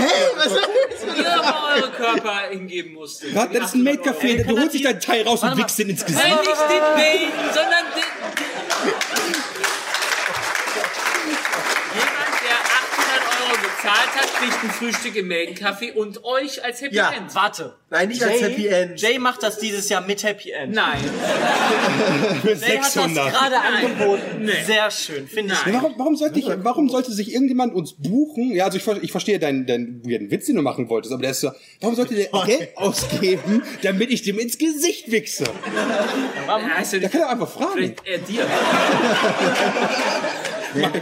[SPEAKER 5] ihr nochmal eure Körper hingeben musstet.
[SPEAKER 8] Was? Das ist ein Maid-Café. Du holst dich deinen Teil raus und wickst den
[SPEAKER 6] Äh,
[SPEAKER 8] ins Gesicht.
[SPEAKER 5] Nein, nicht den Beten, sondern den. Jemand, der 800 Euro bezahlt hat, kriegt ein Frühstück im Meldenkaffee und euch als Happy
[SPEAKER 6] Ja.
[SPEAKER 5] End.
[SPEAKER 3] Warte.
[SPEAKER 6] Nein, nicht als Happy End.
[SPEAKER 3] Jay macht das dieses Jahr mit Happy End.
[SPEAKER 5] Nein,
[SPEAKER 8] Für
[SPEAKER 3] Jay hat das
[SPEAKER 8] 600.
[SPEAKER 3] gerade angeboten. Sehr schön, finde
[SPEAKER 6] äh,
[SPEAKER 3] ich.
[SPEAKER 8] Ja, warum, warum, sollte ich, warum sollte sich irgendjemand uns buchen? Ja, also ich, ver- ich verstehe deinen, deinen weirden Witz, den du machen wolltest, aber der ist so, warum sollte der Geld ausgeben, damit ich dem ins Gesicht wichse?
[SPEAKER 5] Ja, ist ja
[SPEAKER 8] Da
[SPEAKER 5] nicht
[SPEAKER 8] kann er einfach fragen.
[SPEAKER 5] vielleicht eher dir.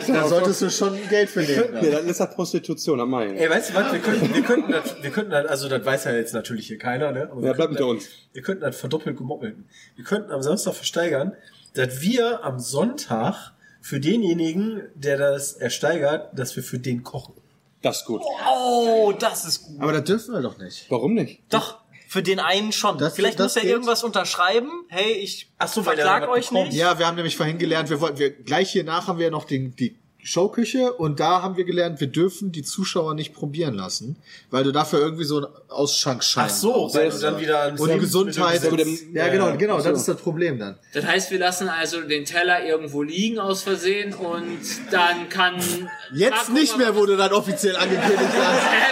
[SPEAKER 4] da solltest du schon Geld ne? für nehmen.
[SPEAKER 8] Nee, dann ist das Prostitution am Main.
[SPEAKER 6] Ey, weißt du was, wir könnten, wir könnten das, wir könnten das, also das weiß ja jetzt natürlich hier keiner, ne? Aber wir
[SPEAKER 8] Ja, bleibt
[SPEAKER 6] könnten
[SPEAKER 8] unter uns.
[SPEAKER 6] das- Wir könnten das verdoppelt gemoppeln. Wir könnten am Samstag versteigern, dass wir am Sonntag für denjenigen, der das ersteigert, dass wir für den kochen.
[SPEAKER 8] Das ist gut.
[SPEAKER 3] Oh, das ist gut.
[SPEAKER 4] Aber das dürfen wir doch nicht.
[SPEAKER 8] Warum nicht?
[SPEAKER 3] Doch, für den einen schon.
[SPEAKER 4] Das-
[SPEAKER 3] Vielleicht muss
[SPEAKER 4] das
[SPEAKER 3] er
[SPEAKER 4] geht.
[SPEAKER 3] irgendwas unterschreiben. Hey, ich
[SPEAKER 6] Ach so, weil der
[SPEAKER 3] verklag
[SPEAKER 6] was
[SPEAKER 3] euch
[SPEAKER 6] bekommt.
[SPEAKER 3] nicht.
[SPEAKER 4] Ja, wir haben nämlich vorhin gelernt, wir wollten, wir, gleich hier nach haben wir noch den, die Showküche und da haben wir gelernt, wir dürfen die Zuschauer nicht probieren lassen, weil du dafür irgendwie so einen Ausschankschein
[SPEAKER 6] Ach so, weil du dann wieder ein
[SPEAKER 4] Und Gesundheit.
[SPEAKER 8] mit dem-
[SPEAKER 4] Ja, genau, genau, das ist das Problem dann.
[SPEAKER 5] Das heißt, wir lassen also den Teller irgendwo liegen aus Versehen und dann kann. Ah, Mal
[SPEAKER 4] Jetzt
[SPEAKER 5] gucken,
[SPEAKER 4] nicht
[SPEAKER 5] ob-
[SPEAKER 4] mehr, wo du dann offiziell angekündigt
[SPEAKER 5] Hä,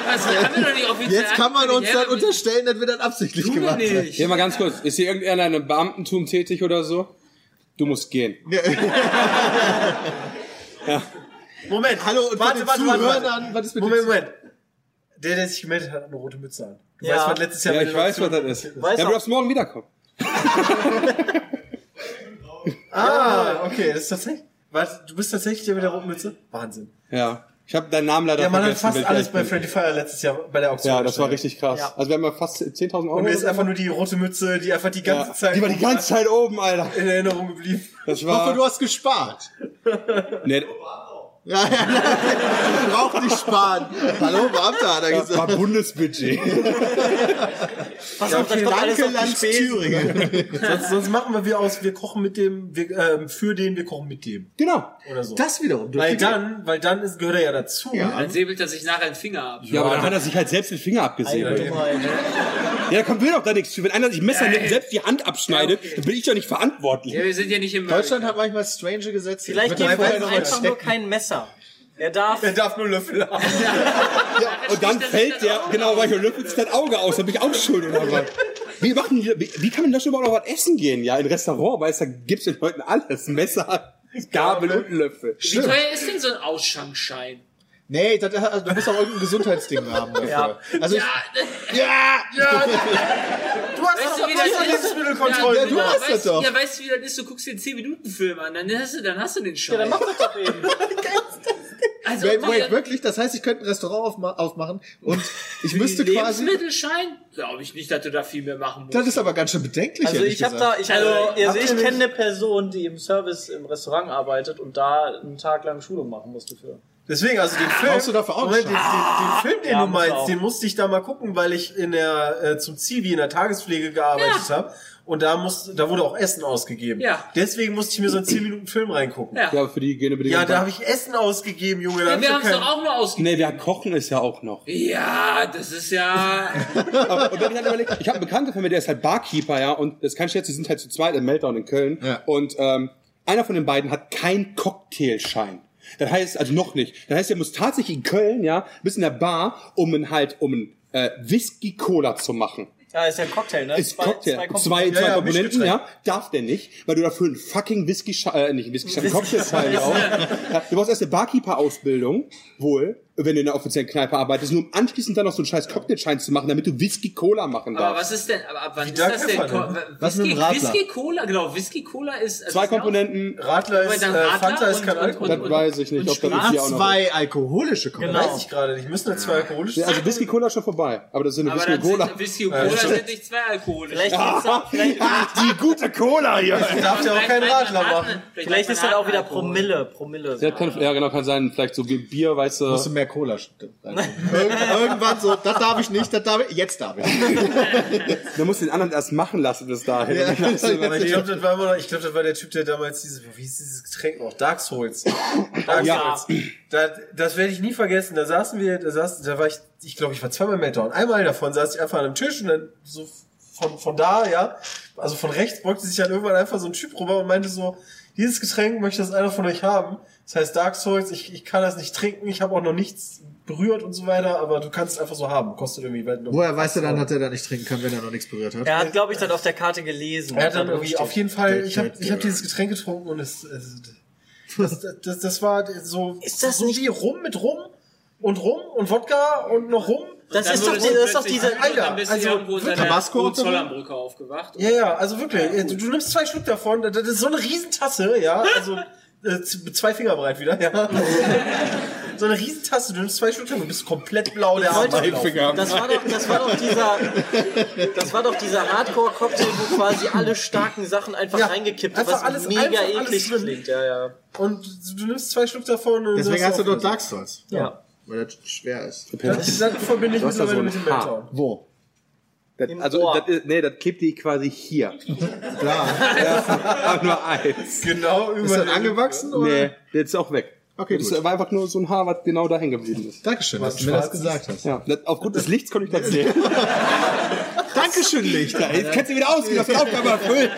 [SPEAKER 4] hast.
[SPEAKER 5] was haben wir doch nicht offiziell?
[SPEAKER 4] Jetzt kann man uns
[SPEAKER 5] angekündigt?
[SPEAKER 4] dann
[SPEAKER 5] Hä, wir-
[SPEAKER 4] unterstellen, dass wir das absichtlich
[SPEAKER 5] Tun wir
[SPEAKER 4] gemacht haben.
[SPEAKER 5] nicht.
[SPEAKER 8] Hier mal ganz kurz, ist hier irgendeiner in einem Beamtentum tätig oder so? Du musst gehen.
[SPEAKER 6] Moment,
[SPEAKER 4] Hallo, und
[SPEAKER 6] warte,
[SPEAKER 4] von den
[SPEAKER 6] warte, warte, warte.
[SPEAKER 4] Zuhörern, was ist mit
[SPEAKER 6] Moment,
[SPEAKER 4] den
[SPEAKER 6] Moment. Der, der sich gemeldet hat, hat eine rote Mütze an. Du
[SPEAKER 3] Ja.
[SPEAKER 6] weißt, was letztes Jahr
[SPEAKER 8] Ja,
[SPEAKER 6] mit
[SPEAKER 8] ich
[SPEAKER 6] der
[SPEAKER 8] weiß, was
[SPEAKER 6] Aktion-
[SPEAKER 8] das ist.
[SPEAKER 3] Weiß
[SPEAKER 8] ja,
[SPEAKER 3] auch.
[SPEAKER 8] du darfst morgen wiederkommen.
[SPEAKER 6] Ah, okay, das ist tatsächlich. Warte, du bist tatsächlich der mit der roten Mütze? Wahnsinn.
[SPEAKER 8] Ja. Ich habe deinen Namen leider
[SPEAKER 6] Ja, man hat
[SPEAKER 8] vergessen.
[SPEAKER 6] fast
[SPEAKER 8] welcher
[SPEAKER 6] alles
[SPEAKER 8] ich
[SPEAKER 6] bei
[SPEAKER 8] bin.
[SPEAKER 6] Freddy Fire letztes Jahr bei der Auktion.
[SPEAKER 8] Ja, das war
[SPEAKER 6] bestellt.
[SPEAKER 8] richtig krass.
[SPEAKER 3] Ja.
[SPEAKER 8] Also wir haben ja fast 10.000 Euro.
[SPEAKER 6] Und mir ist
[SPEAKER 8] oder so.
[SPEAKER 6] einfach nur die rote Mütze, die einfach die ganze
[SPEAKER 8] ja.
[SPEAKER 6] Zeit
[SPEAKER 8] Die war die ganze Zeit oben, Alter.
[SPEAKER 6] in Erinnerung geblieben.
[SPEAKER 8] Das ne,
[SPEAKER 4] Ich hoffe, du
[SPEAKER 8] war.
[SPEAKER 4] hast gespart.
[SPEAKER 8] Nee,
[SPEAKER 4] Ja, ja, ja. Braucht nicht sparen. Hallo, Beamter, hat er
[SPEAKER 8] das war
[SPEAKER 4] gesagt.
[SPEAKER 8] Bundesbudget.
[SPEAKER 3] Pass auf, das kommt alles auf die
[SPEAKER 4] Land
[SPEAKER 3] Spesen.
[SPEAKER 4] Thüringen.
[SPEAKER 6] sonst, sonst machen wir wir aus, wir kochen mit dem, wir, ähm, für den, wir kochen mit dem.
[SPEAKER 8] genau.
[SPEAKER 6] Oder so.
[SPEAKER 4] Das wiederum.
[SPEAKER 6] weil
[SPEAKER 4] dürfte-
[SPEAKER 6] dann, weil dann ist, gehört er ja dazu.
[SPEAKER 4] Ja.
[SPEAKER 5] Dann säbelt er sich nachher den Finger ab.
[SPEAKER 8] Ja, aber dann hat er sich halt selbst den Finger abgesäbelt.
[SPEAKER 6] Alter,
[SPEAKER 8] Ja, da kommt mir doch da nichts zu. Wenn einer sich ein Messer nimmt und selbst die Hand abschneidet, dann bin ich doch nicht verantwortlich.
[SPEAKER 5] Ja, wir sind ja nicht im
[SPEAKER 4] Deutschland hat manchmal strange Gesetze.
[SPEAKER 3] Vielleicht
[SPEAKER 4] Mit
[SPEAKER 3] geben
[SPEAKER 4] dabei
[SPEAKER 3] wir ihm
[SPEAKER 4] noch mal
[SPEAKER 3] einfach nur kein Messer. Er darf.
[SPEAKER 6] Er darf nur Löffel haben.
[SPEAKER 8] und dann
[SPEAKER 5] das
[SPEAKER 8] fällt
[SPEAKER 5] ist
[SPEAKER 8] der,
[SPEAKER 5] das Auge
[SPEAKER 8] genau, weil ich löffelt dein Auge aus, dann bin ich auch schuld oder was. Wie, machen die, wie, wie kann man in Deutschland überhaupt noch was essen gehen? Ja, in Restaurant, weißt du, da gibt's den Leuten alles. Messer, Gabel und Löffel.
[SPEAKER 5] Wie teuer ist denn so ein Ausschankschein?
[SPEAKER 4] Nee, das, also, du musst auch irgendein Gesundheitsding haben dafür.
[SPEAKER 3] Ja.
[SPEAKER 4] Also ich, ja,
[SPEAKER 6] Du hast
[SPEAKER 5] Weißt du,
[SPEAKER 6] doch
[SPEAKER 5] wie das
[SPEAKER 6] eine
[SPEAKER 5] ist?
[SPEAKER 6] Lebensmittelkontrolle.
[SPEAKER 4] Ja, ja, du
[SPEAKER 5] genau,
[SPEAKER 4] hast das
[SPEAKER 5] weißt,
[SPEAKER 4] doch.
[SPEAKER 5] Ja, weißt du, wie das ist? Du guckst dir einen 10-Minuten-Film an, dann hast du, dann hast du den Schein.
[SPEAKER 3] Mach das doch eben.
[SPEAKER 5] also,
[SPEAKER 4] wait,
[SPEAKER 5] ob die-
[SPEAKER 4] wait, wirklich? Das heißt, ich könnte ein Restaurant aufma aufmachen und ich
[SPEAKER 5] die
[SPEAKER 4] müsste quasi.
[SPEAKER 5] Lebensmittelschein? Glaube ich nicht, dass du da viel mehr machen musst.
[SPEAKER 4] Das ist aber ganz schön bedenklich.
[SPEAKER 3] Also
[SPEAKER 4] ehrlich
[SPEAKER 3] ich habe da,
[SPEAKER 4] gesagt.
[SPEAKER 3] ich, also,
[SPEAKER 6] habt
[SPEAKER 3] also
[SPEAKER 6] ihr
[SPEAKER 3] ich
[SPEAKER 6] nicht-
[SPEAKER 3] kenne eine Person, die im Service im Restaurant arbeitet und da einen Tag lang Schulung machen musste für.
[SPEAKER 6] Deswegen, also den Film,
[SPEAKER 4] Brauchst du dafür auch
[SPEAKER 6] Moment, den,
[SPEAKER 4] einen
[SPEAKER 6] den, den Film, den
[SPEAKER 3] Ja,
[SPEAKER 6] du
[SPEAKER 3] muss
[SPEAKER 6] meinst,
[SPEAKER 3] auch.
[SPEAKER 6] den musste ich da mal gucken, weil ich in der äh, zum Zivi in der Tagespflege gearbeitet hab habe und da musste, da wurde auch Essen ausgegeben.
[SPEAKER 5] Ja.
[SPEAKER 6] Deswegen musste ich mir so einen 10 Minuten Film reingucken.
[SPEAKER 5] Ja.
[SPEAKER 8] Ja, für die Hygienebedingungen.
[SPEAKER 6] Ja, da habe ich Essen ausgegeben, Junge.
[SPEAKER 5] Ja,
[SPEAKER 6] Da hab
[SPEAKER 5] wir
[SPEAKER 6] ich doch
[SPEAKER 5] haben es
[SPEAKER 6] keinen-
[SPEAKER 5] doch auch nur ausgegeben.
[SPEAKER 8] Nee, wir kochen es ja auch noch.
[SPEAKER 5] Ja, das ist ja.
[SPEAKER 8] Aber, und dann hab ich halt überlegt, ich habe einen Bekannten von mir, der ist halt Barkeeper, ja, und das kann ich jetzt, die sind halt zu zweit im Meltdown in Köln.
[SPEAKER 4] Ja.
[SPEAKER 8] Und ähm, einer von den beiden hat keinen Cocktailschein. Das heißt, also noch nicht. Das heißt, er muss tatsächlich in Köln, ja, bis in der Bar, um einen halt, um einen äh, Whisky-Cola zu machen.
[SPEAKER 3] Ja, ist ja ein Cocktail, ne?
[SPEAKER 8] Ist Cocktail. Zwei,
[SPEAKER 3] Komponenten.
[SPEAKER 8] zwei,
[SPEAKER 6] ja,
[SPEAKER 8] Komponenten,
[SPEAKER 6] Mischgetränk.
[SPEAKER 8] ja. Darf der nicht, weil du dafür einen fucking Whisky, äh, nicht Whisky, einen Cocktailschein brauchst. Ja, du brauchst erst eine Barkeeper-Ausbildung, wohl, wenn du in der offiziellen Kneipe arbeitest, nur um anschließend dann noch so einen scheiß Cocktailschein zu machen, damit du Whisky-Cola machen
[SPEAKER 5] Aber
[SPEAKER 8] darfst.
[SPEAKER 5] was ist denn? Aber ab wann ist
[SPEAKER 6] Dark
[SPEAKER 5] das denn?
[SPEAKER 6] Pepper,
[SPEAKER 5] Ko-
[SPEAKER 4] Was mit dem
[SPEAKER 5] Whisky,
[SPEAKER 4] Radler?
[SPEAKER 5] Whisky Cola, genau. Whisky Cola ist. also
[SPEAKER 8] Zwei
[SPEAKER 5] ist ja auch-
[SPEAKER 8] Komponenten,
[SPEAKER 6] Radler ist,
[SPEAKER 5] Dann
[SPEAKER 6] äh,
[SPEAKER 5] Radler
[SPEAKER 6] Fanta ist
[SPEAKER 5] und-
[SPEAKER 6] kein
[SPEAKER 5] und-
[SPEAKER 6] Alkohol.
[SPEAKER 5] und-
[SPEAKER 8] das weiß ich nicht, ob das
[SPEAKER 5] Schnaps
[SPEAKER 8] hier
[SPEAKER 4] Ah,
[SPEAKER 8] auch noch...
[SPEAKER 4] zwei alkoholische Komponenten.
[SPEAKER 6] Weiß ich gerade nicht. Müssen das zwei alkoholische
[SPEAKER 8] Ja,
[SPEAKER 6] sein?
[SPEAKER 8] also Whisky-Cola ist schon vorbei, aber das ist eine
[SPEAKER 5] Aber dann
[SPEAKER 8] Whisky-Cola.
[SPEAKER 5] sind Whisky und Cola sind nicht zwei Alkohole.
[SPEAKER 3] Vielleicht, ist da, vielleicht,
[SPEAKER 8] Die gute Cola hier!
[SPEAKER 6] Darf ja auch keinen Radler machen.
[SPEAKER 3] vielleicht ist dann auch wieder Promille. Promille.
[SPEAKER 8] Ja, kann, ja, genau, kann sein, vielleicht so Bier, weißt
[SPEAKER 4] Musst du
[SPEAKER 8] du...
[SPEAKER 4] mehr Cola schütten. Irgend, irgendwann so, das darf ich nicht, das darf ich, jetzt darf ich.
[SPEAKER 8] Du musst den anderen erst machen lassen bis dahin.
[SPEAKER 4] Ja.
[SPEAKER 8] Und dann hast du-
[SPEAKER 6] Aber ich glaube, das, war immer noch- ich glaub, das war der Typ, der damals dieses, wie hieß dieses Getränk noch? Dark Souls. Dark
[SPEAKER 8] Ja.
[SPEAKER 6] Souls. Da, das werde ich nie vergessen. Da saßen wir, da saßen, da war ich, ich glaube, ich war zweimal im Meltdown. Einmal davon saß ich einfach an einem Tisch und dann so von, von da, ja, also von rechts beugte sich dann irgendwann einfach so ein Typ rüber und meinte so, dieses Getränk möchte das einer von euch haben. Das heißt Dark Souls, ich, ich kann das nicht trinken, ich habe auch noch nichts berührt und so weiter, aber du kannst es einfach so haben. Kostet irgendwie weit
[SPEAKER 4] Woher weißt du dann, dass er da nicht trinken kann, wenn er noch nichts berührt hat?
[SPEAKER 3] Er hat, glaube ich, dann auf der Karte gelesen.
[SPEAKER 6] Er hat dann irgendwie
[SPEAKER 3] Steht.
[SPEAKER 6] auf jeden Fall, ich habe
[SPEAKER 4] Geld,
[SPEAKER 6] ich hab
[SPEAKER 4] ja.
[SPEAKER 6] dieses Getränk getrunken und es, es das, das, das war so,
[SPEAKER 3] Ist das
[SPEAKER 6] so
[SPEAKER 3] nicht-
[SPEAKER 6] wie Rum mit Rum und Rum und Wodka und noch Rum.
[SPEAKER 3] Das ist doch, das ist doch diese.
[SPEAKER 6] Alter,
[SPEAKER 5] Dann bist du
[SPEAKER 6] also,
[SPEAKER 5] irgendwo in
[SPEAKER 4] Tabasco
[SPEAKER 5] der
[SPEAKER 4] und so?
[SPEAKER 5] Zollernbrücke aufgewacht.
[SPEAKER 6] Ja, ja, also wirklich, du, du nimmst zwei Schluck davon, das das ist so eine Riesentasse, ja, also äh, z- zwei Finger breit wieder, ja. so eine Riesentasse, du nimmst zwei Schluck davon, du bist komplett blau, der Arm
[SPEAKER 3] Leute,
[SPEAKER 6] war blau.
[SPEAKER 3] Das war doch, das war doch dieser, das war doch dieser Hardcore-Cocktail, wo quasi alle starken Sachen einfach
[SPEAKER 6] Ja,
[SPEAKER 3] reingekippt
[SPEAKER 6] einfach
[SPEAKER 3] was
[SPEAKER 6] alles-
[SPEAKER 3] mega
[SPEAKER 6] einfach alles
[SPEAKER 3] eklig
[SPEAKER 6] drin.
[SPEAKER 3] klingt. Ja, ja.
[SPEAKER 6] Und du nimmst zwei Schluck davon und
[SPEAKER 4] Deswegen
[SPEAKER 6] sagst
[SPEAKER 4] hast du dort
[SPEAKER 6] aufgelöst.
[SPEAKER 4] Dark Souls.
[SPEAKER 3] ja.
[SPEAKER 4] Weil das schwer ist.
[SPEAKER 6] Das, das verbinde ich
[SPEAKER 8] Du hast da
[SPEAKER 6] mittlerweile
[SPEAKER 8] so ein
[SPEAKER 6] mit dem
[SPEAKER 8] Haar.
[SPEAKER 6] Meltdown.
[SPEAKER 4] Wo?
[SPEAKER 8] Das,
[SPEAKER 3] Im
[SPEAKER 8] also,
[SPEAKER 3] Ohr.
[SPEAKER 8] das, ist- nee, das kippt die quasi hier.
[SPEAKER 4] Da.
[SPEAKER 8] Aber nur eins.
[SPEAKER 6] Genau, über
[SPEAKER 4] Ist das
[SPEAKER 6] den-
[SPEAKER 4] angewachsen? Oder?
[SPEAKER 8] Nee, der ist auch weg.
[SPEAKER 4] Okay,
[SPEAKER 8] Genau. das
[SPEAKER 4] gut.
[SPEAKER 8] war einfach nur so ein Haar, was genau da hängen geblieben ist.
[SPEAKER 4] Dankeschön, dass du mir das gesagt hast.
[SPEAKER 8] Ja, das, aufgrund des Lichts konnte ich das sehen. Dankeschön, Licht. Ja, Jetzt kennst du wieder aus, wie das Aufgabe erfüllt.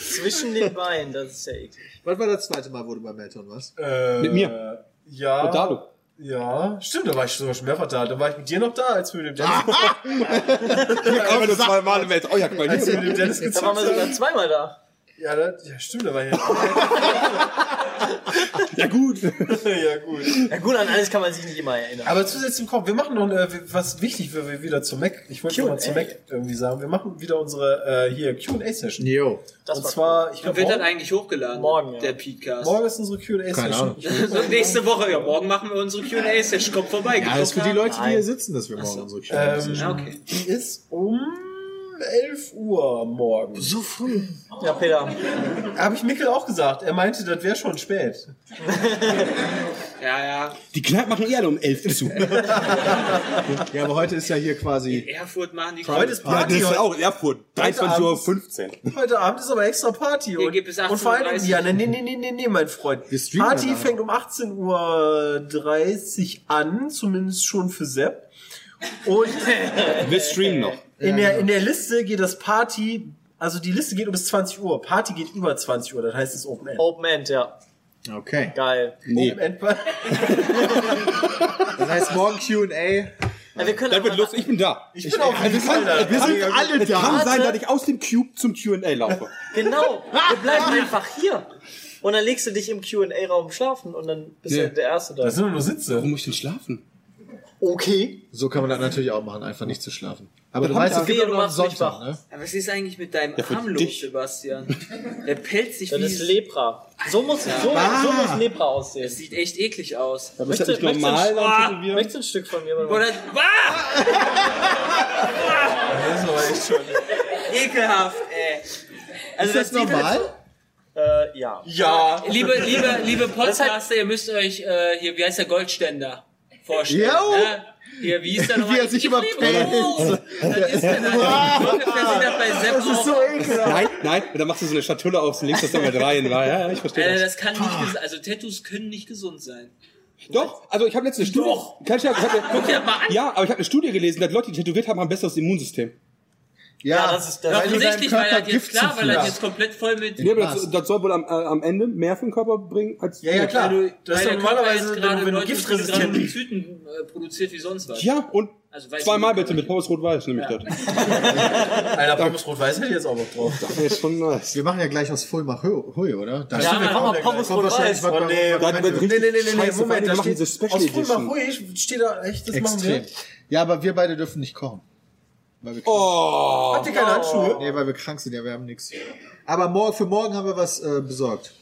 [SPEAKER 3] Zwischen den Beinen, das ist ja eklig.
[SPEAKER 4] Wann war das zweite Mal, wo du bei Melton warst?
[SPEAKER 6] Äh,
[SPEAKER 8] Mit mir.
[SPEAKER 6] Ja.
[SPEAKER 8] Und Dalu.
[SPEAKER 6] Ja, stimmt, da war ich sogar schon mehrfach da. Da war ich mit dir noch da, als wir mit dem Dennis,
[SPEAKER 8] Aber nur zwei Mal im Welt. Oh ja, guck mal
[SPEAKER 6] als wir
[SPEAKER 8] hier.
[SPEAKER 6] mit dem Dennis
[SPEAKER 3] Da waren
[SPEAKER 6] gezockt
[SPEAKER 3] wir sogar
[SPEAKER 6] haben.
[SPEAKER 3] zweimal da.
[SPEAKER 6] Ja, da, ja, stimmt, da war ich ja.
[SPEAKER 8] Ja, gut.
[SPEAKER 6] ja, gut.
[SPEAKER 3] Ja gut, an alles kann man sich nicht immer erinnern.
[SPEAKER 6] Aber zusätzlich zum Kopf, wir machen noch äh, was wichtig, wenn wir wieder zu Mac. Ich wollte noch mal zu
[SPEAKER 3] Q&A.
[SPEAKER 6] Mac irgendwie sagen. Wir machen wieder unsere äh, hier QA-Session.
[SPEAKER 4] Jo.
[SPEAKER 3] Das
[SPEAKER 6] Und
[SPEAKER 3] war
[SPEAKER 6] zwar, ich
[SPEAKER 5] Und
[SPEAKER 6] glaube,
[SPEAKER 5] wird dann
[SPEAKER 6] morgen,
[SPEAKER 5] eigentlich hochgeladen?
[SPEAKER 3] Morgen, ja.
[SPEAKER 5] Der Podcast.
[SPEAKER 6] morgen ist unsere
[SPEAKER 4] Keine
[SPEAKER 6] QA-Session.
[SPEAKER 4] Ahnung.
[SPEAKER 6] Ich-
[SPEAKER 5] Und nächste Woche, ja, morgen machen wir unsere QA-Session. Kommt vorbei.
[SPEAKER 4] Ja, das ist für die Leute, die
[SPEAKER 3] Nein.
[SPEAKER 4] hier sitzen, dass wir morgen unsere Kinder
[SPEAKER 6] Ähm,
[SPEAKER 5] Ja, okay.
[SPEAKER 6] Die ist um 11 Uhr morgen. So früh.
[SPEAKER 3] cool. Ja, Peter.
[SPEAKER 6] Habe ich Mikkel auch gesagt. Er meinte, das wäre schon spät.
[SPEAKER 5] Ja, ja.
[SPEAKER 8] Die Kneipen machen eh alle um elf zu.
[SPEAKER 4] Ja, aber heute ist ja hier quasi.
[SPEAKER 5] Erfurt machen die
[SPEAKER 6] Heute ist
[SPEAKER 8] Oh, Ja, das
[SPEAKER 6] Party.
[SPEAKER 8] ist
[SPEAKER 6] heute.
[SPEAKER 8] auch in Erfurt. 23.15 Uhr.
[SPEAKER 6] Heute Abend ist aber extra Party.
[SPEAKER 5] Hier
[SPEAKER 6] und,
[SPEAKER 5] gibt es
[SPEAKER 6] und vor allem,
[SPEAKER 5] 18.30
[SPEAKER 6] ja, nee, nee, nee, nee, nee, mein Freund.
[SPEAKER 4] Wir streamen
[SPEAKER 6] Party
[SPEAKER 4] danach.
[SPEAKER 6] fängt um 18.30 Uhr an, zumindest schon für Sepp. Und
[SPEAKER 8] Wir streamen noch.
[SPEAKER 6] in, der, in der Liste geht das Party, also die Liste geht um bis 20 Uhr. Party geht über 20 Uhr, das heißt es ist Open End.
[SPEAKER 4] Oh,
[SPEAKER 3] Open End, ja.
[SPEAKER 4] Okay.
[SPEAKER 3] Geil.
[SPEAKER 8] Nee.
[SPEAKER 6] Open End war-
[SPEAKER 4] Das heißt morgen QA.
[SPEAKER 3] Ja, wir können
[SPEAKER 8] Dann wird
[SPEAKER 3] einfach-
[SPEAKER 8] lustig, ich bin da.
[SPEAKER 6] Ich bin auf jeden Fall da.
[SPEAKER 4] Wir sind alle
[SPEAKER 8] Es kann
[SPEAKER 4] da.
[SPEAKER 8] sein, dass ich aus dem Cube zum Q&A laufe.
[SPEAKER 3] Genau, wir bleiben einfach hier. Und dann legst du dich im Q&A-Raum schlafen und dann bist
[SPEAKER 8] Nee.
[SPEAKER 3] du der Erste da.
[SPEAKER 6] Das sind nur Sitze.
[SPEAKER 8] Wo muss ich denn schlafen?
[SPEAKER 4] Okay. So kann man das natürlich auch machen, einfach nicht zu schlafen. Aber du
[SPEAKER 8] haben
[SPEAKER 4] weißt,
[SPEAKER 8] wir-
[SPEAKER 4] es gibt
[SPEAKER 3] Wehe,
[SPEAKER 4] auch
[SPEAKER 3] du
[SPEAKER 4] noch einen
[SPEAKER 3] machst mich
[SPEAKER 4] Sonntag,
[SPEAKER 3] wach.
[SPEAKER 4] ne?
[SPEAKER 5] Aber was ist eigentlich mit deinem
[SPEAKER 8] für
[SPEAKER 5] Arm los,
[SPEAKER 8] dich.
[SPEAKER 5] Sebastian? Der pellt sich
[SPEAKER 3] Das
[SPEAKER 5] wie...
[SPEAKER 3] ist Lepra. So muss, so,
[SPEAKER 8] Ah.
[SPEAKER 3] so muss Lepra aussehen.
[SPEAKER 5] das sieht echt eklig aus.
[SPEAKER 8] Ist das
[SPEAKER 3] Möchtest-
[SPEAKER 8] nicht normal?
[SPEAKER 5] Ah!
[SPEAKER 8] Dann titeln wir-
[SPEAKER 3] Möchtest du ein Stück von mir? Warte mal.
[SPEAKER 5] Oder... Ah!
[SPEAKER 6] Das ist aber echt schon.
[SPEAKER 5] Ekelhaft, ey. Also
[SPEAKER 4] Ist das
[SPEAKER 5] sieht halt-
[SPEAKER 4] normal?
[SPEAKER 3] Äh, ja.
[SPEAKER 6] Ja.
[SPEAKER 5] Liebe, liebe, liebe
[SPEAKER 3] Das ist halt-
[SPEAKER 5] Podcaster, ihr müsst euch äh, hier, wie heißt der Goldständer? vorstellen.
[SPEAKER 4] Jo.
[SPEAKER 5] Ne? Hier, wie ist der nochmal?
[SPEAKER 4] Wie er sich
[SPEAKER 5] Ich
[SPEAKER 4] immer
[SPEAKER 5] liebe
[SPEAKER 4] pellt.
[SPEAKER 5] Rot. Dann ist der dann ungefähr sind das bei Sepp
[SPEAKER 4] Das ist
[SPEAKER 5] auch.
[SPEAKER 4] so ekelhaft.
[SPEAKER 8] Nein, nein, und dann machst du so eine Schatulle auf und legst das dann mit rein. War, ja, ich verstehe
[SPEAKER 5] Äh,
[SPEAKER 8] das.
[SPEAKER 5] das kann nicht, ges- also Tattoos können nicht gesund sein.
[SPEAKER 8] Doch, also ich habe letzte Studie.
[SPEAKER 5] Doch.
[SPEAKER 8] Kann ich ja, ich hab,
[SPEAKER 5] Guck dir das mal an.
[SPEAKER 8] ja, aber ich habe eine Studie gelesen, dass Leute, die tätowiert haben, haben ein besseres Immunsystem.
[SPEAKER 4] Ja,
[SPEAKER 3] das ist- das-
[SPEAKER 4] weil du deinem
[SPEAKER 5] Offensichtlich, weil
[SPEAKER 4] Körper
[SPEAKER 5] das jetzt
[SPEAKER 4] Gift
[SPEAKER 5] klar, weil das
[SPEAKER 4] zuführst.
[SPEAKER 5] jetzt komplett voll mit
[SPEAKER 8] Nee, aber das, das soll wohl am, äh, am Ende mehr für den Körper bringen als.
[SPEAKER 6] Ja, ja, klar. Das ist
[SPEAKER 5] weil
[SPEAKER 6] doch
[SPEAKER 5] der Körper jetzt
[SPEAKER 6] normalerweise, wenn,
[SPEAKER 5] gerade
[SPEAKER 6] du- wenn du
[SPEAKER 5] 90 Gramm
[SPEAKER 6] giftresistent bist.
[SPEAKER 5] Granulozyten äh, produziert wie sonst was.
[SPEAKER 8] Ja, und
[SPEAKER 5] Also weiß
[SPEAKER 8] zweimal
[SPEAKER 5] ich nicht,
[SPEAKER 8] bitte mit Pommes Rot-Weiß, nehme ich
[SPEAKER 5] Ja.
[SPEAKER 8] das.
[SPEAKER 6] Alter, Pommes Rot-Weiß hätte ich jetzt auch noch drauf.
[SPEAKER 8] Das ist schon nice.
[SPEAKER 4] Wir machen ja gleich aus Fulmach Hö- Höhe, oder? Da
[SPEAKER 3] Ja, wir machen mal Pommes
[SPEAKER 4] kommt
[SPEAKER 3] rot-weiß.
[SPEAKER 4] wahrscheinlich was
[SPEAKER 6] Oh, nee,
[SPEAKER 4] was-
[SPEAKER 8] Dann wird
[SPEAKER 4] was-
[SPEAKER 8] richtig scheiße, vor allem
[SPEAKER 6] Moment, da
[SPEAKER 8] machen
[SPEAKER 6] steht,
[SPEAKER 8] sie
[SPEAKER 6] aus
[SPEAKER 8] Special
[SPEAKER 6] Fulmar
[SPEAKER 8] Edition.
[SPEAKER 6] ruhig steht da echt, das machen wir.
[SPEAKER 4] extrem. Ja, aber wir beide dürfen nicht kochen. Weil wir,
[SPEAKER 8] Oh,
[SPEAKER 6] Habt ihr keine Handschuhe?
[SPEAKER 4] Nee, weil wir krank sind, ja, wir haben nichts. Aber morgen, für morgen haben wir was äh, besorgt.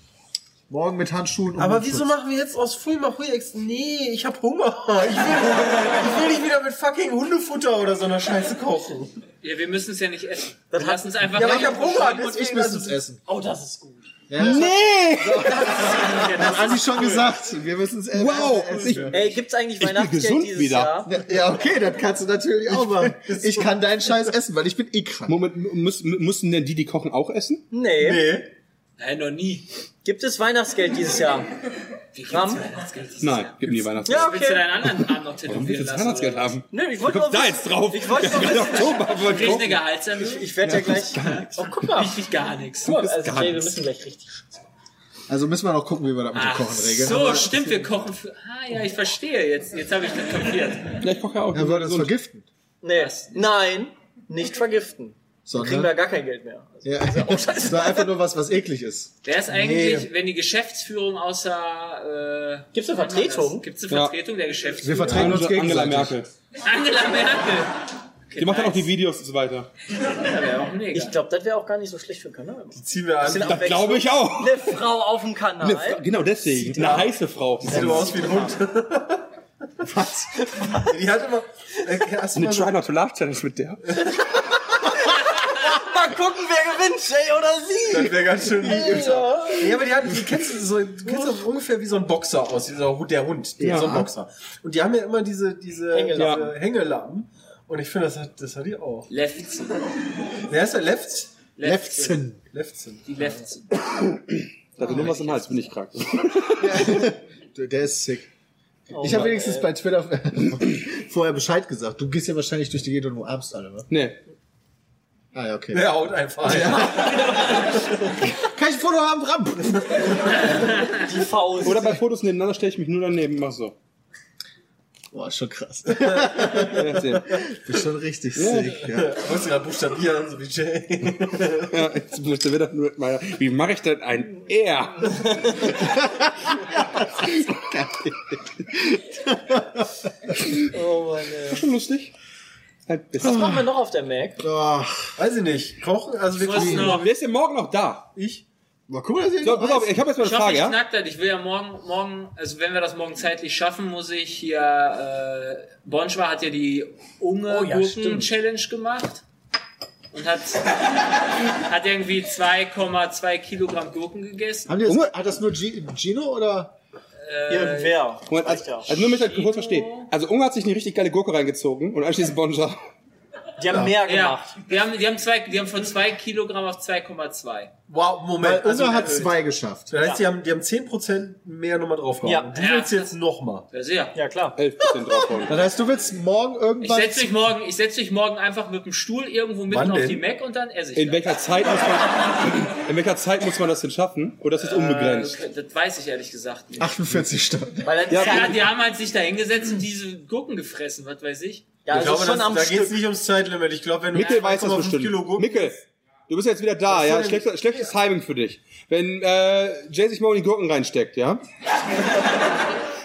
[SPEAKER 4] Morgen mit Handschuhen und
[SPEAKER 6] Aber
[SPEAKER 4] Mundschutz.
[SPEAKER 6] wieso machen wir jetzt aus Fulmar ruhig Ex? Nee, ich hab Hunger. Ich will, ich will nicht wieder mit fucking Hundefutter oder so einer Scheiße kochen.
[SPEAKER 5] Ja, wir müssen es ja nicht essen. Wir lassen es einfach
[SPEAKER 6] Ja, aber
[SPEAKER 5] rein
[SPEAKER 6] ich hab
[SPEAKER 5] und
[SPEAKER 6] Hunger,
[SPEAKER 5] verschieben und
[SPEAKER 6] deswegen also
[SPEAKER 5] essen.
[SPEAKER 4] müssen es essen?
[SPEAKER 3] Oh, das ist gut.
[SPEAKER 4] Ja, das nee! Das hat Andi schon gesagt. Wir müssen es essen.
[SPEAKER 8] Wow.
[SPEAKER 4] essen.
[SPEAKER 8] Oh, Ich-
[SPEAKER 3] Ey, gibt's eigentlich
[SPEAKER 8] bin
[SPEAKER 3] Weihnachtsgeld
[SPEAKER 8] gesund
[SPEAKER 3] dieses
[SPEAKER 8] wieder.
[SPEAKER 3] Jahr?
[SPEAKER 4] Ja, okay, das kannst du natürlich auch machen. Ich kann deinen Scheiß essen, weil ich bin eh krank.
[SPEAKER 8] Moment, müssen, müssen denn die, die kochen, auch essen?
[SPEAKER 3] Nee.
[SPEAKER 6] Nee.
[SPEAKER 5] Nein, noch nie.
[SPEAKER 3] Gibt es Weihnachtsgeld dieses Jahr?
[SPEAKER 5] Wie gibt's
[SPEAKER 3] Ram?
[SPEAKER 5] Weihnachtsgeld? Das ist-
[SPEAKER 8] Nein, gib mir Weihnachten.
[SPEAKER 3] Ja,
[SPEAKER 5] Willst du
[SPEAKER 3] okay.
[SPEAKER 5] deinen anderen Arm noch
[SPEAKER 8] Warum willst
[SPEAKER 5] tätowieren
[SPEAKER 8] du das
[SPEAKER 5] lassen?
[SPEAKER 8] Weihnachtsgeld haben?
[SPEAKER 3] Nö, ich wollte
[SPEAKER 8] Kommst
[SPEAKER 3] nur
[SPEAKER 8] da
[SPEAKER 3] wissen-
[SPEAKER 8] jetzt drauf?
[SPEAKER 3] Ich wollte nur
[SPEAKER 8] Ja,
[SPEAKER 3] wissen.
[SPEAKER 8] Oktober, aber
[SPEAKER 5] Krieg ich eine
[SPEAKER 8] kochen.
[SPEAKER 5] Gehaltserhöhung?
[SPEAKER 3] Ich werde ja gleich. Oh, guck mal.
[SPEAKER 5] Richtig gar nichts.
[SPEAKER 3] Guck mal, Also,
[SPEAKER 8] gar
[SPEAKER 3] Jay, wir
[SPEAKER 8] nichts.
[SPEAKER 3] müssen gleich richtig.
[SPEAKER 4] Also müssen wir noch gucken, wie wir das mit dem
[SPEAKER 5] Ach
[SPEAKER 4] Kochen regeln.
[SPEAKER 5] so, stimmt, wir kochen für... Ah ja, ich verstehe jetzt. Jetzt habe ich das kapiert.
[SPEAKER 8] Ja, ich koche ja auch.
[SPEAKER 4] Er würde uns vergiften.
[SPEAKER 3] Nee.
[SPEAKER 5] Was?
[SPEAKER 3] Nein, nicht vergiften. Dann kriegen wir
[SPEAKER 4] Sondern,
[SPEAKER 3] gar kein Geld mehr. Also,
[SPEAKER 4] ja, das war einfach nur was, was eklig ist.
[SPEAKER 5] Wäre es eigentlich, wenn die Geschäftsführung außer... Äh,
[SPEAKER 3] Gibt's eine Vertretung?
[SPEAKER 5] Gibt es eine Vertretung der Geschäftsführung?
[SPEAKER 4] Wir vertreten uns gegenseitig.
[SPEAKER 8] Angela, Angela Merkel.
[SPEAKER 5] Angela Merkel.
[SPEAKER 8] Die macht dann auch die Videos und so weiter.
[SPEAKER 5] Ja, wäre auch mega.
[SPEAKER 3] Ich glaube, das wäre auch gar nicht so schlecht für den Kanal.
[SPEAKER 6] Ziehen wir an.
[SPEAKER 3] Bisschen
[SPEAKER 6] Sieht
[SPEAKER 8] Das glaube ich auch.
[SPEAKER 3] Eine Frau auf dem
[SPEAKER 8] Eine Fra-
[SPEAKER 3] Kanal.
[SPEAKER 8] genau deswegen. Eine heiße Frau.
[SPEAKER 6] so aus wie ein Hund. Was? Die hat immer. Äh, hast du
[SPEAKER 8] Eine
[SPEAKER 6] mal so,
[SPEAKER 8] Try Not to Laugh Challenge mit der.
[SPEAKER 3] Mal gucken, wer gewinnt, Jay oder sie.
[SPEAKER 6] das wäre ganz schön lieb. Ja, aber die hatten, die kennst du so, du kennst doch ungefähr wie so ein Boxer aus, dieser Hut, der Hund, die, so ein Boxer. Und die haben ja immer diese, diese
[SPEAKER 3] Hängelappen.
[SPEAKER 6] diese Hängelappen. Und ich finde, das hat, das hat die auch.
[SPEAKER 5] Lefzen.
[SPEAKER 6] Wer ist der Left?
[SPEAKER 4] Lefzen.
[SPEAKER 6] Leftzen.
[SPEAKER 5] Die Lefzen.
[SPEAKER 8] Da bin nur was im Hals, bin ich krank.
[SPEAKER 4] Der ist sick.
[SPEAKER 6] Oh
[SPEAKER 4] ich habe wenigstens bei Twitter vorher Bescheid gesagt. Du gehst ja wahrscheinlich durch die Gegend und umarmst alle, ne?
[SPEAKER 8] Nee.
[SPEAKER 4] Ah ja, okay.
[SPEAKER 6] Der haut einfach.
[SPEAKER 4] Kann ich ein Foto haben, Ramp?
[SPEAKER 3] Die Faust.
[SPEAKER 8] Oder bei Fotos nebeneinander stelle ich mich nur daneben, mach so.
[SPEAKER 4] Boah, schon krass.
[SPEAKER 8] Ja, sehen.
[SPEAKER 4] Bist schon richtig sick, ja.
[SPEAKER 6] Ich musste gerade halt buchstabieren, so wie Jay.
[SPEAKER 8] Ja, jetzt musst du wieder nur mit meiner. Wie mache ich denn ein R?
[SPEAKER 3] oh Mann, ey.
[SPEAKER 8] Schon lustig. Halt, Ein
[SPEAKER 5] Ah.
[SPEAKER 3] Was
[SPEAKER 8] bisschen.
[SPEAKER 3] machen wir noch auf der Mac?
[SPEAKER 4] Ach,
[SPEAKER 6] Weiß ich nicht. Kochen? Also wir
[SPEAKER 5] Was
[SPEAKER 6] kochen.
[SPEAKER 5] noch?
[SPEAKER 8] Wer ist denn morgen noch da?
[SPEAKER 6] Ich?
[SPEAKER 4] mal gucken, dass ihr
[SPEAKER 8] So,
[SPEAKER 4] noch
[SPEAKER 8] pass auf,
[SPEAKER 4] weiß.
[SPEAKER 8] ich habe jetzt mal
[SPEAKER 5] Ich
[SPEAKER 8] eine
[SPEAKER 5] hoffe,
[SPEAKER 8] Frage,
[SPEAKER 5] ich
[SPEAKER 8] ja?
[SPEAKER 5] knack das. Ich will ja morgen, morgen, also wenn wir das morgen zeitlich schaffen, muss ich hier, äh, Bonschwa hat ja die
[SPEAKER 3] Oh ja, stimmt.
[SPEAKER 5] Unge-Gurken-Challenge gemacht. Und hat, hat irgendwie 2,2 Kilogramm Gurken gegessen.
[SPEAKER 4] Haben die das, hat das nur G Gino oder?
[SPEAKER 3] Irgendwer.
[SPEAKER 8] Moment, also, also nur damit ich das kurz verstehe. Also Unge hat sich eine richtig geile Gurke reingezogen und anschließend Bonja.
[SPEAKER 3] Die haben mehr
[SPEAKER 5] Ja,
[SPEAKER 3] gemacht.
[SPEAKER 5] die haben, die haben zwei, die haben von 2 Kilogramm auf 2,2.
[SPEAKER 6] Wow,
[SPEAKER 4] Weil
[SPEAKER 6] Moment.
[SPEAKER 4] Unser hat
[SPEAKER 6] äh,
[SPEAKER 4] zwei geschafft.
[SPEAKER 6] Das heißt, die haben, die haben 10% mehr nochmal draufgehauen.
[SPEAKER 3] Ja.
[SPEAKER 6] Ja. Du willst jetzt nochmal.
[SPEAKER 5] Also Ja, sehr.
[SPEAKER 3] Ja, klar.
[SPEAKER 8] 11% draufhauen.
[SPEAKER 4] Das heißt, du willst morgen
[SPEAKER 5] Ich
[SPEAKER 4] irgendwann.
[SPEAKER 5] setze mich morgen, ich setze mich morgen einfach mit dem Stuhl irgendwo mitten
[SPEAKER 6] Wann
[SPEAKER 5] auf
[SPEAKER 6] denn?
[SPEAKER 5] die Mac und dann esse ich
[SPEAKER 8] In
[SPEAKER 5] das.
[SPEAKER 8] welcher Zeit muss man, in welcher Zeit muss man das denn schaffen? Oder ist das unbegrenzt?
[SPEAKER 5] Äh, Das weiß ich ehrlich gesagt nicht.
[SPEAKER 4] 48 Stunden.
[SPEAKER 3] Weil dann
[SPEAKER 5] Ja, die haben halt sich da hingesetzt und diese Gurken gefressen, was weiß ich.
[SPEAKER 3] ja,
[SPEAKER 6] ich
[SPEAKER 3] also
[SPEAKER 6] glaube,
[SPEAKER 3] schon
[SPEAKER 6] das,
[SPEAKER 3] am
[SPEAKER 6] da geht es
[SPEAKER 3] Stück.
[SPEAKER 6] nicht ums Zeitlimit. Ich glaube, wenn du
[SPEAKER 8] Mikkel weiß das
[SPEAKER 6] 2,5
[SPEAKER 8] bestimmt.
[SPEAKER 6] Kilo Gurken-
[SPEAKER 8] Mikkel, du bist jetzt wieder da, ja? Schlechtes, schlechtes Timing für dich. Wenn äh, Jay sich morgen in die Gurken reinsteckt, ja?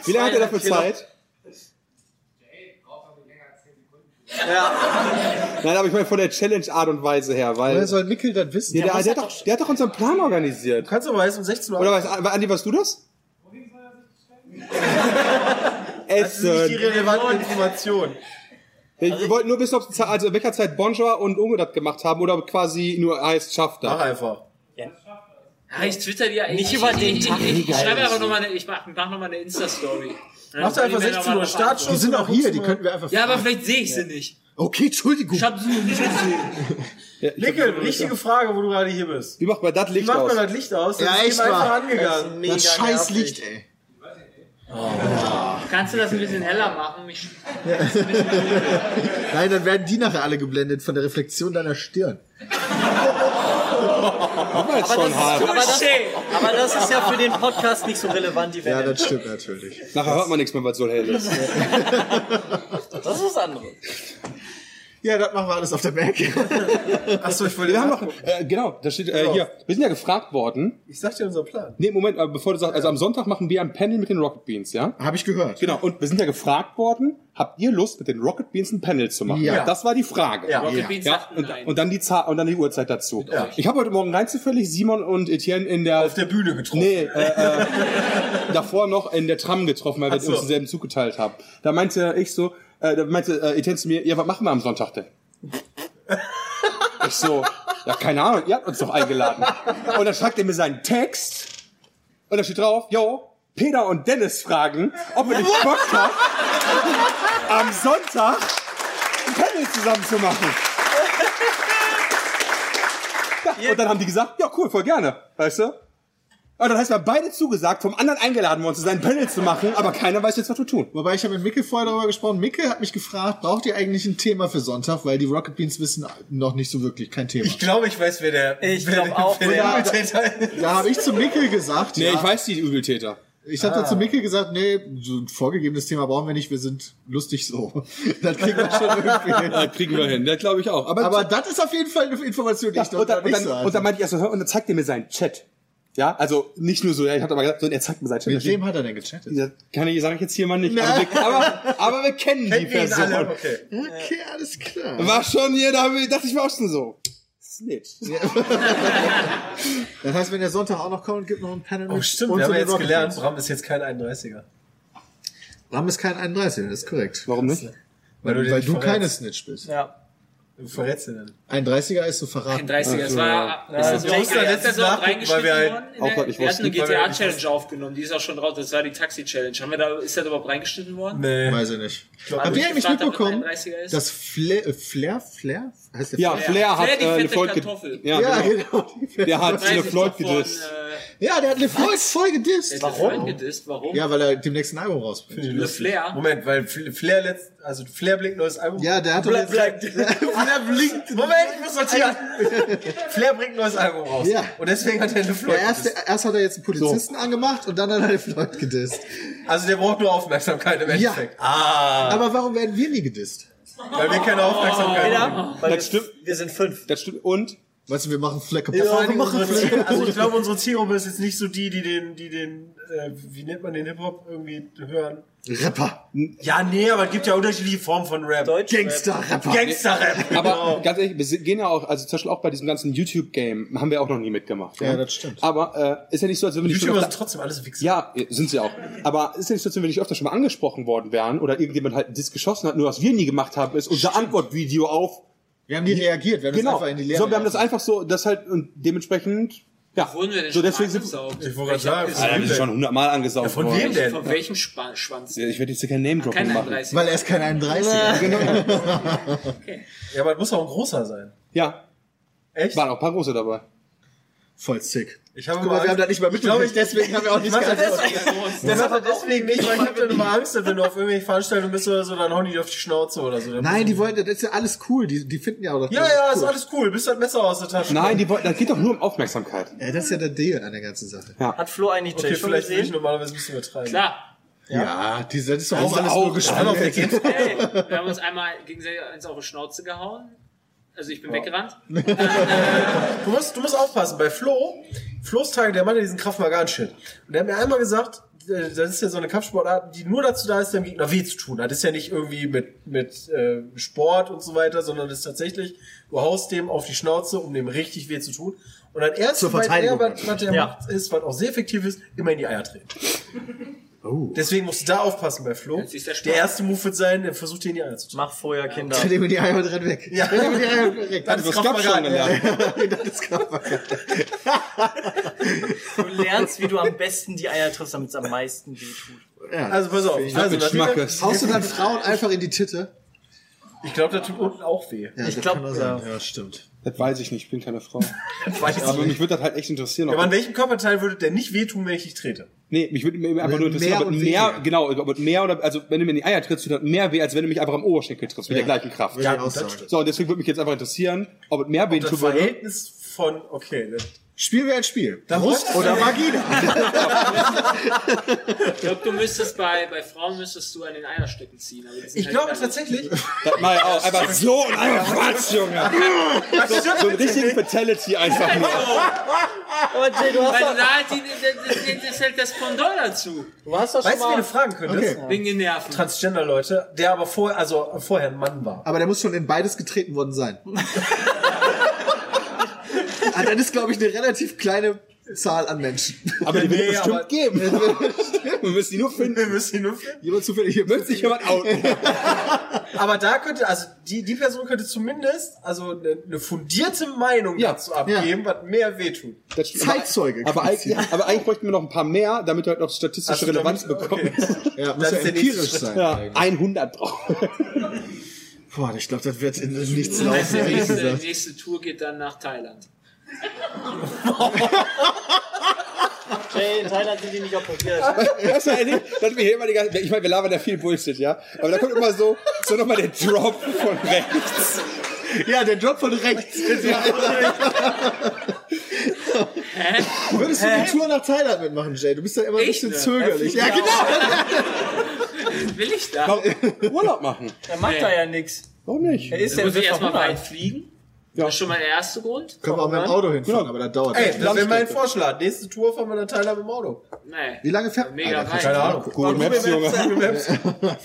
[SPEAKER 8] Wie lange hat er dafür Zeit?
[SPEAKER 3] Ja.
[SPEAKER 8] Nein, aber ich meine von der Challenge-Art und Weise her, weil...
[SPEAKER 6] Also,
[SPEAKER 4] Wer soll Mickel das wissen?
[SPEAKER 8] Ja, der, der, hat doch, der hat doch unseren Plan organisiert.
[SPEAKER 6] Du kannst aber erst um 16 Uhr
[SPEAKER 8] Oder was, Andi, warst du das?
[SPEAKER 6] Das ist nicht die
[SPEAKER 8] Essen.
[SPEAKER 6] relevante Information.
[SPEAKER 8] Wir wollten nur wissen, ob die Zeit- also in welcher Zeit Bonjour und Unge das gemacht haben oder quasi nur heißt schafft
[SPEAKER 6] Mach
[SPEAKER 8] das.
[SPEAKER 6] einfach.
[SPEAKER 5] Ja, ich twitter die ja
[SPEAKER 3] Nicht
[SPEAKER 5] ich,
[SPEAKER 3] über
[SPEAKER 5] ich,
[SPEAKER 3] den
[SPEAKER 5] ich,
[SPEAKER 3] Tag, wie
[SPEAKER 5] Ich, ich
[SPEAKER 3] geil
[SPEAKER 5] schreibe
[SPEAKER 3] das
[SPEAKER 5] einfach
[SPEAKER 3] ist.
[SPEAKER 5] nochmal eine, ich mach, mach nochmal eine Insta-Story. Dann
[SPEAKER 6] Machst du
[SPEAKER 5] können die
[SPEAKER 6] einfach
[SPEAKER 5] mir noch
[SPEAKER 6] 16
[SPEAKER 5] mal
[SPEAKER 6] Uhr
[SPEAKER 5] drauf
[SPEAKER 6] Startschuss?
[SPEAKER 4] Die
[SPEAKER 5] antworten.
[SPEAKER 4] sind auch hier, die könnten wir einfach
[SPEAKER 5] Ja, aber
[SPEAKER 4] fragen.
[SPEAKER 5] vielleicht sehe ich sie nicht.
[SPEAKER 4] Okay, Entschuldigung.
[SPEAKER 5] Ich hab sie nicht gesehen.
[SPEAKER 6] Nickel, richtige Frage, wo du gerade hier bist.
[SPEAKER 8] Wie macht man das
[SPEAKER 6] Wie
[SPEAKER 8] Licht
[SPEAKER 6] macht
[SPEAKER 8] aus?
[SPEAKER 6] man das Licht aus? Das
[SPEAKER 4] Ja,
[SPEAKER 6] ist
[SPEAKER 4] echt
[SPEAKER 6] eben einfach
[SPEAKER 4] wahr.
[SPEAKER 6] angegangen.
[SPEAKER 3] mega
[SPEAKER 4] Das scheiß
[SPEAKER 3] nervig.
[SPEAKER 4] Licht, ey.
[SPEAKER 5] Kannst du das ein bisschen heller machen? Mich
[SPEAKER 4] Nein, dann werden die nachher alle geblendet von der Reflexion deiner Stirn.
[SPEAKER 8] Aber jetzt
[SPEAKER 3] Aber das,
[SPEAKER 8] schon
[SPEAKER 3] ist,
[SPEAKER 8] hart.
[SPEAKER 3] aber, das,
[SPEAKER 5] Touché.
[SPEAKER 3] aber das ist ja für den Podcast nicht so relevant, die
[SPEAKER 4] Ja,
[SPEAKER 3] Welt.
[SPEAKER 4] das stimmt natürlich.
[SPEAKER 8] Nachher hört man nichts mehr, weil es so hell ist.
[SPEAKER 3] das ist was anderes.
[SPEAKER 4] Ja, das machen wir alles auf der Mac.
[SPEAKER 6] Achso, ich wollte
[SPEAKER 8] Wir haben noch, äh, genau, da steht äh, hier. Wir sind ja gefragt worden.
[SPEAKER 6] Ich sag dir unseren Plan.
[SPEAKER 8] Nee, Moment, äh, bevor du sagst, also am Sonntag machen wir ein Panel mit den Rocket Beans, ja?
[SPEAKER 4] Habe ich gehört.
[SPEAKER 8] Genau, und wir sind ja gefragt worden, habt ihr Lust, mit den Rocket Beans ein Panel zu machen?
[SPEAKER 4] Ja.
[SPEAKER 8] Das war die Frage.
[SPEAKER 6] Ja.
[SPEAKER 5] Rocket Beans sagten
[SPEAKER 8] und,
[SPEAKER 5] nein.
[SPEAKER 8] und dann die Zahl und dann die Uhrzeit dazu.
[SPEAKER 6] Ja.
[SPEAKER 8] Ich habe heute Morgen rein zufällig Simon und Etienne in der,
[SPEAKER 6] Auf der Bühne getroffen.
[SPEAKER 8] nee, äh, äh, davor noch in der Tram getroffen, weil wir
[SPEAKER 6] Ach so.
[SPEAKER 8] uns denselben Zug geteilt haben. Da meinte ich so, äh, da meinte äh, Etienne zu mir, ja, was machen wir am Sonntag denn? ich so, ja, keine Ahnung, ihr habt uns doch eingeladen. Und dann schreibt er mir seinen Text und da steht drauf, yo, Peter und Dennis fragen, ob ihr nicht Bock habt, am Sonntag ein Panel zusammen zu machen. Ja, und dann haben die gesagt, ja cool, voll gerne, weißt du? Und dann heißt wir haben beide zugesagt, vom anderen eingeladen worden zu sein, ein Panel zu machen, aber keiner weiß jetzt, was wir tun.
[SPEAKER 4] Wobei ich habe mit Micke vorher darüber gesprochen. Micke hat mich gefragt, braucht ihr eigentlich ein Thema für Sonntag? Weil die Rocket Beans wissen noch nicht so wirklich kein Thema.
[SPEAKER 6] Ich glaube, ich weiß, wer der,
[SPEAKER 3] Ich
[SPEAKER 6] wer,
[SPEAKER 3] glaub
[SPEAKER 6] der-
[SPEAKER 3] auch,
[SPEAKER 6] wer der
[SPEAKER 4] ja.
[SPEAKER 6] Übeltäter ist.
[SPEAKER 4] Da habe ich zu Micke gesagt,
[SPEAKER 8] Nee,
[SPEAKER 4] ja,
[SPEAKER 8] ich weiß die Übeltäter.
[SPEAKER 4] ich habe
[SPEAKER 8] Ah.
[SPEAKER 4] da zu Micke gesagt, nee, so ein vorgegebenes Thema brauchen wir nicht, wir sind lustig so. Das kriegen wir schon irgendwie hin.
[SPEAKER 8] Das kriegen wir hin, das glaube ich auch. Aber,
[SPEAKER 4] Aber das ist auf jeden Fall eine Information, die
[SPEAKER 8] ja,
[SPEAKER 4] ich noch
[SPEAKER 8] und, dann,
[SPEAKER 4] noch
[SPEAKER 8] und,
[SPEAKER 4] nicht
[SPEAKER 8] dann,
[SPEAKER 4] so hatte.
[SPEAKER 8] und dann meinte ich erst so, hör, und dann zeigt er mir seinen Chat. Ja, also nicht nur so, ja, ich hatte aber gesagt, sondern er zeigt mir seinen Chat. Da
[SPEAKER 4] Mit
[SPEAKER 8] steht-
[SPEAKER 4] wem hat er denn gechattet?
[SPEAKER 8] Das kann ich, sage ich jetzt hier mal nicht. Aber wir, aber, aber wir kennen die
[SPEAKER 6] Kennen ihn
[SPEAKER 8] Person.
[SPEAKER 6] alle, okay.
[SPEAKER 4] Okay, alles klar.
[SPEAKER 8] War schon hier, da hab ich- dachte ich war auch schon so. Snitch.
[SPEAKER 4] Das heißt, wenn der Sonntag auch noch kommt, gibt noch ein Panel
[SPEAKER 6] Oh,
[SPEAKER 4] mit
[SPEAKER 6] stimmt,
[SPEAKER 4] uns
[SPEAKER 6] wir haben
[SPEAKER 4] und
[SPEAKER 6] ja
[SPEAKER 4] den
[SPEAKER 6] jetzt
[SPEAKER 4] Rocket
[SPEAKER 6] gelernt,
[SPEAKER 4] Beans.
[SPEAKER 6] Bram ist jetzt kein 31er.
[SPEAKER 4] Ram ist kein 31, das ist korrekt.
[SPEAKER 8] Warum nicht?
[SPEAKER 4] Weil,
[SPEAKER 6] den
[SPEAKER 4] weil du
[SPEAKER 6] verrätst.
[SPEAKER 4] keine Snitch bist.
[SPEAKER 3] Ja.
[SPEAKER 6] Du verrätst ihn dann.
[SPEAKER 4] Ein 30er ist so verraten.
[SPEAKER 5] 31 er es war, ist das
[SPEAKER 6] Ja,
[SPEAKER 5] auch,
[SPEAKER 6] Jake
[SPEAKER 5] ist
[SPEAKER 6] letztes
[SPEAKER 5] das auch
[SPEAKER 6] Nachgucken,
[SPEAKER 5] reingeschnitten
[SPEAKER 6] weil wir halt
[SPEAKER 5] worden?
[SPEAKER 8] auch grad nicht
[SPEAKER 5] wir hatten eine
[SPEAKER 8] wussten, weil wir halt nicht
[SPEAKER 5] GTA-Challenge aufgenommen, die ist auch schon drauf, das war die Taxi-Challenge. Haben wir da, ist das überhaupt reingeschnitten worden?
[SPEAKER 6] Nee.
[SPEAKER 4] Weiß ich nicht.
[SPEAKER 5] Hab
[SPEAKER 4] Habt
[SPEAKER 5] ich
[SPEAKER 4] ihr eigentlich
[SPEAKER 5] gefragt, ob das
[SPEAKER 4] mitbekommen,
[SPEAKER 5] 31er ist?
[SPEAKER 4] dass Flair, äh, Flair, Flair? Heißt der
[SPEAKER 8] Ja,
[SPEAKER 4] Flair?
[SPEAKER 8] Flair, hat
[SPEAKER 5] Flair, die
[SPEAKER 8] äh, eine
[SPEAKER 5] fette
[SPEAKER 8] Floyd
[SPEAKER 5] Kartoffel.
[SPEAKER 8] ged- ja,
[SPEAKER 4] Ja,
[SPEAKER 8] genau.
[SPEAKER 4] genau.
[SPEAKER 8] Der hat eine
[SPEAKER 5] 30
[SPEAKER 8] Floyd
[SPEAKER 5] von,
[SPEAKER 8] gedisst.
[SPEAKER 5] äh,
[SPEAKER 4] Ja, der hat eine Floyd voll gedisst.
[SPEAKER 5] Warum? Gedisst. Warum?
[SPEAKER 4] Ja, weil er demnächst ein Album rausbringt.
[SPEAKER 5] Le Flair.
[SPEAKER 6] Moment, weil Fl- Flair letzt, also Flair blinkt neues Album.
[SPEAKER 4] Ja, der hat doch
[SPEAKER 6] Flair,
[SPEAKER 4] jetzt-
[SPEAKER 6] blinkt. Flair blinkt. Moment, ich muss sortieren. Flair bringt neues Album raus.
[SPEAKER 4] Ja.
[SPEAKER 6] Und deswegen hat er Le Floyd.
[SPEAKER 4] Der erste, erst hat er jetzt einen Polizisten angemacht und dann hat er den Floyd gedisst.
[SPEAKER 6] gedisst. Also der braucht nur Aufmerksamkeit im
[SPEAKER 4] Ja.
[SPEAKER 6] Endeffekt. Ah.
[SPEAKER 4] Aber warum werden wir nie gedisst?
[SPEAKER 6] Weil wir keine Aufmerksamkeit haben.
[SPEAKER 3] Ja, weil wir,
[SPEAKER 8] Das stimmt.
[SPEAKER 3] wir sind fünf.
[SPEAKER 8] Das stimmt. Und?
[SPEAKER 4] Weißt du, wir machen Fleck
[SPEAKER 6] Ja, vor
[SPEAKER 4] Warum
[SPEAKER 6] allen Dingen
[SPEAKER 4] machen
[SPEAKER 6] unsere Ziel-
[SPEAKER 4] Fleck
[SPEAKER 6] also ich glaube, unsere Zielgruppe ist jetzt nicht so die, die den, die den, äh, wie nennt man den Hip-Hop irgendwie hören.
[SPEAKER 4] Rapper.
[SPEAKER 6] Ja, nee, aber es gibt ja unterschiedliche Formen von Rap.
[SPEAKER 3] Deutsch.
[SPEAKER 4] Gangster-Rapper.
[SPEAKER 6] Gangster-Rap.
[SPEAKER 3] Genau.
[SPEAKER 8] Aber ganz ehrlich, wir gehen ja auch, also zum Beispiel auch bei diesem ganzen YouTube-Game haben wir auch noch nie mitgemacht.
[SPEAKER 4] Ja, das stimmt.
[SPEAKER 8] Aber äh, ist ja nicht so, als wenn wir nicht schon
[SPEAKER 6] YouTuber
[SPEAKER 8] öfter-
[SPEAKER 6] sind trotzdem alles Wichser.
[SPEAKER 8] Ja, sind sie auch. Aber ist ja nicht so, als wenn wir nicht öfter schon mal angesprochen worden wären oder irgendjemand halt einen Diss geschossen hat, nur was wir nie gemacht haben, ist unser Antwortvideo auf.
[SPEAKER 4] Wir haben nie reagiert, wir haben das
[SPEAKER 8] Genau.
[SPEAKER 4] einfach in die Lehre.
[SPEAKER 8] So, wir haben das einfach so, das halt und dementsprechend. Ja,
[SPEAKER 5] Wurden wir denn
[SPEAKER 8] so
[SPEAKER 5] schon
[SPEAKER 8] deswegen sind
[SPEAKER 5] angesaugt?
[SPEAKER 6] Ich wollte gerade
[SPEAKER 8] Alter,
[SPEAKER 6] sagen,
[SPEAKER 8] wir sind schon hundertmal angesaugt
[SPEAKER 6] von
[SPEAKER 8] worden.
[SPEAKER 6] wem denn?
[SPEAKER 5] Von welchem Spa Schwanz?
[SPEAKER 8] Ja, Ich werde jetzt hier kein Name-Dropping
[SPEAKER 5] Kein
[SPEAKER 8] machen.
[SPEAKER 5] 31.
[SPEAKER 4] weil er ist kein 31er.
[SPEAKER 6] ja, aber es muss auch ein großer sein.
[SPEAKER 8] Ja,
[SPEAKER 6] Echt?
[SPEAKER 8] waren auch ein paar große dabei.
[SPEAKER 4] Voll sick.
[SPEAKER 6] Ich habe
[SPEAKER 4] Guck mal, wir haben das nicht mal
[SPEAKER 6] Ich glaube, ich-
[SPEAKER 4] mitgekriegt, deswegen haben wir auch nicht
[SPEAKER 6] mach das
[SPEAKER 4] geantwortet.
[SPEAKER 6] Das hat er deswegen nicht, weil ich habe dann immer Angst, dass wenn du auf irgendwelche Veranstaltungen bist oder so, dann hauen die dir auf die Schnauze oder so. Dann
[SPEAKER 4] Nein, die wollten, das ist ja alles cool, die, die finden ja auch doch.
[SPEAKER 6] Ja,
[SPEAKER 4] das
[SPEAKER 6] ja,
[SPEAKER 4] cool.
[SPEAKER 6] ist alles cool. Bist halt Messer aus der Tasche.
[SPEAKER 8] Nein, die wollten, das geht doch nur um Aufmerksamkeit.
[SPEAKER 4] Ja, das ist ja der Deal an der ganzen Sache.
[SPEAKER 3] Hat Flo eigentlich Jay
[SPEAKER 6] Okay,
[SPEAKER 3] schon
[SPEAKER 6] vielleicht will ich
[SPEAKER 3] gesehen?
[SPEAKER 6] normalerweise ein bisschen übertreiben.
[SPEAKER 5] Klar.
[SPEAKER 4] Ja, die, das ist doch auch
[SPEAKER 8] ist
[SPEAKER 4] alles
[SPEAKER 8] auch
[SPEAKER 4] nur
[SPEAKER 8] alle auf
[SPEAKER 4] gespielt.
[SPEAKER 5] Ey, wir haben uns einmal gegenseitig eins auf die Schnauze gehauen. Also ich bin weggerannt.
[SPEAKER 6] Du musst, du musst aufpassen. Bei Flo, Flo's Tage, der Mann, der diesen Kraftmagan-Shit. Und der hat mir einmal gesagt, äh, das ist ja so eine Kampfsportart, die nur dazu da ist, dem Gegner weh zu tun. Das ist ja nicht irgendwie mit, mit äh, Sport und so weiter, sondern das ist tatsächlich, du haust dem auf die Schnauze, um dem richtig weh zu tun. Und dann erst,
[SPEAKER 4] Zur
[SPEAKER 6] sobald er,
[SPEAKER 4] Verteidigung
[SPEAKER 6] was, was der
[SPEAKER 3] Ja.
[SPEAKER 6] macht, ist, was auch sehr effektiv ist, immer in die Eier treten.
[SPEAKER 4] Oh.
[SPEAKER 6] Deswegen musst du da aufpassen bei Flo.
[SPEAKER 5] Jetzt ist der Spaß.
[SPEAKER 6] Der erste Move wird sein, er versucht dir in die Eier zu treten.
[SPEAKER 3] Mach vorher Kinder.
[SPEAKER 4] Tritt ihm in die Eier und renn weg.
[SPEAKER 6] Ja.
[SPEAKER 4] Tritt ihm in die Eier und renn weg.
[SPEAKER 6] Das ist
[SPEAKER 8] Das gab's schon
[SPEAKER 6] Kraftmagat, ja.
[SPEAKER 8] gelernt.
[SPEAKER 4] das ist Kraftmagat.
[SPEAKER 3] Du lernst, wie du am besten die Eier triffst, damit es am meisten wehtut.
[SPEAKER 4] Ja.
[SPEAKER 6] Also pass auf.
[SPEAKER 4] Ich,
[SPEAKER 6] Also,
[SPEAKER 8] mit Schmackes.
[SPEAKER 4] haust du dann halt Frauen einfach in die Titte?
[SPEAKER 6] ich glaube, das tut unten auch weh.
[SPEAKER 4] Ja,
[SPEAKER 3] Ich
[SPEAKER 4] das
[SPEAKER 3] glaub,
[SPEAKER 4] kann auch sein. Ja, stimmt.
[SPEAKER 8] Das weiß ich nicht, ich bin keine Frau.
[SPEAKER 3] Weiß ich
[SPEAKER 8] Aber mich würde das halt echt interessieren.
[SPEAKER 6] Aber an
[SPEAKER 8] Ob,
[SPEAKER 6] welchem Körperteil würde der nicht wehtun, wenn ich dich trete?
[SPEAKER 8] nee, mich würde mir einfach
[SPEAKER 4] Mehr
[SPEAKER 8] nur interessieren, ob
[SPEAKER 4] und
[SPEAKER 8] es mehr,
[SPEAKER 4] weniger.
[SPEAKER 8] genau, ob es mehr oder, also wenn du mir in die Eier trittst, tut das mehr weh, als wenn du mich einfach am Oberschenkel trittst, mit der gleichen Kraft.
[SPEAKER 4] Ja,
[SPEAKER 6] das
[SPEAKER 4] das
[SPEAKER 6] stimmt.
[SPEAKER 8] So, und deswegen würde mich jetzt einfach interessieren, ob es mehr weh
[SPEAKER 6] Das
[SPEAKER 8] tut, würde.
[SPEAKER 6] Verhältnis von, okay, das-
[SPEAKER 4] Spielen wir ein Spiel.
[SPEAKER 6] Da
[SPEAKER 4] Brust
[SPEAKER 6] muss-
[SPEAKER 4] oder Vagina?
[SPEAKER 5] Ich glaube, du müsstest bei, bei Frauen müsstest du an den Eierstücken ziehen. aber die sind
[SPEAKER 6] ich
[SPEAKER 5] halt
[SPEAKER 6] glaube
[SPEAKER 5] klein.
[SPEAKER 6] tatsächlich,
[SPEAKER 8] Das mal auch. Einfach so und einfach Quatsch, Junge. So, so ein richtigen Fatality einfach nur.
[SPEAKER 3] Aber Jay, du hast
[SPEAKER 5] Weil
[SPEAKER 3] doch,
[SPEAKER 5] da halt die, die, die, die, ist halt das Pendant dazu.
[SPEAKER 3] du hast doch schon
[SPEAKER 6] weißt du, wen du
[SPEAKER 3] mal...
[SPEAKER 6] fragen könntest?
[SPEAKER 5] Wegen den Nerven.
[SPEAKER 6] Transgender-Leute, der aber vorher, also vorher ein Mann war.
[SPEAKER 4] Aber der muss schon in beides getreten worden sein. ah, das ist, glaube ich, eine relativ kleine Zahl an Menschen.
[SPEAKER 8] Aber die wird es
[SPEAKER 6] Nee, aber-
[SPEAKER 8] bestimmt geben. Wir müssen die nur
[SPEAKER 6] Wir
[SPEAKER 8] finden.
[SPEAKER 6] müssen ihn nur finden.
[SPEAKER 4] Jemand zufällig hier
[SPEAKER 8] Wird sich jemand outen.
[SPEAKER 6] Aber da könnte, also die, die Person könnte zumindest also eine ne fundierte Meinung
[SPEAKER 8] Ja,
[SPEAKER 6] dazu abgeben, was mehr wehtut.
[SPEAKER 8] Das stimmt.
[SPEAKER 4] Zeitzeuge
[SPEAKER 8] Aber, aber,
[SPEAKER 4] quasi.
[SPEAKER 8] eigentlich, aber eigentlich bräuchten wir noch ein paar mehr, damit du halt noch statistische
[SPEAKER 6] Also
[SPEAKER 8] Relevanz
[SPEAKER 6] damit- okay.
[SPEAKER 8] bekommst.
[SPEAKER 4] Ja, muss ja
[SPEAKER 6] Das ist der nächste
[SPEAKER 4] empirisch
[SPEAKER 6] Schritt.
[SPEAKER 4] sein.
[SPEAKER 8] Ja, 100 brauchen.
[SPEAKER 4] Boah, ich glaube, das wird in nichts laufen,
[SPEAKER 5] Die
[SPEAKER 4] ehrlich
[SPEAKER 5] nächste, die
[SPEAKER 4] gesagt.
[SPEAKER 5] nächste Tour geht dann nach Thailand.
[SPEAKER 3] Jay, in Thailand sind die nicht operiert.
[SPEAKER 8] Weißt du, Eddie, dass wir hier immer die ganze, ich meine, wir labern ja viel Bullshit, ja? Aber da kommt immer so, so nochmal der Drop von rechts.
[SPEAKER 4] Ja, der Job von rechts. Würdest du die Tour nach Thailand mitmachen, Jay? Du bist ja immer ein
[SPEAKER 5] Ich?
[SPEAKER 4] bisschen
[SPEAKER 5] Ne.
[SPEAKER 4] zögerlich. Ja, genau.
[SPEAKER 5] Will ich da?
[SPEAKER 8] Warum- Urlaub machen.
[SPEAKER 3] Er macht da ja nichts.
[SPEAKER 8] Warum nicht?
[SPEAKER 3] Er ist ja
[SPEAKER 5] Muss ich
[SPEAKER 3] wird
[SPEAKER 5] erstmal weit
[SPEAKER 3] verhungert.
[SPEAKER 5] fliegen? Das ist schon mal der erste Grund.
[SPEAKER 4] Können wir auch mit dem Auto hinfahren, aber das dauert.
[SPEAKER 6] Ey, das wäre mein
[SPEAKER 8] Landstrecke.
[SPEAKER 6] Vorschlag. Nächste Tour fahren wir dann Teilhabe im Auto.
[SPEAKER 5] Nee.
[SPEAKER 4] Wie lange fährt
[SPEAKER 5] Mega
[SPEAKER 4] Alter,
[SPEAKER 5] weit.
[SPEAKER 6] Keine Ahnung.
[SPEAKER 8] Google Maps, Junge.
[SPEAKER 4] Kannst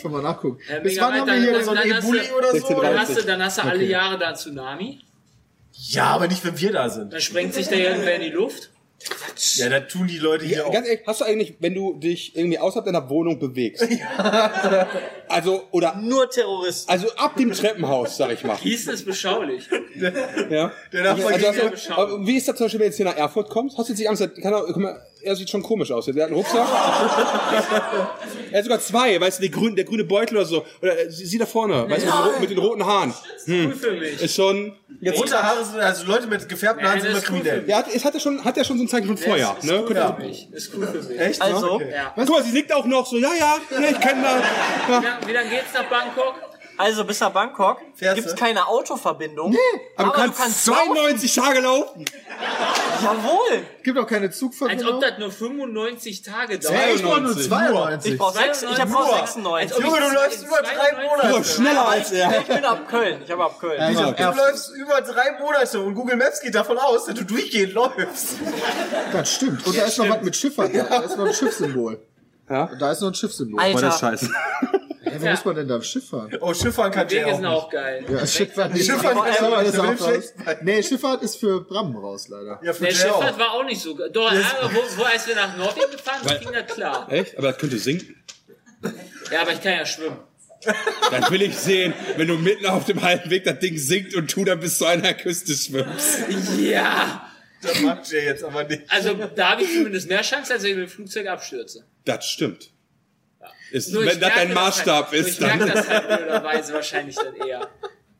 [SPEAKER 4] du mal nachgucken.
[SPEAKER 5] Ja,
[SPEAKER 4] Bis
[SPEAKER 5] mega
[SPEAKER 4] wann
[SPEAKER 5] weit,
[SPEAKER 4] haben wir
[SPEAKER 5] dann-
[SPEAKER 4] hier
[SPEAKER 5] dann-
[SPEAKER 4] so ein
[SPEAKER 5] dann hast du-
[SPEAKER 4] Ebuli oder so?
[SPEAKER 8] 16:30.
[SPEAKER 5] Dann hast du, dann hast du alle Jahre da Tsunami.
[SPEAKER 6] Ja, aber nicht, wenn wir da sind.
[SPEAKER 5] Dann sprengt sich der irgendwer in die Luft.
[SPEAKER 6] Ja, da tun die Leute hier auch.
[SPEAKER 8] Ganz ehrlich, hast du eigentlich, wenn du dich irgendwie außerhalb deiner Wohnung bewegst, also, oder,
[SPEAKER 3] Nur Terroristen.
[SPEAKER 8] also ab dem Treppenhaus, sag ich mal,
[SPEAKER 5] Gießen ist beschaulich.
[SPEAKER 8] ja?
[SPEAKER 6] Der darf mal
[SPEAKER 8] Also,
[SPEAKER 6] gegen-
[SPEAKER 8] hast
[SPEAKER 5] ja
[SPEAKER 8] du,
[SPEAKER 5] beschauen.
[SPEAKER 8] aber wie ist das zum Beispiel, wenn du jetzt hier nach Erfurt kommst? Hast du jetzt nicht Angst, kann er, guck mal, er sieht schon komisch aus. Der hat einen Rucksack. er hat sogar zwei, weißt du, die grün, der grüne Beutel oder so. Oder äh, sie sie da vorne, weißt du, mit den roten- mit den roten Haaren.
[SPEAKER 5] Cool für mich.
[SPEAKER 8] Ist schon, jetzt,
[SPEAKER 6] Rote Haare sind, also Leute mit gefärbten
[SPEAKER 5] Nein,
[SPEAKER 6] Haaren sind
[SPEAKER 5] das ist
[SPEAKER 6] immer
[SPEAKER 5] gut.
[SPEAKER 6] kriminell.
[SPEAKER 8] ja, hat, ist, hat er schon, hat er schon so ein Zeichen von Feuer,
[SPEAKER 5] ist, ist
[SPEAKER 8] ne?
[SPEAKER 5] cool
[SPEAKER 8] Könnte-
[SPEAKER 5] für mich. Ist cool für mich.
[SPEAKER 6] Echt?
[SPEAKER 3] Also,
[SPEAKER 6] Okay.
[SPEAKER 5] Ja.
[SPEAKER 8] Guck mal, sie nickt auch noch so, ja, ja, ja ich kenne das. Ja.
[SPEAKER 5] ja. Wie lange geht's nach Bangkok?
[SPEAKER 3] also bis nach Bangkok
[SPEAKER 6] Fährst
[SPEAKER 3] gibt's
[SPEAKER 6] du?
[SPEAKER 3] keine Autoverbindung. Nee,
[SPEAKER 8] Aber, du kannst, 92 Tage laufen.
[SPEAKER 3] laufen. Jawohl.
[SPEAKER 4] Gibt auch keine
[SPEAKER 5] Als ob
[SPEAKER 4] Zugverbindung.
[SPEAKER 5] das nur 95 Tage
[SPEAKER 4] Hey,
[SPEAKER 5] dauert.
[SPEAKER 4] ich brauche nur
[SPEAKER 8] 92.
[SPEAKER 4] 92.
[SPEAKER 3] Ich brauch, sechs, ich hab nur 96.
[SPEAKER 5] Als ob
[SPEAKER 6] Junge, du
[SPEAKER 5] ich-
[SPEAKER 6] läufst
[SPEAKER 5] in
[SPEAKER 6] über drei
[SPEAKER 5] 92
[SPEAKER 8] So
[SPEAKER 6] Monate.
[SPEAKER 8] schneller als er.
[SPEAKER 3] Ich bin ab Köln. Ich habe ab Köln.
[SPEAKER 4] Ja,
[SPEAKER 6] Du läufst über drei Monate und Google Maps geht davon aus, dass du durchgehend läufst.
[SPEAKER 4] das stimmt. Und da ist noch was mit Schifffahrt. Da Da ist noch ein Schiffssymbol.
[SPEAKER 8] Ja.
[SPEAKER 4] Und da ist noch ein Schiffssymbol.
[SPEAKER 3] Alter.
[SPEAKER 8] Scheiße.
[SPEAKER 4] Hä, wo muss man denn da Schiff fahren?
[SPEAKER 6] Oh, Schifffahren kann
[SPEAKER 5] Wege
[SPEAKER 6] Jay auch.
[SPEAKER 5] sind
[SPEAKER 6] nicht.
[SPEAKER 5] auch geil.
[SPEAKER 4] Ja, Schifffahrt nicht.
[SPEAKER 6] Schifffahrt
[SPEAKER 4] Das haben
[SPEAKER 6] kann
[SPEAKER 4] wir
[SPEAKER 6] man
[SPEAKER 4] alles
[SPEAKER 6] nicht, da
[SPEAKER 4] auch
[SPEAKER 6] will ich
[SPEAKER 4] raus.
[SPEAKER 6] schlecht sein.
[SPEAKER 4] Nee, Schifffahrt ist für Brammen raus, leider.
[SPEAKER 6] Ja, für
[SPEAKER 5] Der
[SPEAKER 6] Jay auch.
[SPEAKER 5] Schifffahrt war auch nicht so geil. Doch, ja, wo, wo, als wir nach Norwegen gefahren sind, ging das klar.
[SPEAKER 8] Echt? Aber das könnte sinken.
[SPEAKER 5] Ja, aber ich kann ja schwimmen.
[SPEAKER 8] Dann will ich sehen, wenn du mitten auf dem halben Weg das Ding sinkt und du dann bis zu einer Küste schwimmst.
[SPEAKER 5] Ja!
[SPEAKER 6] Das macht Jay jetzt aber nicht.
[SPEAKER 5] Also, da habe ich zumindest mehr Chance, als wenn ich mit dem Flugzeug abstürze.
[SPEAKER 8] Das stimmt. Ist,
[SPEAKER 5] Nur ich
[SPEAKER 8] wenn das
[SPEAKER 5] merke
[SPEAKER 8] dein Maßstab
[SPEAKER 5] halt, nur
[SPEAKER 8] ist,
[SPEAKER 5] ich merke
[SPEAKER 8] dann.
[SPEAKER 5] das halt blöderweise wahrscheinlich dann eher.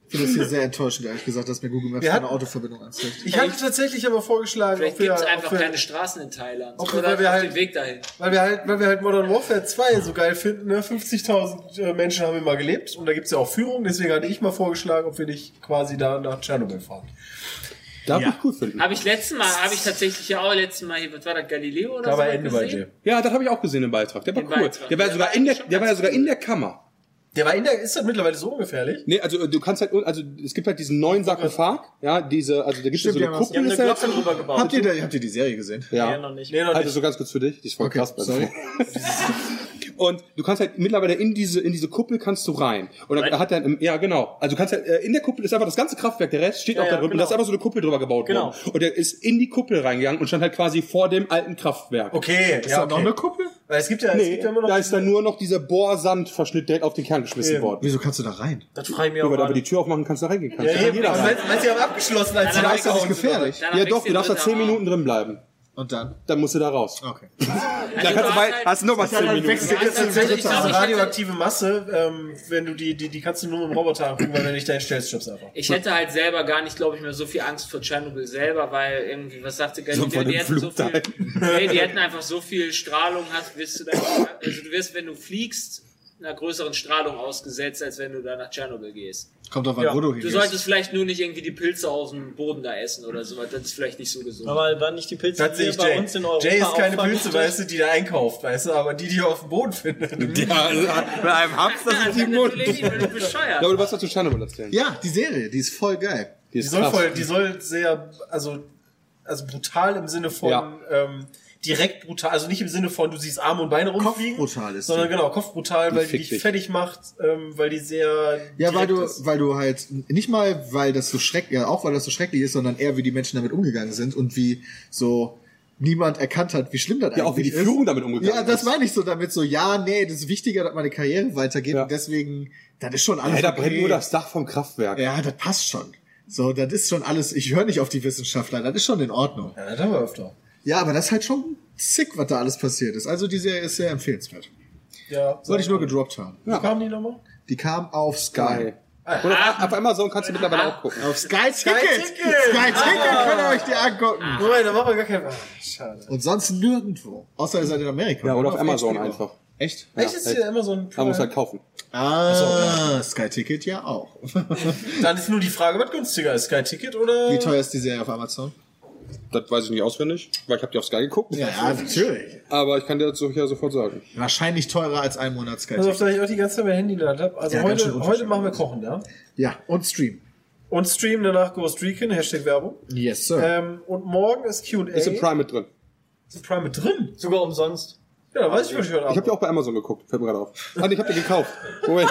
[SPEAKER 4] Ich finde das hier sehr enttäuschend, ehrlich gesagt, dass mir Google Maps
[SPEAKER 6] Wir
[SPEAKER 4] keine
[SPEAKER 6] hatten-
[SPEAKER 4] Autoverbindung anzeigt.
[SPEAKER 6] Ich hatte tatsächlich aber vorgeschlagen,
[SPEAKER 5] Vielleicht
[SPEAKER 6] ob wir,
[SPEAKER 5] gibt es einfach
[SPEAKER 6] ob wir,
[SPEAKER 5] keine Straßen in Thailand.
[SPEAKER 6] ob wir-
[SPEAKER 5] Oder
[SPEAKER 6] weil wir
[SPEAKER 5] auf
[SPEAKER 6] halt-
[SPEAKER 5] den Weg dahin.
[SPEAKER 6] weil wir halt, weil wir halt Modern Warfare 2 so geil finden, ne? 50.000 äh, Menschen haben immer gelebt und da gibt's ja auch Führung, deswegen hatte ich mal vorgeschlagen, ob wir nicht quasi da nach Tschernobyl fahren.
[SPEAKER 8] Darf ich cool finden.
[SPEAKER 5] Habe ich letzten Mal, habe ich tatsächlich ja auch letzten Mal hier, was war das, Galileo oder
[SPEAKER 6] Da
[SPEAKER 5] so?
[SPEAKER 6] war
[SPEAKER 5] was
[SPEAKER 6] Ende bei
[SPEAKER 5] gesehen?
[SPEAKER 6] Jay.
[SPEAKER 8] Ja, das habe ich auch gesehen im Beitrag. Der war
[SPEAKER 5] Im
[SPEAKER 8] cool.
[SPEAKER 5] Beitrag.
[SPEAKER 8] Der war
[SPEAKER 5] Der
[SPEAKER 8] sogar
[SPEAKER 5] war
[SPEAKER 8] in der,
[SPEAKER 5] schon
[SPEAKER 8] der war ja
[SPEAKER 5] ganz
[SPEAKER 8] sogar in der Kammer.
[SPEAKER 6] Der war in der, ist das mittlerweile so ungefährlich?
[SPEAKER 8] Nee, also äh, du kannst halt, also es gibt halt diesen neuen Sarkophag, ja, diese, also da gibt es
[SPEAKER 4] Stimmt,
[SPEAKER 8] so
[SPEAKER 4] die
[SPEAKER 8] eine
[SPEAKER 4] haben was-
[SPEAKER 8] Kuppel, ist
[SPEAKER 3] eine
[SPEAKER 8] da
[SPEAKER 3] Glocke drüber gebaut.
[SPEAKER 4] Habt ihr, da, habt ihr die Serie gesehen?
[SPEAKER 8] ja.
[SPEAKER 3] Nee, noch nicht.
[SPEAKER 6] Nee, noch
[SPEAKER 8] Also
[SPEAKER 6] nicht.
[SPEAKER 8] so ganz kurz für dich, die ist voll krass. bei
[SPEAKER 4] sorry.
[SPEAKER 8] Und du kannst halt mittlerweile in diese in diese Kuppel kannst du rein. Und dann hat dann ja genau. Also du kannst halt äh, in der Kuppel ist einfach das ganze Kraftwerk, der Rest steht auch da
[SPEAKER 3] ja,
[SPEAKER 8] drüben. Und
[SPEAKER 3] genau.
[SPEAKER 8] da ist einfach so eine Kuppel drüber gebaut
[SPEAKER 3] Genau.
[SPEAKER 8] worden. Und der ist in die Kuppel reingegangen und stand halt quasi vor dem alten Kraftwerk.
[SPEAKER 6] Okay, ja,
[SPEAKER 4] Ist da noch
[SPEAKER 6] okay.
[SPEAKER 4] eine Kuppel?
[SPEAKER 6] Weil es gibt ja, es
[SPEAKER 8] Nee,
[SPEAKER 6] gibt ja immer noch.
[SPEAKER 8] da ist dann nur noch dieser Bohrsandverschnitt direkt auf den Kern geschmissen
[SPEAKER 6] Eben.
[SPEAKER 8] worden.
[SPEAKER 4] Wieso kannst du da rein?
[SPEAKER 3] Das frage ich mir
[SPEAKER 8] Ja,
[SPEAKER 3] auch
[SPEAKER 8] weil du aber
[SPEAKER 3] gerade.
[SPEAKER 8] die Tür aufmachen kannst, da reingehen kannst.
[SPEAKER 6] Ja,
[SPEAKER 8] Ja,
[SPEAKER 6] eben,
[SPEAKER 8] jeder
[SPEAKER 6] aber
[SPEAKER 8] rein.
[SPEAKER 6] meinst, meinst du, die haben abgeschlossen, als
[SPEAKER 5] Nein,
[SPEAKER 6] sie
[SPEAKER 5] nein,
[SPEAKER 4] Weißt du, das ist
[SPEAKER 6] reingehauen sind? oder?
[SPEAKER 4] gefährlich.
[SPEAKER 5] Danach
[SPEAKER 8] ja
[SPEAKER 5] kriegst
[SPEAKER 8] doch, du darfst da
[SPEAKER 5] den
[SPEAKER 8] 10
[SPEAKER 5] Ritter.
[SPEAKER 8] Minuten drin bleiben.
[SPEAKER 4] Und dann?
[SPEAKER 8] Dann musst du da raus.
[SPEAKER 4] Okay.
[SPEAKER 8] Da kannst
[SPEAKER 5] du
[SPEAKER 8] du,
[SPEAKER 5] hast
[SPEAKER 8] wei-
[SPEAKER 5] halt-
[SPEAKER 8] hast noch was 10 Minuten.
[SPEAKER 6] Wechsel
[SPEAKER 5] Ja,
[SPEAKER 6] jetzt
[SPEAKER 5] also
[SPEAKER 6] tatsächlich
[SPEAKER 5] ich glaub,
[SPEAKER 6] diese
[SPEAKER 5] ich hätte-
[SPEAKER 6] radioaktive Masse, ähm, wenn du die, die, die kannst du nur mit dem Roboter abkriegen, weil wenn du dich da hinstellst, stirbst du einfach.
[SPEAKER 5] Ich hätte halt selber gar nicht, glaube ich, mehr so viel Angst vor Tschernobyl selber, weil irgendwie, was sagte Galileo,
[SPEAKER 8] Sondern vor
[SPEAKER 5] die
[SPEAKER 8] dem
[SPEAKER 5] hätten so viel,
[SPEAKER 8] Flugteil.
[SPEAKER 5] nee, die hätten einfach so viel Strahlung, hast, wirst du da, also du wirst, wenn du fliegst, einer größeren Strahlung ausgesetzt, als wenn du da nach Tschernobyl gehst.
[SPEAKER 4] Kommt auf an,
[SPEAKER 6] Ja.
[SPEAKER 4] wo du
[SPEAKER 5] Du
[SPEAKER 4] hingehst.
[SPEAKER 5] solltest vielleicht nur nicht irgendwie die Pilze aus dem Boden da essen oder sowas, das ist vielleicht nicht so gesund.
[SPEAKER 3] Aber waren nicht die Pilze
[SPEAKER 6] Das sehe
[SPEAKER 3] hier
[SPEAKER 6] ich,
[SPEAKER 3] bei
[SPEAKER 6] Jay.
[SPEAKER 3] uns in Europa
[SPEAKER 6] Jay ist keine
[SPEAKER 3] auch
[SPEAKER 6] Pilze,
[SPEAKER 3] vergiftet?
[SPEAKER 6] weißt du, die da einkauft, weißt du, aber die, die er auf dem Boden findet.
[SPEAKER 8] Ja, Also, mit einem Hamster
[SPEAKER 5] Ja,
[SPEAKER 8] sind die im Mund.
[SPEAKER 5] natürlich, ich bin bescheuert.
[SPEAKER 8] Ja, aber du warst doch zu Tschernobyl erzählen.
[SPEAKER 4] Ja, die Serie, die ist voll geil.
[SPEAKER 8] Die
[SPEAKER 6] Die
[SPEAKER 8] ist
[SPEAKER 6] soll
[SPEAKER 8] krass.
[SPEAKER 6] voll, die soll sehr, also, also brutal im Sinne von
[SPEAKER 8] Ja.
[SPEAKER 6] ähm, direkt brutal, also nicht im Sinne von, du siehst Arme und Beine rumfliegen.
[SPEAKER 4] Kopfbrutal ist die.
[SPEAKER 6] Sondern genau, kopfbrutal, weil die
[SPEAKER 8] fickt
[SPEAKER 6] dich
[SPEAKER 8] dich.
[SPEAKER 6] fertig macht, ähm, weil die sehr
[SPEAKER 4] Ja, weil
[SPEAKER 6] direkt
[SPEAKER 4] du,
[SPEAKER 6] ist.
[SPEAKER 4] weil du halt nicht mal, weil das so schrecklich, ja auch weil das so schrecklich ist, sondern eher wie die Menschen damit umgegangen sind und wie so niemand erkannt hat, wie schlimm das
[SPEAKER 8] Ja,
[SPEAKER 4] eigentlich
[SPEAKER 8] auch wie die
[SPEAKER 4] ist.
[SPEAKER 8] Führung damit umgegangen
[SPEAKER 4] Ja, das
[SPEAKER 8] ist.
[SPEAKER 4] meine ich so damit so, ja, nee, das ist wichtiger, dass meine Karriere weitergeht
[SPEAKER 8] Ja.
[SPEAKER 4] und deswegen, das ist schon alles.
[SPEAKER 8] Ey, da
[SPEAKER 4] okay.
[SPEAKER 8] brennt nur das Dach vom Kraftwerk.
[SPEAKER 4] Ja, das passt schon. So, das ist schon alles, ich höre nicht auf die Wissenschaftler, das ist schon in Ordnung.
[SPEAKER 6] Ja, das haben wir öfter.
[SPEAKER 4] Ja, aber das ist halt schon sick, was da alles passiert ist. Also die Serie ist sehr empfehlenswert.
[SPEAKER 6] Ja,
[SPEAKER 4] Sollte ich nur gedroppt haben.
[SPEAKER 6] Wie kamen die nochmal?
[SPEAKER 4] Die kam auf Sky.
[SPEAKER 8] Geil. Und auf, auf Amazon kannst du mittlerweile auch gucken.
[SPEAKER 4] Auf Sky Ticket! Sky
[SPEAKER 6] Ticket.
[SPEAKER 4] Ticket, könnt ihr euch die angucken.
[SPEAKER 6] Moment, da machen wir gar kein. Ah, schade.
[SPEAKER 4] Und sonst nirgendwo. Außer ihr seid in Amerika.
[SPEAKER 8] Ja, oder auf Amazon einfach.
[SPEAKER 4] Echt?
[SPEAKER 6] Echt ist hier immer so ein
[SPEAKER 8] Da musst du halt kaufen.
[SPEAKER 4] Ah, Sky Ticket ja auch.
[SPEAKER 6] Dann ist nur die Frage, was günstiger ist, Sky Ticket oder?
[SPEAKER 4] Wie teuer ist halt- die Serie auf Amazon?
[SPEAKER 8] Das weiß ich nicht auswendig, weil ich habe die auf Sky geguckt.
[SPEAKER 4] Ja, ja natürlich.
[SPEAKER 8] Aber ich kann dir das so- ja sofort sagen.
[SPEAKER 4] Wahrscheinlich teurer als ein Monat Sky
[SPEAKER 6] Also
[SPEAKER 4] Ticket.
[SPEAKER 6] auf der ich auch die ganze Zeit mein Handy geladen habe. Also
[SPEAKER 4] Ja, ganz schön
[SPEAKER 6] heute, heute
[SPEAKER 4] unverschämt.
[SPEAKER 6] machen wir Kochen, ja?
[SPEAKER 4] Ja, und Stream.
[SPEAKER 6] Und streamen danach Ghost Recon, Hashtag Werbung.
[SPEAKER 4] Yes, sir.
[SPEAKER 6] Ähm, und morgen ist Q&A.
[SPEAKER 8] Ist im Prime mit drin.
[SPEAKER 6] Ist Prime mit drin?
[SPEAKER 3] Sogar umsonst.
[SPEAKER 6] Ja, da weiß ich, was ich heute
[SPEAKER 8] Ich habe die
[SPEAKER 6] Abend
[SPEAKER 8] auch bei Amazon geguckt, fällt mir gerade auf. Ah, nee, ich habe die gekauft. Moment.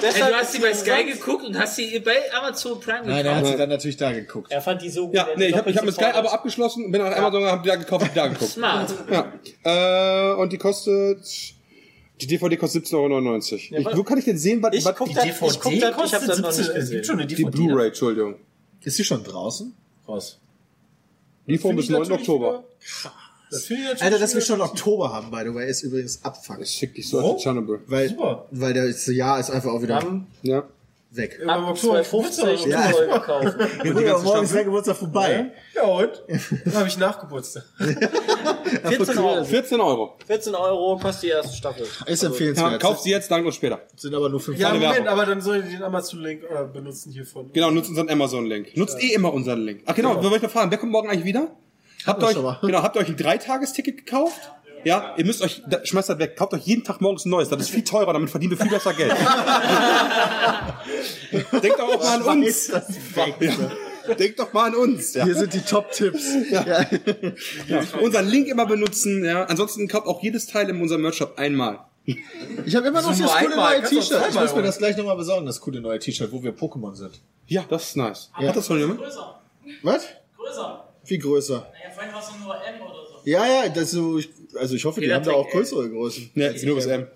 [SPEAKER 5] Ey, du hast sie bei Sky geguckt und hast sie bei Amazon Prime
[SPEAKER 4] Nein,
[SPEAKER 5] gekauft.
[SPEAKER 4] er hat sie dann natürlich da geguckt.
[SPEAKER 3] Er fand die so gut.
[SPEAKER 8] Ja,
[SPEAKER 3] er hat
[SPEAKER 8] nee,
[SPEAKER 3] die
[SPEAKER 8] ich habe ich hab
[SPEAKER 3] doppelt
[SPEAKER 8] mit
[SPEAKER 3] so
[SPEAKER 8] Sky
[SPEAKER 3] voll-
[SPEAKER 8] aber abgeschlossen, bin nach Amazon, habe die da gekauft, hab die da geguckt.
[SPEAKER 5] Smart.
[SPEAKER 8] Ja. Äh, und die kostet. Die DVD kostet 17,99 Euro. Ich, wo kann ich denn sehen, was.
[SPEAKER 3] Ich
[SPEAKER 8] was-
[SPEAKER 3] guck
[SPEAKER 6] Die
[SPEAKER 3] da,
[SPEAKER 6] DVD
[SPEAKER 3] ich guck da, ich hab
[SPEAKER 6] kostet
[SPEAKER 3] das noch
[SPEAKER 6] 17,
[SPEAKER 3] nicht
[SPEAKER 6] es gibt
[SPEAKER 3] gesehen.
[SPEAKER 6] schon eine DVD.
[SPEAKER 8] die Blu-ray, Entschuldigung.
[SPEAKER 4] Ist sie schon draußen?
[SPEAKER 6] Raus.
[SPEAKER 8] Lieferung bis 9. Oktober.
[SPEAKER 6] Das finde ich natürlich
[SPEAKER 4] Alter, dass wir
[SPEAKER 6] wieder-
[SPEAKER 4] schon Oktober haben, by the way, ist übrigens Abfuck.
[SPEAKER 8] Ich schick dich so
[SPEAKER 6] Oh.
[SPEAKER 8] auf Tschernobyl.
[SPEAKER 4] Weil,
[SPEAKER 6] Super.
[SPEAKER 4] weil das Jahr ist einfach auch wieder
[SPEAKER 3] Dann
[SPEAKER 8] Ja.
[SPEAKER 4] weg.
[SPEAKER 6] Irgendwann im
[SPEAKER 3] ab
[SPEAKER 6] Oktober
[SPEAKER 3] 2,50
[SPEAKER 4] Ja.
[SPEAKER 3] neu gekauft.
[SPEAKER 4] Ja, gut, aber morgen ist der Geburtstag vorbei.
[SPEAKER 6] Ja, und? Dann habe ich nachgeputzt.
[SPEAKER 3] 14 Euro.
[SPEAKER 8] 14 Euro.
[SPEAKER 3] 14 Euro kostet die erste Staffel.
[SPEAKER 4] Ist
[SPEAKER 8] Ja,
[SPEAKER 4] empfehlenswert.
[SPEAKER 8] kauf sie jetzt, dank uns später.
[SPEAKER 4] Sind aber nur fünf
[SPEAKER 6] Ja,
[SPEAKER 8] Keine
[SPEAKER 6] Moment,
[SPEAKER 8] Werbung.
[SPEAKER 6] aber dann soll ich den Amazon-Link äh, benutzen hiervon.
[SPEAKER 8] Genau, nutzt unseren Amazon-Link. Nutzt eh immer unseren Link. Ach genau, wir wollten noch fragen, wer kommt morgen eigentlich wieder? Habt ihr
[SPEAKER 4] wir's
[SPEAKER 8] euch,
[SPEAKER 4] schon mal.
[SPEAKER 8] genau, habt ihr euch ein Dreitagesticket gekauft? Ja, ihr müsst euch, da, schmeißt das weg, kauft euch jeden Tag morgens ein neues, das ist viel teurer, damit verdienen wir viel besser Geld. Denkt doch auch mal an uns.
[SPEAKER 4] ne?
[SPEAKER 8] Ja. Denkt doch mal an uns. Ja.
[SPEAKER 4] Hier sind die Top-Tipps.
[SPEAKER 8] Ja. Unseren Link immer benutzen. Ja. Ansonsten kauft auch jedes Teil in unserem Merch-Shop einmal.
[SPEAKER 4] Ich habe immer noch
[SPEAKER 6] So
[SPEAKER 4] das
[SPEAKER 6] nur
[SPEAKER 4] coole
[SPEAKER 6] einmal,
[SPEAKER 4] neue
[SPEAKER 6] kannst du auch
[SPEAKER 4] T-Shirt. Ich
[SPEAKER 6] zweimal
[SPEAKER 4] muss mir
[SPEAKER 6] holen.
[SPEAKER 4] das gleich nochmal besorgen, das coole neue T-Shirt, wo wir Pokémon sind.
[SPEAKER 8] Ja, das ist nice. Hat das schon jemand?
[SPEAKER 4] Was? Größer. Viel größer. Ja, ja, das ist so, ich, also ich hoffe, die
[SPEAKER 5] Jeder
[SPEAKER 4] haben da
[SPEAKER 5] trägt
[SPEAKER 4] auch größere Größen.
[SPEAKER 8] Nee, ist nur bis M.